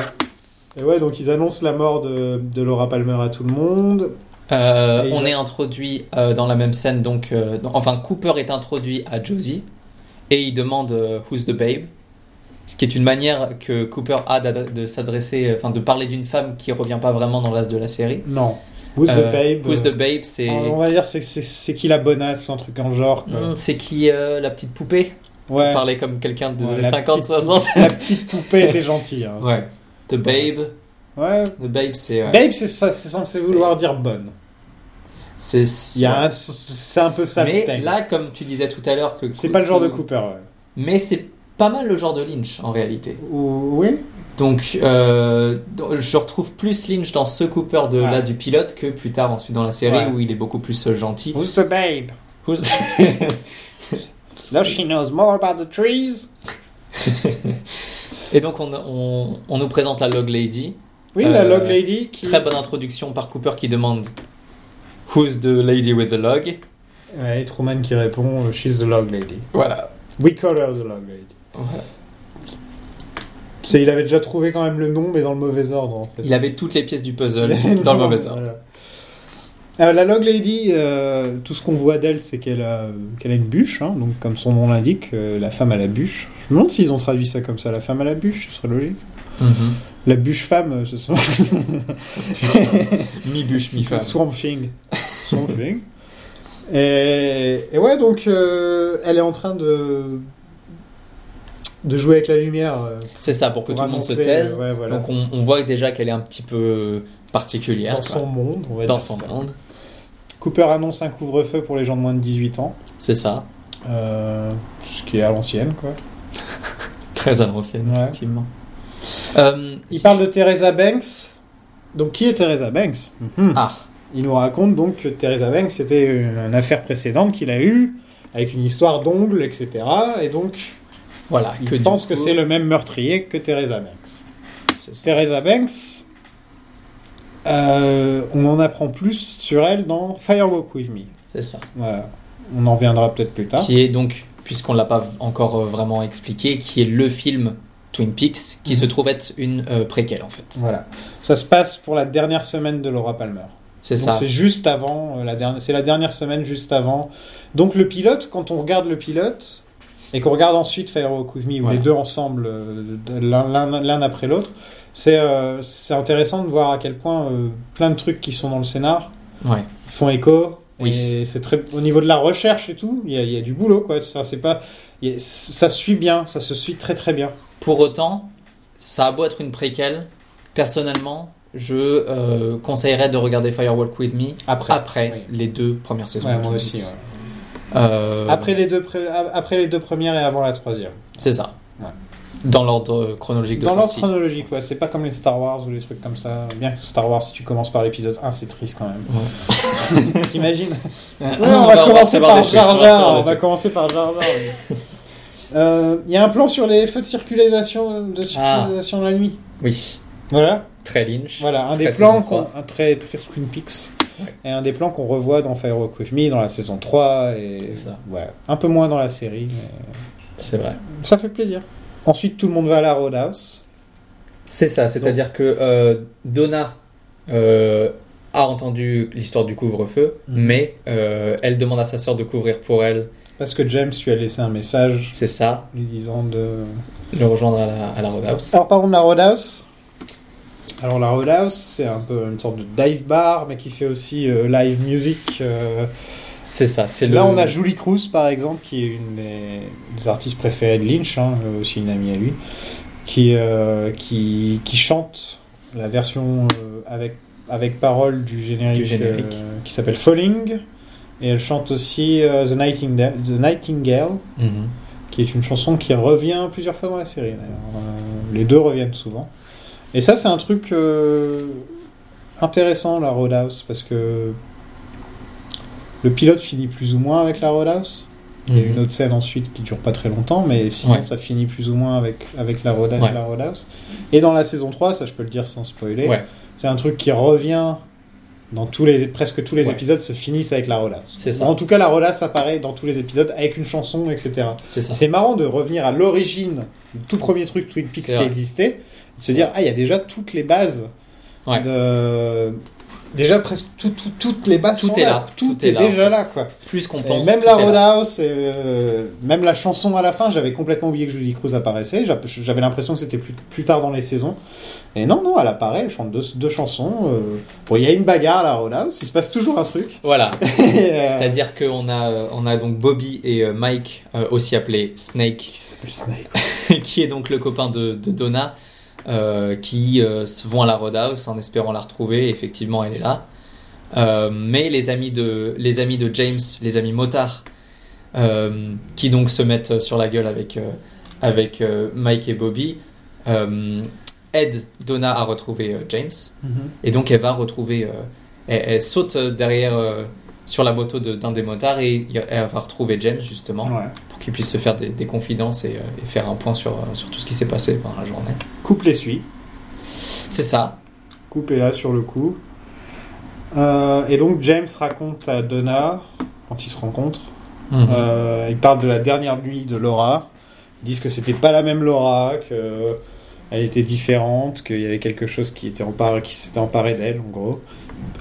et ouais, donc ils annoncent la mort de, de Laura Palmer à tout le monde. Euh, Et on ils- est introduit euh, dans la même scène, donc euh, dans- enfin Cooper est introduit à Josie et il demande euh, Who's the babe, ce qui est une manière que Cooper a d'adre- de s'adresser, euh, enfin de parler d'une femme qui revient pas vraiment dans le reste de la série. Non. Who's Euh, the babe Ah Who's the babe, c'est On va dire c'est- c'est c'est qui la bonasse ou un truc en genre. quoi. Hmm, c'est qui euh, la petite poupée Ouais. Parler comme quelqu'un des Ouais, années la 50, petite 60. La petite poupée était gentille. hein. Ouais. The babe, Ouais. the babe, c'est euh, Babe, c'est ça, c'est censé vouloir dire bonne. c'est Il y a un- c'est un peu ça le mais thème. là, euh, comme tu disais tout à l'heure que c'est pas le genre de que- Cooper. ouais. Mais c'est pas mal le genre de Lynch en réalité. Ou- Oui. Donc euh, donc, je retrouve plus Lynch dans ce Cooper de Ouais. là du pilote que plus tard ensuite dans la série Ouais. où il est beaucoup plus euh, gentil. Who's the babe? Who's- Now she knows more about the trees. Et donc on, on- on nous présente la Log Lady. Oui, Euh, la log lady qui. Très bonne introduction par Cooper qui demande Who's the lady with the log Ouais, et Truman qui répond euh, She's the log lady. Voilà. We call her the log lady. Voilà. C'est, il avait déjà trouvé quand même le nom, mais dans le mauvais ordre en fait. Il avait toutes les pièces du puzzle Il dans le avait- mauvais ordre. voilà. Euh, la Log Lady, euh, tout ce qu'on voit d'elle, c'est qu'elle a, qu'elle a une bûche, hein, donc comme son nom l'indique, euh, la femme à la bûche. Je me demande s'ils ont traduit ça comme ça, la femme à la bûche, ce serait logique. Mhm. La bûche femme, euh, ce serait. Mi-bûche, mi-femme. Swamp Thing. Swamp Thing. Et, et ouais, donc euh, elle est en train de de jouer avec la lumière. euh, C'est ça, pour que pour tout le monde se annoncer, taise. euh, ouais, voilà. Donc on, on voit déjà qu'elle est un petit peu particulière. dans quoi. son monde, on va dans dire son ça. monde. Cooper annonce un couvre-feu pour les gens de moins de 18 ans. C'est ça. Euh, ce qui est à l'ancienne, quoi. Très à l'ancienne, Ouais. effectivement. Euh, Il si- parle de Teresa Banks. Donc, qui est Teresa Banks Mhm. Ah, Il nous raconte donc que Teresa Banks, c'était une, une affaire précédente qu'il a eue, avec une histoire d'ongles, etc. Et donc, voilà. il que du pense que coup- c'est le même meurtrier que Teresa Banks. c'est ça. Teresa Banks, euh, on en apprend plus sur elle dans Firewalk With Me. C'est ça. Voilà. On en reviendra peut-être plus tard. Qui est donc, puisqu'on l'a pas encore euh, vraiment expliqué, qui est le film Twin Peaks, qui Mhm. se trouve être une euh, préquelle en fait. Voilà. Ça se passe pour la dernière semaine de Laura Palmer. C'est Donc ça. c'est juste avant euh, la dernière, c'est la dernière semaine juste avant. Donc le pilote, quand on regarde le pilote et qu'on regarde ensuite Firewalk With Me ou Voilà. les deux ensemble, euh, de- l'un- l'un l'un après l'autre, c'est euh, c'est intéressant de voir à quel point euh, plein de trucs qui sont dans le scénar Ouais. font écho. Oui. Et c'est très au niveau de la recherche et tout, il y, a- il y a du boulot quoi. Enfin, c'est pas, il y a- ça se suit bien, ça se suit très très bien. Pour autant, ça a beau être une préquelle, personnellement, je euh, conseillerais de regarder Firewalk With Me Après. après Oui. les deux premières saisons. Ouais, de moi Twin aussi. Peaks. ouais. Euh, Après, les deux pré- après les deux premières et avant la troisième. C'est ça. Ouais. Dans l'ordre chronologique de Dans l'ordre sortie. chronologique, ouais. C'est pas comme les Star Wars ou les trucs comme ça. Bien que Star Wars, si tu commences par l'épisode 1, c'est triste quand même. T'imagines Ah, Ouais, on va commencer recevoir par des trucs, on Jar va recevoir Jar. des On va trucs. commencer par Jar Jar. oui. Euh, Il y a un plan sur les feux de circulation de, Ah. circulation de la nuit. Oui, Voilà, très Lynch. voilà un Très des saison plans qu'on, trois. un très très Twin Peaks et un des plans qu'on revoit dans Firewalk With Me dans la saison 3 et C'est ça. ouais, un peu moins dans la série. mais C'est vrai. Ça fait plaisir. Ensuite, tout le monde va à la Roadhouse. C'est ça, c'est-à-dire que euh, Donna euh, a entendu l'histoire du couvre-feu, Mm. mais euh, elle demande à sa sœur de couvrir pour elle. Parce que James lui a laissé un message C'est ça, lui disant de. le rejoindre à la, à la Roadhouse. Alors parlons de la Roadhouse. Alors la Roadhouse, c'est un peu une sorte de dive bar, mais qui fait aussi euh, live music. euh. C'est ça, c'est le... Là, on a Julie Cruz, par exemple, qui est une des, des artistes préférées de Lynch, hein, aussi une amie à lui, qui, euh, qui, qui chante la version euh, avec, avec paroles du générique, Du générique. euh, qui s'appelle Falling. Et elle chante aussi euh, The, Nightingale, The Nightingale, Mhm. qui est une chanson qui revient plusieurs fois dans la série. d'ailleurs. Euh, les deux reviennent souvent. Et ça, c'est un truc euh, intéressant, la Roadhouse, parce que le pilote finit plus ou moins avec la Roadhouse. Il y a Mhm. une autre scène ensuite qui dure pas très longtemps, mais sinon Ouais. ça finit plus ou moins avec, avec la, Roadhouse, Ouais. la Roadhouse. Et dans la saison 3, ça je peux le dire sans spoiler, Ouais, c'est un truc qui revient dans tous les, presque tous les Ouais. épisodes, se finissent avec la Roadhouse. C'est ça. En tout cas, la Roadhouse apparaît dans tous les épisodes avec une chanson, etc. c'est ça. C'est marrant de revenir à l'origine du tout premier truc Twin Peaks C'est qui vrai. existait, de se dire ah il y a déjà toutes les bases Ouais. de déjà presque tout- tout- toutes les bases Tout sont est là, là, tout, tout est, est là, déjà en fait. là quoi. Plus qu'on Et pense. même tout la est là. Roadhouse, et, euh, même la chanson à la fin, j'avais complètement oublié que Julie Cruz apparaissait. J'a- J'avais l'impression que c'était plus, plus tard dans les saisons. Et non non, elle apparaît, elle chante deux, deux chansons. euh. Bon il y a une bagarre à la Roadhouse, il se passe toujours un truc. Voilà, Et, euh, c'est-à-dire qu'on a, euh, on a donc Bobby et euh, Mike, euh, aussi appelés Snake, qui s'appelle Snake. qui est donc le copain de, de Donna, euh, qui euh, se vont à la Roadhouse en espérant la retrouver. Effectivement, elle est là. Euh, mais les amis, de, les amis de James, les amis motards, euh, qui donc se mettent sur la gueule avec, euh, avec euh, Mike et Bobby, euh, aident Donna à retrouver euh, James. Mhm. Et donc elle va retrouver, euh, elle, elle saute derrière euh, sur la moto de- d'un des motards et elle va retrouver James justement Ouais. pour qu'ils puissent se faire des, des confidences et, euh, et faire un point sur, euh, sur tout ce qui s'est passé pendant la journée. Coupe les suit. C'est ça. coupé là sur le coup. Euh, et donc James raconte à Donna, quand ils se rencontrent, euh, ils parlent de la dernière nuit de Laura. Ils disent que c'était pas la même Laura, que elle était différente, qu'il y avait quelque chose qui était emparé, qui s'était emparé d'elle, en gros.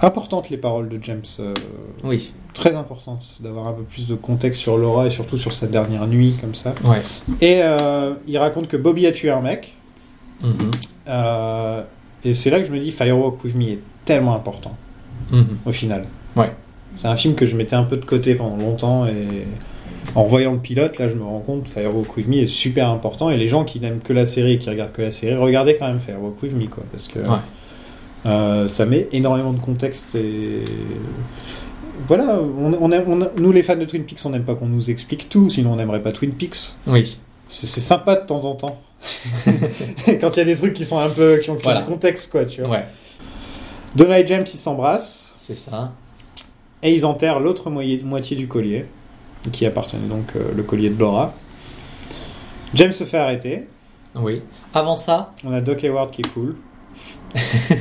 Importantes les paroles de James, euh, Oui. très importantes, d'avoir un peu plus de contexte sur Laura et surtout sur sa dernière nuit comme ça. Ouais. Et euh, il raconte que Bobby a tué un mec. Mhm. euh, et c'est là que je me dis Firewalk with me est tellement important Mhm. au final. Ouais. C'est un film que je mettais un peu de côté pendant longtemps et en revoyant le pilote, là, je me rends compte Firewalk With Me est super important et les gens qui n'aiment que la série et qui regardent que la série, regardez quand même Firewalk With Me, quoi, parce que Ouais. euh, ça met énormément de contexte et voilà, on, on aime- on a- nous les fans de Twin Peaks, on n'aime pas qu'on nous explique tout, sinon on n'aimerait pas Twin Peaks. Oui. C'est c'est sympa de temps en temps. quand il y a des trucs qui sont un peu qui ont, qui ont Voilà. du contexte quoi tu vois Ouais. Donna et James ils s'embrassent C'est ça. et ils enterrent l'autre moye- moitié du collier, qui appartenait donc euh, le collier de Laura. James se fait arrêter. Oui. Avant ça, On a Doc Hayward qui est cool.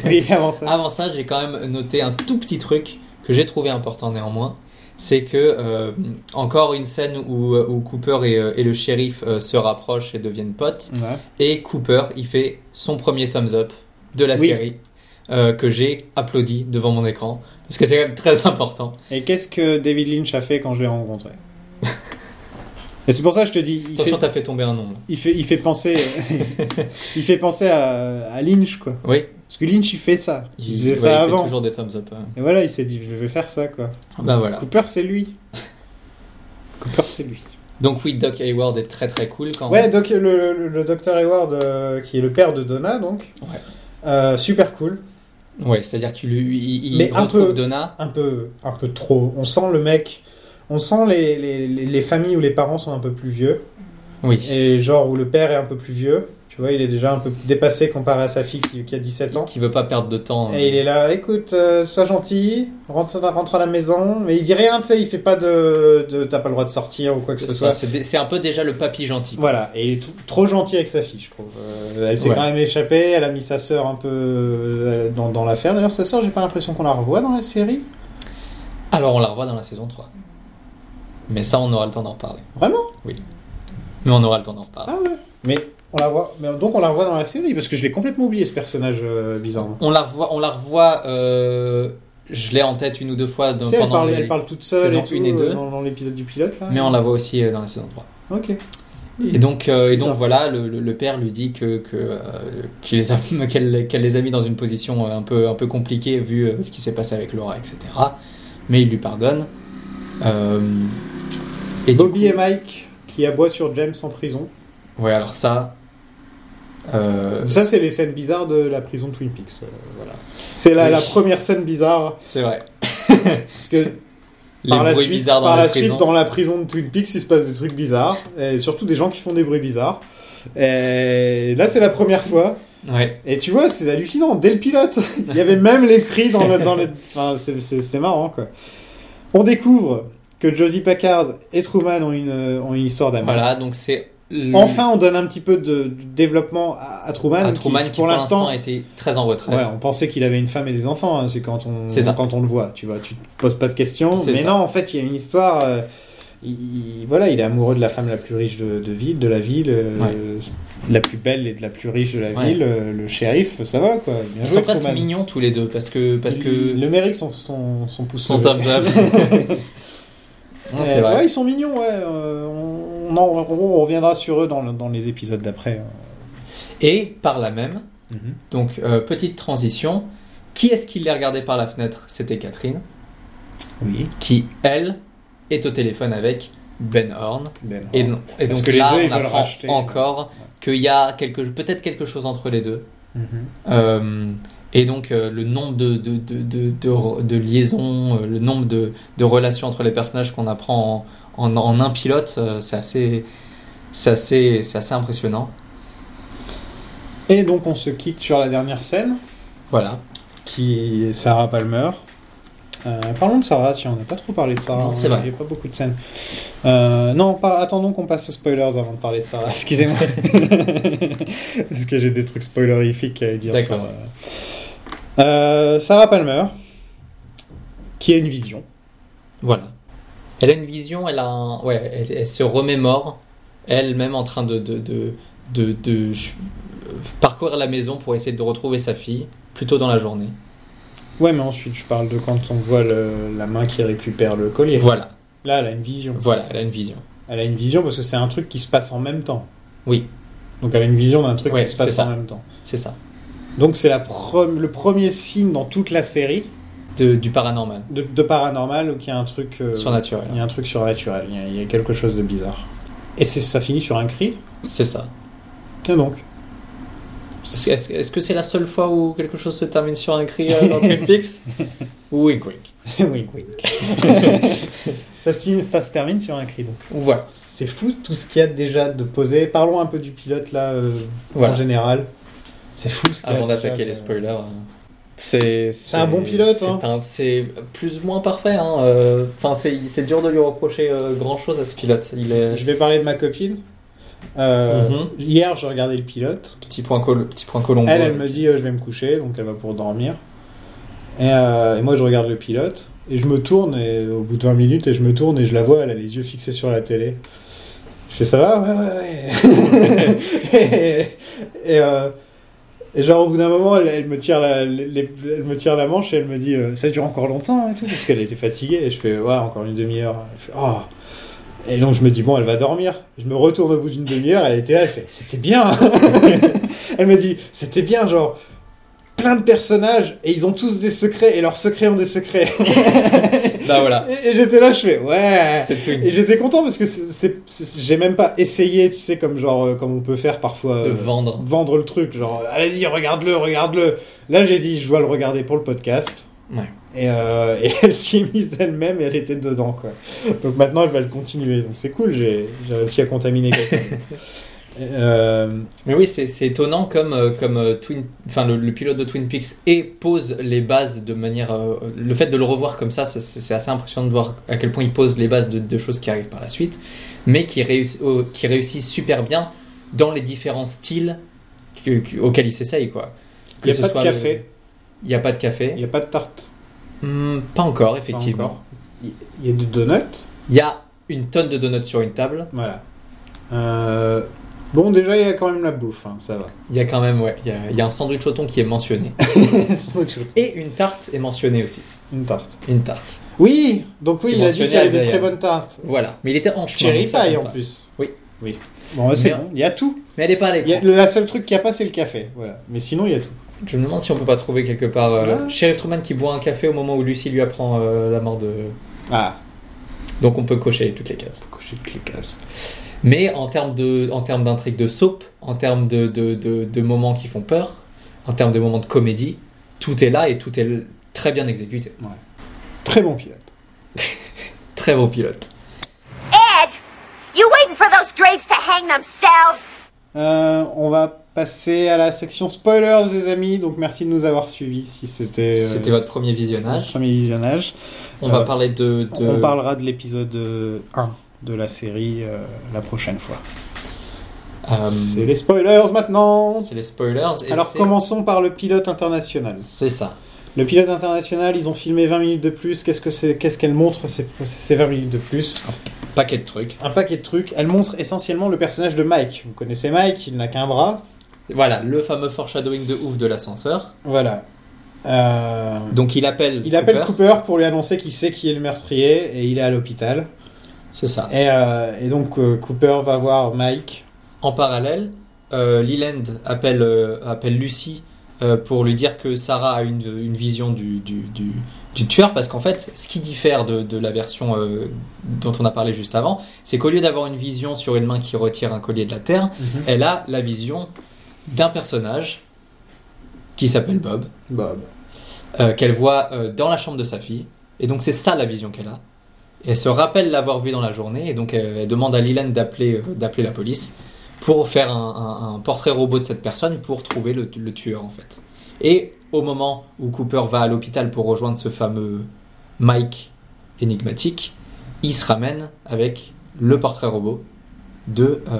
oui, avant ça. avant ça, j'ai quand même noté un tout petit truc que j'ai trouvé important néanmoins. C'est que euh, encore une scène où, où Cooper et, euh, et le shérif euh, se rapprochent et deviennent potes. Ouais. Et Cooper, il fait son premier thumbs up de la Oui. série euh, que j'ai applaudi devant mon écran parce que c'est quand même très important. Et qu'est-ce que David Lynch a fait quand je l'ai rencontré Et c'est pour ça que je te dis, il, fait, Attention, t'as fait tomber un nombre. il, fait, il fait penser, il fait penser à, à Lynch, quoi. Oui. Parce que Lynch, il fait ça. Il, faisait ouais, ça il fait avant. Ah toujours des thumbs up. hein. Et voilà, il s'est dit, je vais faire ça, quoi. Bah voilà. Cooper, c'est lui. Cooper, c'est lui. Donc oui, Doc Hayward est très très cool quand. Ouais, donc le, le, le docteur Hayward, euh, qui est le père de Donna, donc, Ouais. euh, super cool. Ouais, c'est-à-dire qu'il il, Mais il un retrouve peu- Donna. un peu, un peu trop. On sent le mec, on sent les, les, les- les familles où les parents sont un peu plus vieux, Oui. et genre où le père est un peu plus vieux, tu vois, il est déjà un peu dépassé comparé à sa fille qui, qui a 17 ans. Qui veut pas perdre de temps. Et il est là, écoute, euh, sois gentil, rentre, rentre à la maison, mais il dit rien, tu sais, il fait pas de, de t'as pas le droit de sortir ou quoi que ce C'est soit. ça, c'est dé- c'est un peu déjà le papy gentil. quoi. Voilà, et il est t- trop gentil avec sa fille, je trouve. Euh, elle s'est Ouais. quand même échappée, elle a mis sa sœur un peu euh, dans, dans l'affaire. D'ailleurs, sa sœur, j'ai pas l'impression qu'on la revoit dans la série. Alors on la revoit dans la saison 3. Mais ça, on aura le temps d'en reparler. Vraiment Mais on aura le temps d'en reparler. Ah ouais. Mais on la voit. Mais donc on la revoit dans la série parce que je l'ai complètement oublié ce personnage euh, bizarrement. On la revoit, on la revoit euh, je l'ai en tête une ou deux fois dans, Tu sais, elle pendant parle, les- elle parle toute seule saisons et tout, une et euh, deux. dans, dans l'épisode du pilote là. Mais on la voit aussi euh, dans la saison 3. Ok. Et donc, euh, et Mm. donc Bizarre. voilà, le, le- le père lui dit que, que, euh, qu'il les a- qu'elle qu'elle les a mis dans une position euh, un peu, un peu compliquée vu euh, ce qui s'est passé avec Laura, etc. Mais il lui pardonne. Euh, et du Bobby coup- et Mike qui aboient sur James en prison. Ouais, alors ça. euh, Ça c'est les scènes bizarres de la prison de Twin Peaks. euh, voilà. C'est la, Oui. la première scène bizarre c'est vrai. parce que Les par la bruits suite, bizarres dans par les la prisons. suite dans la prison de Twin Peaks il se passe des trucs bizarres et surtout des gens qui font des bruits bizarres. Et là c'est la première fois. Ouais. Et tu vois, c'est hallucinant. Dès le pilote, il y avait même les cris dans le. Dans le... Enfin, c'est- c'est c'est marrant, quoi. On découvre que Josie Packard et Truman ont une, euh, ont une histoire d'amour. Voilà, donc c'est. le- Enfin, on donne un petit peu de, de développement à, à Truman, à Truman qui, pour l'instant, était très en retrait. Voilà, on pensait qu'il avait une femme et des enfants, hein, c'est quand on Euh, C'est ça. quand on le voit, tu vois, tu te poses pas de questions. C'est Mais ça. non, en fait, il y a une histoire. euh, il, il- voilà, il est amoureux de la femme la plus riche de, de ville, de la ville, euh, Ouais. de la plus belle et de la plus riche de la Ouais. ville, euh, le shérif, ça va quoi. Bien Ils joué, sont presque Truman. mignons tous les deux parce que. Parce Il- que... Le mérite son, son, son pouce. Son levé. thumbs up. Non, c'est Euh, vrai. ouais, ils sont mignons, ouais. euh, on, on en- on reviendra sur eux dans, le- dans les épisodes d'après. hein. Et par la même, donc euh, petite transition, qui est-ce qui les regardait par la fenêtre C'était Catherine, Oui. qui elle est au téléphone avec Ben Horn. Et, hein. non- et Parce donc que les là, deux, ils on veulent apprend racheter. encore qu'il y a quelque, peut-être quelque chose entre les deux. Mhm. Euh, et donc euh, le nombre de, de, de, de, de- de liaisons, euh, le nombre de, de relations entre les personnages qu'on apprend en, en, en un pilote, euh, c'est assez, c'est assez, c'est assez impressionnant. Et donc on se quitte sur la dernière scène, Voilà. qui est Sarah Palmer. Euh, parlons de Sarah, tiens, on n'a pas trop parlé de Sarah. Non, c'est on- vrai. Il n'y a pas beaucoup de scènes. Euh, non, par- attendons qu'on passe aux spoilers avant de parler de Sarah. Excusez-moi. Parce que j'ai des trucs spoilerifiques à dire. D'accord. sur, euh, euh, Sarah Palmer, qui a une vision. Voilà. Elle a une vision, elle, a un... ouais, elle, elle se remémore elle-même en train de, de, de, de- de ch- euh, parcourir la maison pour essayer de retrouver sa fille, plus tôt dans la journée. Ouais, mais ensuite, je parle de quand on voit le- la main qui récupère le collier. Voilà, Là, elle a une vision. voilà, elle a une vision. Elle a une vision parce que c'est un truc qui se passe en même temps. Oui. Donc, elle a une vision d'un truc Ouais, qui se passe c'est ça. en même temps. C'est ça, Donc, c'est la pre- le premier signe dans toute la série De- du paranormal, de, de paranormal où il y a un truc. euh, surnaturel. Il y a un truc surnaturel. Il y a, il y a quelque chose de bizarre. Et c'est- ça finit sur un cri. C'est ça. Tiens donc. Est-ce que- est-ce- est-ce que c'est la seule fois où quelque chose se termine sur un cri euh, dans Twin Peaks Oui, oui. oui, oui. ça, se, finit- ça se termine sur un cri donc. Voilà. C'est fou tout ce qu'il y a déjà de posé. Parlons un peu du pilote là euh, Voilà. en général. C'est fou. ce qu'il y a Avant déjà d'attaquer de- les spoilers. euh, C'est c'est- un bon pilote, c'est hein. un- C'est plus ou moins parfait. hein, euh, Enfin, c'est- c'est dur de lui reprocher grand chose à ce pilote. Il est Je vais parler de ma copine. Euh, Mhm. Hier, je regardais le pilote. petit point col- petit point Colombo. Elle, elle me dit euh, je vais me coucher, donc elle va pour dormir. Et, euh, et moi, je regarde le pilote. Et je me tourne, et au bout de 20 minutes, et je me tourne et je la vois, elle a les yeux fixés sur la télé. Je fais ça va Ouais, ouais, ouais. et, et, euh, et genre, au bout d'un moment, elle, elle me tire la, les- elle me tire la manche et elle me dit euh, ça dure encore longtemps et tout, parce qu'elle était fatiguée. Et je fais ouais, encore une demi-heure. Je fais, Oh. Et donc, je me dis bon, elle va dormir. Je me retourne au bout d'une demi-heure, elle était là, elle fait c'était bien. Elle me dit, c'était bien, genre, plein de personnages et ils ont tous des secrets et leurs secrets ont des secrets. Bah voilà. Et, et j'étais là, je fais ouais. C'est tout. Et j'étais content parce que c'est- c'est- c'est- j'ai même pas essayé, tu sais, comme genre euh, comme on peut faire parfois. De euh, vendre. vendre le truc, genre ah, vas-y regarde-le, regarde-le. Là j'ai dit je dois le regarder pour le podcast. Ouais. Et, euh, et elle s'y est mise d'elle-même et elle était dedans quoi. Donc maintenant elle va le continuer. Donc c'est cool, j'ai j'ai réussi à contaminer quelqu'un. Euh, Mais oui, c'est c'est étonnant comme, euh, comme euh, Twin, enfin, le, le pilote de Twin Peaks et pose les bases de manière. euh, le fait de le revoir comme ça, ça, c'est c'est assez impressionnant de voir à quel point il pose les bases de, de choses qui arrivent par la suite, mais qui réussit, oh, qui réussit super bien dans les différents styles que- que- auxquels il s'essaye. quoi. Il y a ce pas de soit le- café. Il n'y a pas de Il café. n'y a pas de tarte. Hmm, pas encore, Pas effectivement. encore. Il il y a des donuts. Il y a une tonne de donuts sur une table. Voilà. Euh, bon déjà il y a quand même la bouffe, hein, ça va. Il y a quand même, ouais, il y a, il y a un sandwich au thon qui est mentionné. C'est autre chose. Et une tarte est mentionnée aussi. Une tarte. Une tarte. Oui, donc oui C'est il a dit qu'il y avait des mentionné à très Diane. bonnes tartes. Voilà. Mais il était en chemin. Cherry donc ça pie compte en pas. plus. Oui. Oui. Bon, bah, c'est Mais- bon. Il y a tout. Mais elle est pas à Il y a- l'écran. le, la seule truc qu'il n'y a pas, c'est le café. Voilà. Mais sinon, il y a tout. Je me demande si on peut pas trouver quelque part euh, Ouais. Sheriff Truman qui boit un café au moment où Lucy lui apprend euh, la mort de. Ah, Donc on peut cocher toutes les cases. cocher de cliquasse. Mais en termes de, en termes d'intrigue de soap, en termes de, de, de, de moments qui font peur, en termes de moments de comédie, tout est là et tout est l- très bien exécuté. Très bon pilote. Très bon pilote. Ed, you waiting for those drapes to hang themselves? Euh, on va passer à la section spoilers, les amis. Donc, merci de nous avoir suivis. Si c'était euh, C'était votre premier visionnage. votre premier visionnage, On va Euh, parler de. de- on parlera de l'épisode euh, 1 de la série euh, la prochaine fois. euh, C'est les spoilers maintenant. C'est les spoilers. et Alors, c'est- commençons par le pilote international. C'est ça. Le pilote international, ils ont filmé 20 minutes de plus. Qu'est-ce que c'est Qu'est-ce qu'elle montre ces- ces 20 minutes de plus Paquet de trucs. un paquet de trucs. Elle montre essentiellement le personnage de Mike. Vous connaissez Mike, il n'a qu'un bras. Voilà, le fameux foreshadowing de ouf de l'ascenseur. Voilà. Euh, Donc il appelle. il appelle Cooper. Cooper pour lui annoncer qu'il sait qui est le meurtrier et il est à l'hôpital. C'est ça. Et, euh, et donc euh, Cooper va voir Mike. En parallèle, euh, Leland appelle, euh, appelle Lucie euh, pour lui dire que Sarah a une, une vision du, du, du- du tueur, parce qu'en fait, ce qui diffère de, de la version euh, dont on a parlé juste avant, c'est qu'au lieu d'avoir une vision sur une main qui retire un collier de la terre, elle a la vision d'un personnage qui s'appelle Bob, Bob. euh, qu'elle voit euh, dans la chambre de sa fille. Et donc c'est ça la vision qu'elle a. Et elle se rappelle l'avoir vu dans la journée, et donc euh, elle demande à Leland d'appeler euh, d'appeler la police pour faire un, un- un portrait robot de cette personne pour trouver le, le tueur en fait. Et au moment où Cooper va à l'hôpital pour rejoindre ce fameux Mike énigmatique, il se ramène avec le portrait robot de, euh,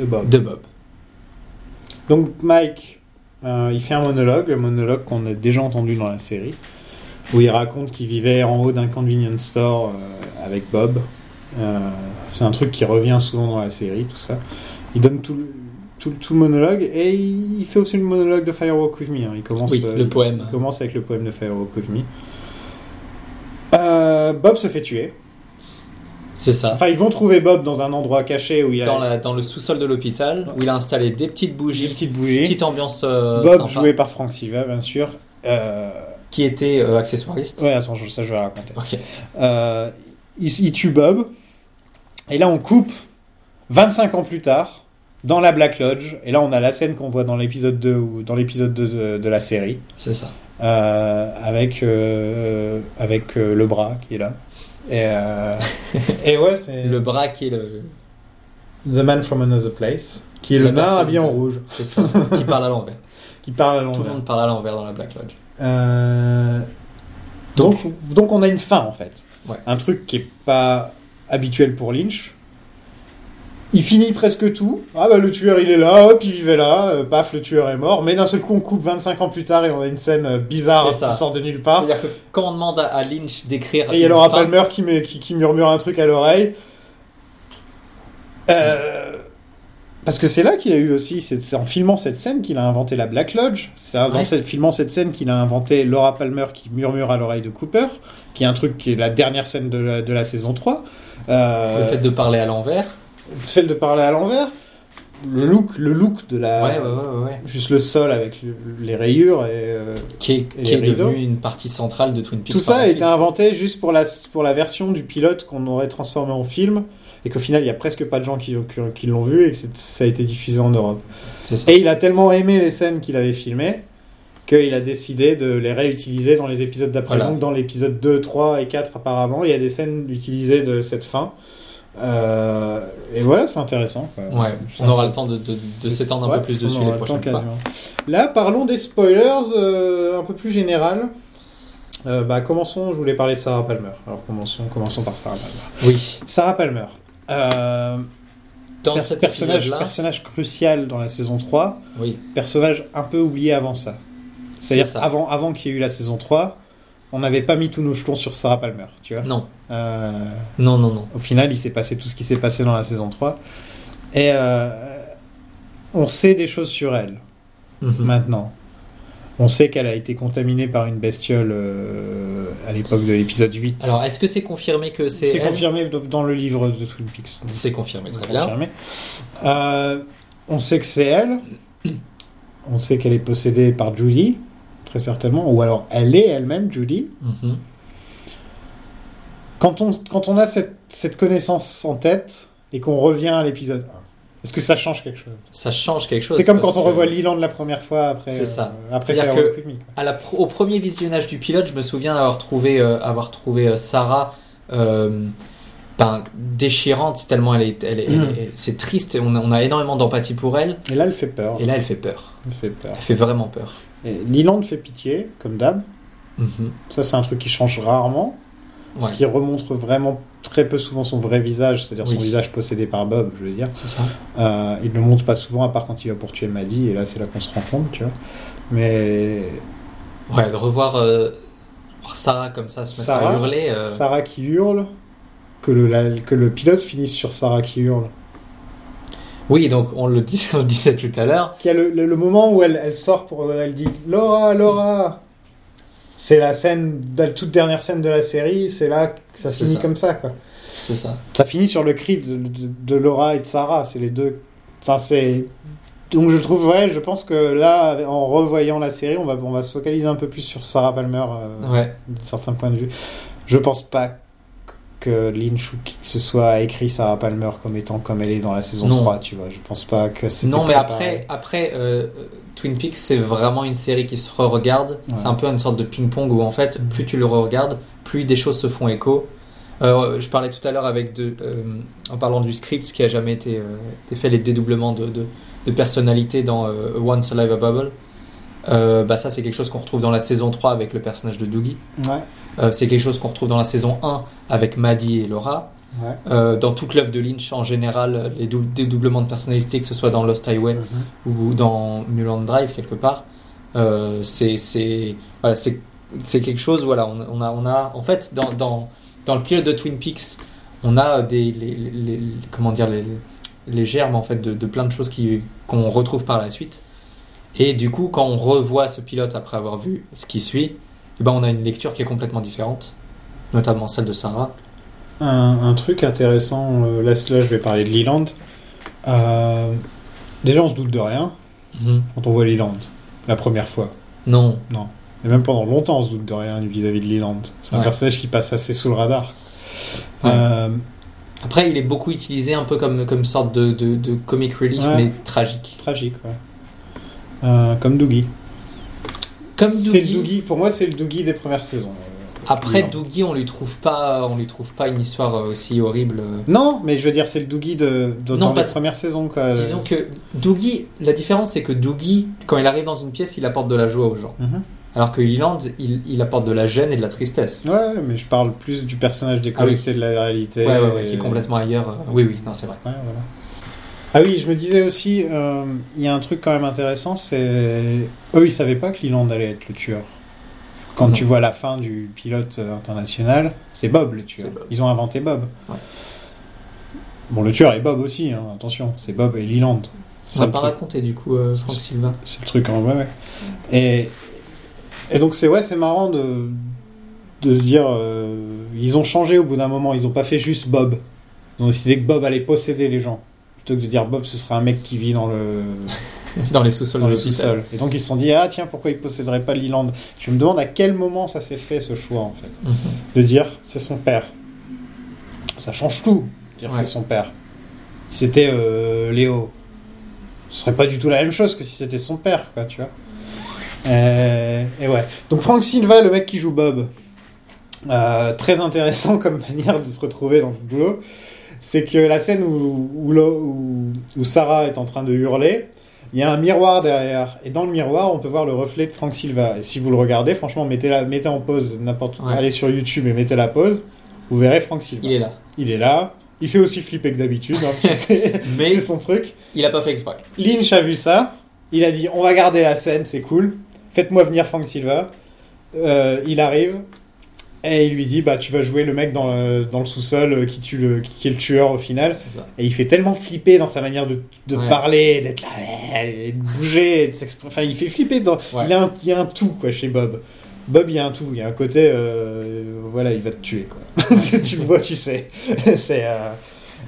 De Bob. de Bob. Donc Mike, euh, il fait un monologue, le monologue qu'on a déjà entendu dans la série, où il raconte qu'il vivait en haut d'un convenience store euh, avec Bob. Euh, c'est un truc qui revient souvent dans la série, tout ça. Il donne tout le, tout, le- tout le monologue et il il fait aussi le monologue de Firewalk With Me. hein. Il commence, Oui, le il- poème. Il commence avec le poème de Firewalk With Me. Euh, Bob se fait tuer. C'est ça. Enfin, ils vont trouver Bob dans un endroit caché où il a Dans, la- dans le sous-sol de l'hôpital, où il a installé des petites une bougies, petite bougie. petite ambiance euh, Bob sympa, joué par Frank Silva, bien sûr. Euh, qui était euh, accessoiriste. Ouais, attends, je- ça je vais la raconter. Ok. Euh, il, il tue Bob. Et là, on coupe 25 ans plus tard dans la Black Lodge. Et là, on a la scène qu'on voit dans l'épisode 2 ou dans l'épisode 2 de, de la série. C'est ça. euh, avec euh, avec euh, le bras qui est là. Et, euh, et ouais, c'est Le bras qui est le. The Man from Another Place. Qui est la le nain personne habillé en de- rouge. C'est ça. qui parle à l'envers. Qui parle à Tout le l'envers. monde parle à l'envers dans la Black Lodge. Euh, donc, donc on a une fin en fait. Ouais. Un truc qui est pas habituel pour Lynch. Il finit presque tout. Ah bah le tueur il est là, hop il vivait là, euh, paf le tueur est mort. Mais d'un seul coup on coupe 25 ans plus tard et on a une scène euh, bizarre C'est ça. qui sort de nulle part. C'est-à-dire que quand on demande à- à Lynch d'écrire. Ah. Et il y a une Laura Ah, fin- Palmer qui, me- qui, qui murmure un truc à l'oreille. Euh, parce que c'est là qu'il a eu aussi, c'est c'est en filmant cette scène qu'il a inventé la Black Lodge. C'est en Ouais. cette- filmant cette scène qu'il a inventé Laura Palmer qui murmure à l'oreille de Cooper, qui est un truc qui est la dernière scène de la, de la saison 3. Le Euh, fait de parler à l'envers. le fait de parler à l'envers. le look, le look de la. Ouais, ouais, ouais, ouais, ouais. Juste le sol avec le- les rayures et. euh, Qui est, Et qui est les rideaux. devenu une partie centrale de Twin Peaks. Tout par ça la a suite. été inventé juste pour la, pour la version du pilote qu'on aurait transformé en film et qu'au final il y a presque pas de gens qui, qui- qui l'ont vu et que c'est- ça a été diffusé en Europe. C'est ça. Et il a tellement aimé les scènes qu'il avait filmées qu'il a décidé de les réutiliser dans les épisodes d'après. Voilà. Donc dans l'épisode 2, 3 et 4 apparemment, il y a des scènes utilisées de cette fin. Euh, et voilà, c'est intéressant. quoi. Ouais, on aura le temps de, de- de s'étendre un Ouais, peu plus on dessus aura les le temps prochaines fois. quasiment. Là, parlons des spoilers euh, un peu plus général. Euh, bah, commençons, je voulais parler de Sarah Palmer. Alors commençons, commençons par Sarah Palmer. Oui. Sarah Palmer, euh, Dans per- personnage, cet personnage-là, personnage crucial dans la saison 3, oui, personnage un peu oublié avant ça. C'est C'est-à-dire ça. avant, avant qu'il y ait eu la saison 3, on n'avait pas mis tous nos jetons sur Sarah Palmer, tu vois. non, Euh, non, non, non. au final, il s'est passé tout ce qui s'est passé dans la saison 3. Et euh, on sait des choses sur elle Mhm. maintenant. On sait qu'elle a été contaminée par une bestiole euh, à l'époque de l'épisode 8. Alors, est-ce que c'est confirmé que c'est c'est elle confirmé d- dans le livre de Twin Peaks. Donc, C'est confirmé, très c'est bien. confirmé. Euh, on sait que c'est elle. On sait qu'elle est possédée par Julie, très certainement. Ou alors elle est elle-même Julie. Mhm. Quand on, quand on a cette, cette connaissance en tête et qu'on revient à l'épisode 1, est-ce que ça change quelque chose Ça change quelque chose. C'est comme quand parce on que revoit Leland la première fois après, C'est ça. euh, après C'est-à-dire Firework que- With Me, quoi. à la pro- au premier visionnage du pilote, je me souviens avoir trouvé, euh, avoir trouvé euh, Sarah euh, ben, déchirante tellement elle est, elle est- elle est- Mhm. elle- c'est triste. On a, on a énormément d'empathie pour elle, Et là, elle fait peur. et là elle fait peur. Elle fait peur. Elle fait vraiment peur. Et Leland fait pitié, comme d'hab. Mhm. Ça, c'est un truc qui change rarement. Ouais, Ce qui remontre vraiment très peu souvent son vrai visage, c'est-à-dire Oui. son visage possédé par Bob, je veux dire. c'est ça. Euh, il ne le montre pas souvent, à part quand il va pour tuer Maddy, et là, c'est là qu'on se rend compte, tu vois. Mais Ouais, de revoir euh, voir Sarah comme ça se mettre à Sarah, hurler. euh, Sarah qui hurle, que le, la- que le pilote finisse sur Sarah qui hurle. Oui, donc on le, dis- on le disait tout à l'heure. Qu'il y a le, le- le moment où elle, elle sort pour. Elle dit Laura, Laura C'est la scène, la toute dernière scène de la série, c'est là que ça C'est finit ça. comme ça, quoi. C'est ça. Ça finit sur le cri de, de- de Laura et de Sarah, c'est les deux. Enfin, c'est. Donc je trouve vrai, je pense que là, en revoyant la série, on va, on va se focaliser un peu plus sur Sarah Palmer euh, Ouais. d'un certain point de vue. Je pense pas que Lynch ou qui que ce soit a écrit Sarah Palmer comme étant comme elle est dans la saison Non. 3, tu vois. Je pense pas que c'est. Non, mais après, après euh, euh, Twin Peaks, c'est vraiment une série qui se re-regarde. Ouais. Mm-hmm. C'est un peu une sorte de ping-pong où, en fait, plus tu le re-regardes, plus des choses se font écho. Euh, je parlais tout à l'heure avec de, euh, en parlant du script qui a jamais été, euh, été fait, les dédoublements de, de, de personnalité dans euh, Once Alive a Bubble. Euh, bah ça, c'est quelque chose qu'on retrouve dans la saison 3 avec le personnage de Doogie. Ouais, Euh, c'est quelque chose qu'on retrouve dans la saison 1 avec Maddie et Laura. ouais. Euh, dans toute l'œuvre de Lynch en général, les dou- dédoublements de personnalité, que ce soit dans Lost Highway ou dans Mulholland Drive quelque part, euh, c'est c'est voilà, c'est c'est quelque chose. Voilà, on, on a on a en fait dans dans dans le pilote de Twin Peaks, on a des les, les- les- comment dire les les germes en fait de, de plein de choses qui qu'on retrouve par la suite. Et du coup, quand on revoit ce pilote après avoir vu ce qui suit, eh ben on a une lecture qui est complètement différente, notamment celle de Sarah. un, un truc intéressant, euh, là, là, je vais parler de Leland. Euh, déjà, on se doute de rien Mhm. quand on voit Leland la première fois. Non, Et même pendant longtemps, on se doute de rien vis-à-vis de Leland. C'est un Ouais. personnage qui passe assez sous le radar. Ouais. Euh, Après, il est beaucoup utilisé un peu comme, comme sorte de, de, de comic relief, Ouais. mais tragique. tragique, ouais. Euh, comme Doogie. Comme C'est le Doogie, Doogie, pour moi, c'est le Doogie des premières saisons. euh, après Leland. Doogie, on lui trouve pas, on lui trouve pas une histoire euh, aussi horrible. euh. Non, mais je veux dire, c'est le Doogie de, de- Non, dans parce- les premières saisons. Quoi. Disons que Doogie, la différence c'est que Doogie, quand il arrive dans une pièce, il apporte de la joie aux gens. Mhm. Alors que Leland, il, il apporte de la gêne et de la tristesse. Ouais, mais je parle plus du personnage déconnecté de la réalité. Ah Ouais, ouais, ouais, qui est Et- complètement ailleurs. euh. Oui, oui, non, c'est vrai. Ouais, voilà. Ah oui, je me disais aussi, euh, il y a un truc quand même intéressant, c'est eux, ils savaient pas que Leland allait être le tueur. Quand Non. tu vois la fin du pilote euh, international, c'est Bob le tueur. C'est Bob. Ils ont inventé Bob. Ouais. Bon, le tueur est Bob aussi, hein, attention, c'est Bob et Leland. On va le pas truc. raconté du coup, euh, Franck Silva. C'est le truc en vrai, ouais. Et, et donc, c'est ouais, c'est marrant de, de se dire. euh, ils ont changé au bout d'un moment, ils ont pas fait juste Bob. Ils ont décidé que Bob allait posséder les gens. plutôt que de dire Bob, ce serait un mec qui vit dans le, Dans les sous-sols dans de le l'hôpital. sous-sol. Et donc ils se sont dit, ah tiens, pourquoi ils posséderaient pas l'Iland Je me demande à quel moment ça s'est fait ce choix, en fait. Mhm. De dire, c'est son père. Ça change tout, de dire Ouais. c'est son père. Si c'était euh, Léo, ce serait pas du tout la même chose que si c'était son père, quoi, tu vois. Euh, et ouais. Donc Frank Silva, le mec qui joue Bob, euh, très intéressant comme manière de se retrouver dans le boulot. C'est que la scène où, où, Lo- où- où Sarah est en train de hurler, il y a un miroir derrière. Et dans le miroir, on peut voir le reflet de Frank Silva. Et si vous le regardez, franchement, mettez, la, mettez en pause n'importe Ouais. Allez sur YouTube et mettez la pause. Vous verrez Frank Silva. Il est là. Il est là. Il fait aussi flipper que d'habitude. hein, tu sais. Mais- c'est son truc. Il a pas fait exprès. Lynch a vu ça. Il a dit on va garder la scène, c'est cool. Faites-moi venir Frank Silva. Euh, il arrive et il lui dit bah tu vas jouer le mec dans le, dans le sous-sol euh, qui tue le qui, qui est le tueur au final. C'est ça. Et il fait tellement flipper dans sa manière de, de Ouais. parler, d'être là, euh, et de bouger, et de s'exprimer. Enfin, il fait flipper. Dans... Ouais. Il, y a un, il y a un tout quoi chez Bob. Bob, il y a un tout. Il y a un côté, euh, voilà, il va te tuer quoi. tu le vois, tu sais. c'est euh,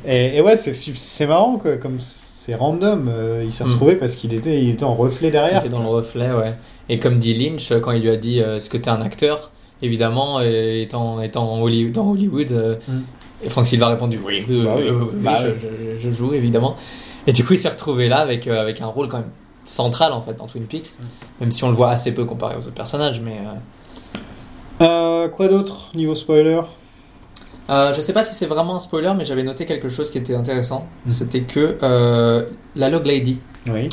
et, et ouais, c'est su- c'est marrant quoi, comme c'est random. euh, il s'est Mm. retrouvé parce qu'il était il était en reflet Il derrière. était dans le reflet, ouais. Et comme dit Lynch, quand il lui a dit euh, Est-ce que t'es un acteur Évidemment, euh, étant, étant en Hollywood, dans Hollywood, euh, Mm. et Frank Silva a répondu Oui, oui, Bah oui, oui. oui, oui, Bah je, je- je joue, évidemment. Et du coup, il s'est retrouvé là avec, euh, avec un rôle quand même central en fait dans Twin Peaks, Mm. même si on le voit assez peu comparé aux autres personnages. Mais euh, Euh, quoi d'autre niveau spoiler euh, je sais pas si c'est vraiment un spoiler, mais j'avais noté quelque chose qui était intéressant Mm. c'était que euh, la Log Lady, Oui.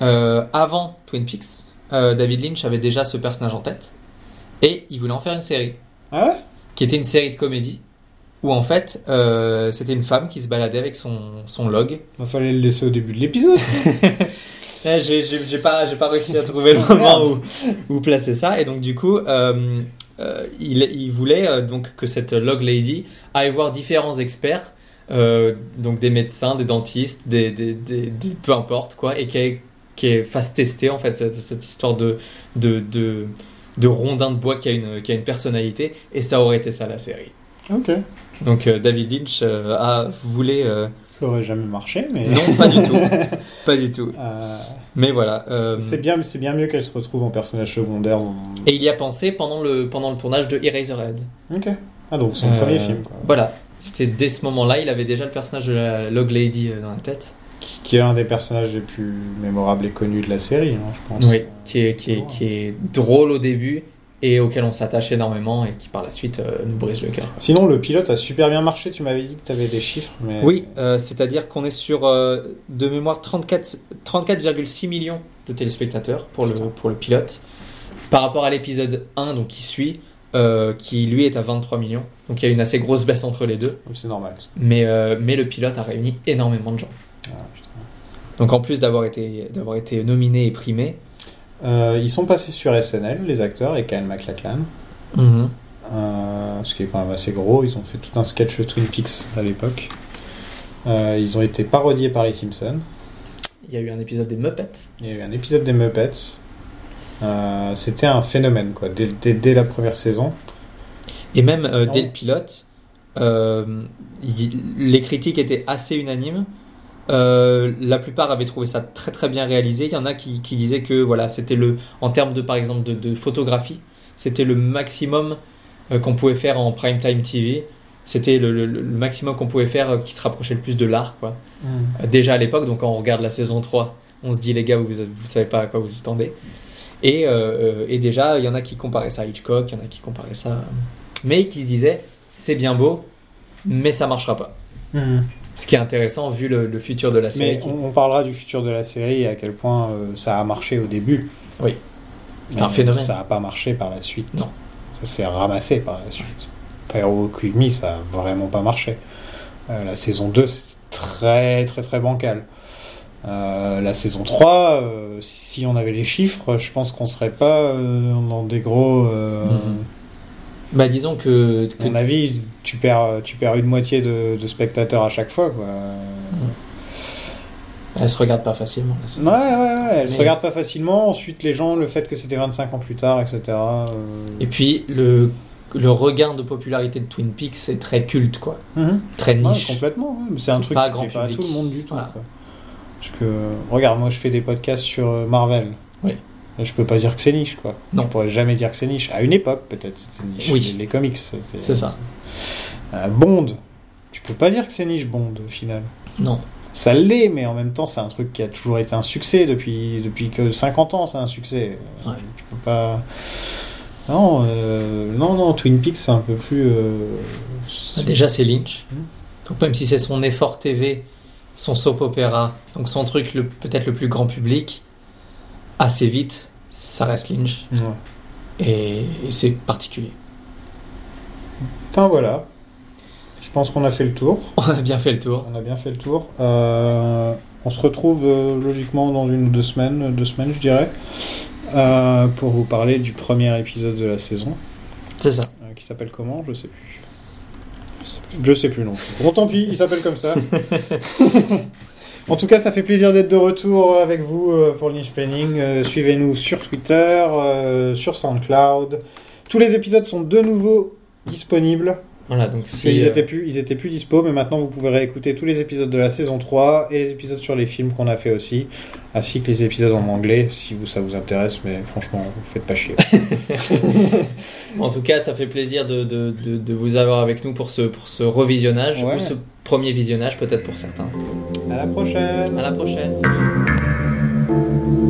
Euh, avant Twin Peaks, euh, David Lynch avait déjà ce personnage en tête et il voulait en faire une série, Ah ouais qui était une série de comédie où en fait euh, c'était une femme qui se baladait avec son, son log. Il Bah, fallait le laisser au début de l'épisode. Eh, J'ai j'ai- j'ai pas, j'ai pas réussi à trouver le moment où, où placer ça et donc du coup euh, euh, il, il voulait euh, donc que cette log lady aille voir différents experts. euh, donc des médecins, des dentistes, des, des- des- des- peu importe quoi, et qu'elle qui fasse tester en fait cette, cette histoire de, de, de, de rondin de bois qui a, une, qui a une personnalité, et ça aurait été ça la série. ok. Donc euh, David Lynch euh, a, voulait... euh, Ça aurait jamais marché, mais. Non, pas du tout. pas du tout. Euh, Mais voilà. euh, C'est bien, c'est bien mieux qu'elle se retrouve en personnage secondaire. dans- Et il y a pensé pendant le, pendant le tournage de Eraserhead. Ok. Ah donc son Euh, premier film, quoi. Voilà. C'était dès ce moment-là, il avait déjà le personnage de la Log Lady euh, dans la tête. Qui- qui est un des personnages les plus mémorables et connus de la série, hein, je pense. Oui. Qui est, qui, est, qui est drôle au début et auquel on s'attache énormément et qui par la suite euh, nous brise le cœur. Sinon, le pilote a super bien marché. Tu m'avais dit que tu avais des chiffres, mais Oui, euh, c'est-à-dire qu'on est sur, euh, de mémoire, 34 34,6 millions de téléspectateurs pour le, pour le pilote, par rapport à l'épisode 1, donc qui suit, euh, qui lui est à 23 millions. Donc il y a une assez grosse baisse entre les deux, c'est normal. ça. mais, euh, mais le pilote a réuni énormément de gens. Ah, putain. Donc en plus d'avoir été, d'avoir été nominé et primé, Euh, ils sont passés sur SNL, les acteurs, et Kyle MacLachlan. Mhm. Euh, ce qui est quand même assez gros. Ils ont fait tout un sketch Twin Peaks à l'époque. Euh, ils ont été parodiés par les Simpsons. il y a eu un épisode des Muppets. Il y a eu un épisode des Muppets. Euh, C'était un phénomène, quoi, dès, dès- dès la première saison. Et même euh, dès Non. le pilote, euh, il- les critiques étaient assez unanimes. Euh, la plupart avaient trouvé ça très très bien réalisé. Il y en a qui, qui disaient que voilà, c'était le, en termes de par exemple de, de photographie, c'était le maximum euh, qu'on pouvait faire en prime time TV. C'était le, le- le maximum qu'on pouvait faire euh, qui se rapprochait le plus de l'art, quoi. Euh, Déjà à l'époque, donc quand on regarde la saison 3, on se dit les gars, vous, vous savez pas à quoi vous attendez. Et, euh, euh, et déjà, il y en a qui comparaient ça à Hitchcock, il y en a qui comparaient ça. à- Mais qui se disaient, c'est bien beau, mais ça marchera pas. Mhm. Ce qui est intéressant vu le, le futur de la série. Mais on, on parlera du futur de la série et à quel point euh, ça a marché au début. Oui. C'est un Mais phénomène. Ça n'a pas marché par la suite. Non. Ça s'est ramassé par la suite. Firewalk With Me, ça a vraiment pas marché. Euh, la saison 2, c'est très très très bancal. Euh, la saison 3, euh, si on avait les chiffres, je pense qu'on serait pas euh, dans des gros. euh, Mhm. Bah, disons que. à que- mon avis, tu perds, tu perds une moitié de, de spectateurs à chaque fois. Quoi. Elle se regarde pas facilement. la série. Ouais, ouais, ouais, elle se Mais- regarde pas facilement. Ensuite, les gens, le fait que c'était 25 ans plus tard, etc. euh, Et puis, le, le regain de popularité de Twin Peaks c'est très culte, quoi. Mhm. Très Ouais, niche. complètement. ouais, mais C'est un C'est truc pas qui grand plaît pas à public. tout le monde du tout. Voilà. quoi. Parce que, regarde, moi je fais des podcasts sur euh, Marvel. Oui. Et je peux pas dire que c'est niche, quoi. Non. Je pourrais jamais dire que c'est niche. À une époque, peut-être, c'était niche. Oui. Les, les comics. c'était- c'est ça. Euh, Bond. Tu peux pas dire que c'est niche, Bond, au final. Non. Ça l'est, mais en même temps, c'est un truc qui a toujours été un succès. Depuis, depuis que 50 ans, c'est un succès. Euh, Ouais. Tu peux pas. Non, euh, non, non, Twin Peaks, c'est un peu plus. euh, Ah, Déjà, c'est Lynch. Mhm. Donc, même si c'est son effort TV, son soap opéra, donc son truc le- peut-être le plus grand public, assez vite, ça reste Lynch. Ouais. Et, et c'est particulier. Enfin, voilà. Je pense qu'on a fait le tour. On a bien fait le tour. On a bien fait le tour. Euh, on se retrouve euh, logiquement dans une ou deux semaines, euh, deux semaines, je dirais, euh, pour vous parler du premier épisode de la saison, C'est ça. euh, qui s'appelle comment Je sais plus. Je sais plus non. plus. Bon, tant pis, il s'appelle comme ça. En tout cas, ça fait plaisir d'être de retour avec vous euh, pour Lynch Planning. Euh, Suivez-nous sur Twitter, euh, sur SoundCloud. Tous les épisodes sont de nouveau disponibles. Voilà, donc Parce si, qu'ils euh, étaient plus, ils étaient plus dispo, mais maintenant vous pouvez réécouter tous les épisodes de la saison 3 et les épisodes sur les films qu'on a fait aussi, ainsi que les épisodes en anglais si vous, ça vous intéresse, mais franchement, vous faites pas chier. En tout cas, ça fait plaisir de, de- de- de vous avoir avec nous pour ce, pour ce revisionnage, Ouais. ou ce premier visionnage peut-être pour certains. à la prochaine! À la prochaine. salut.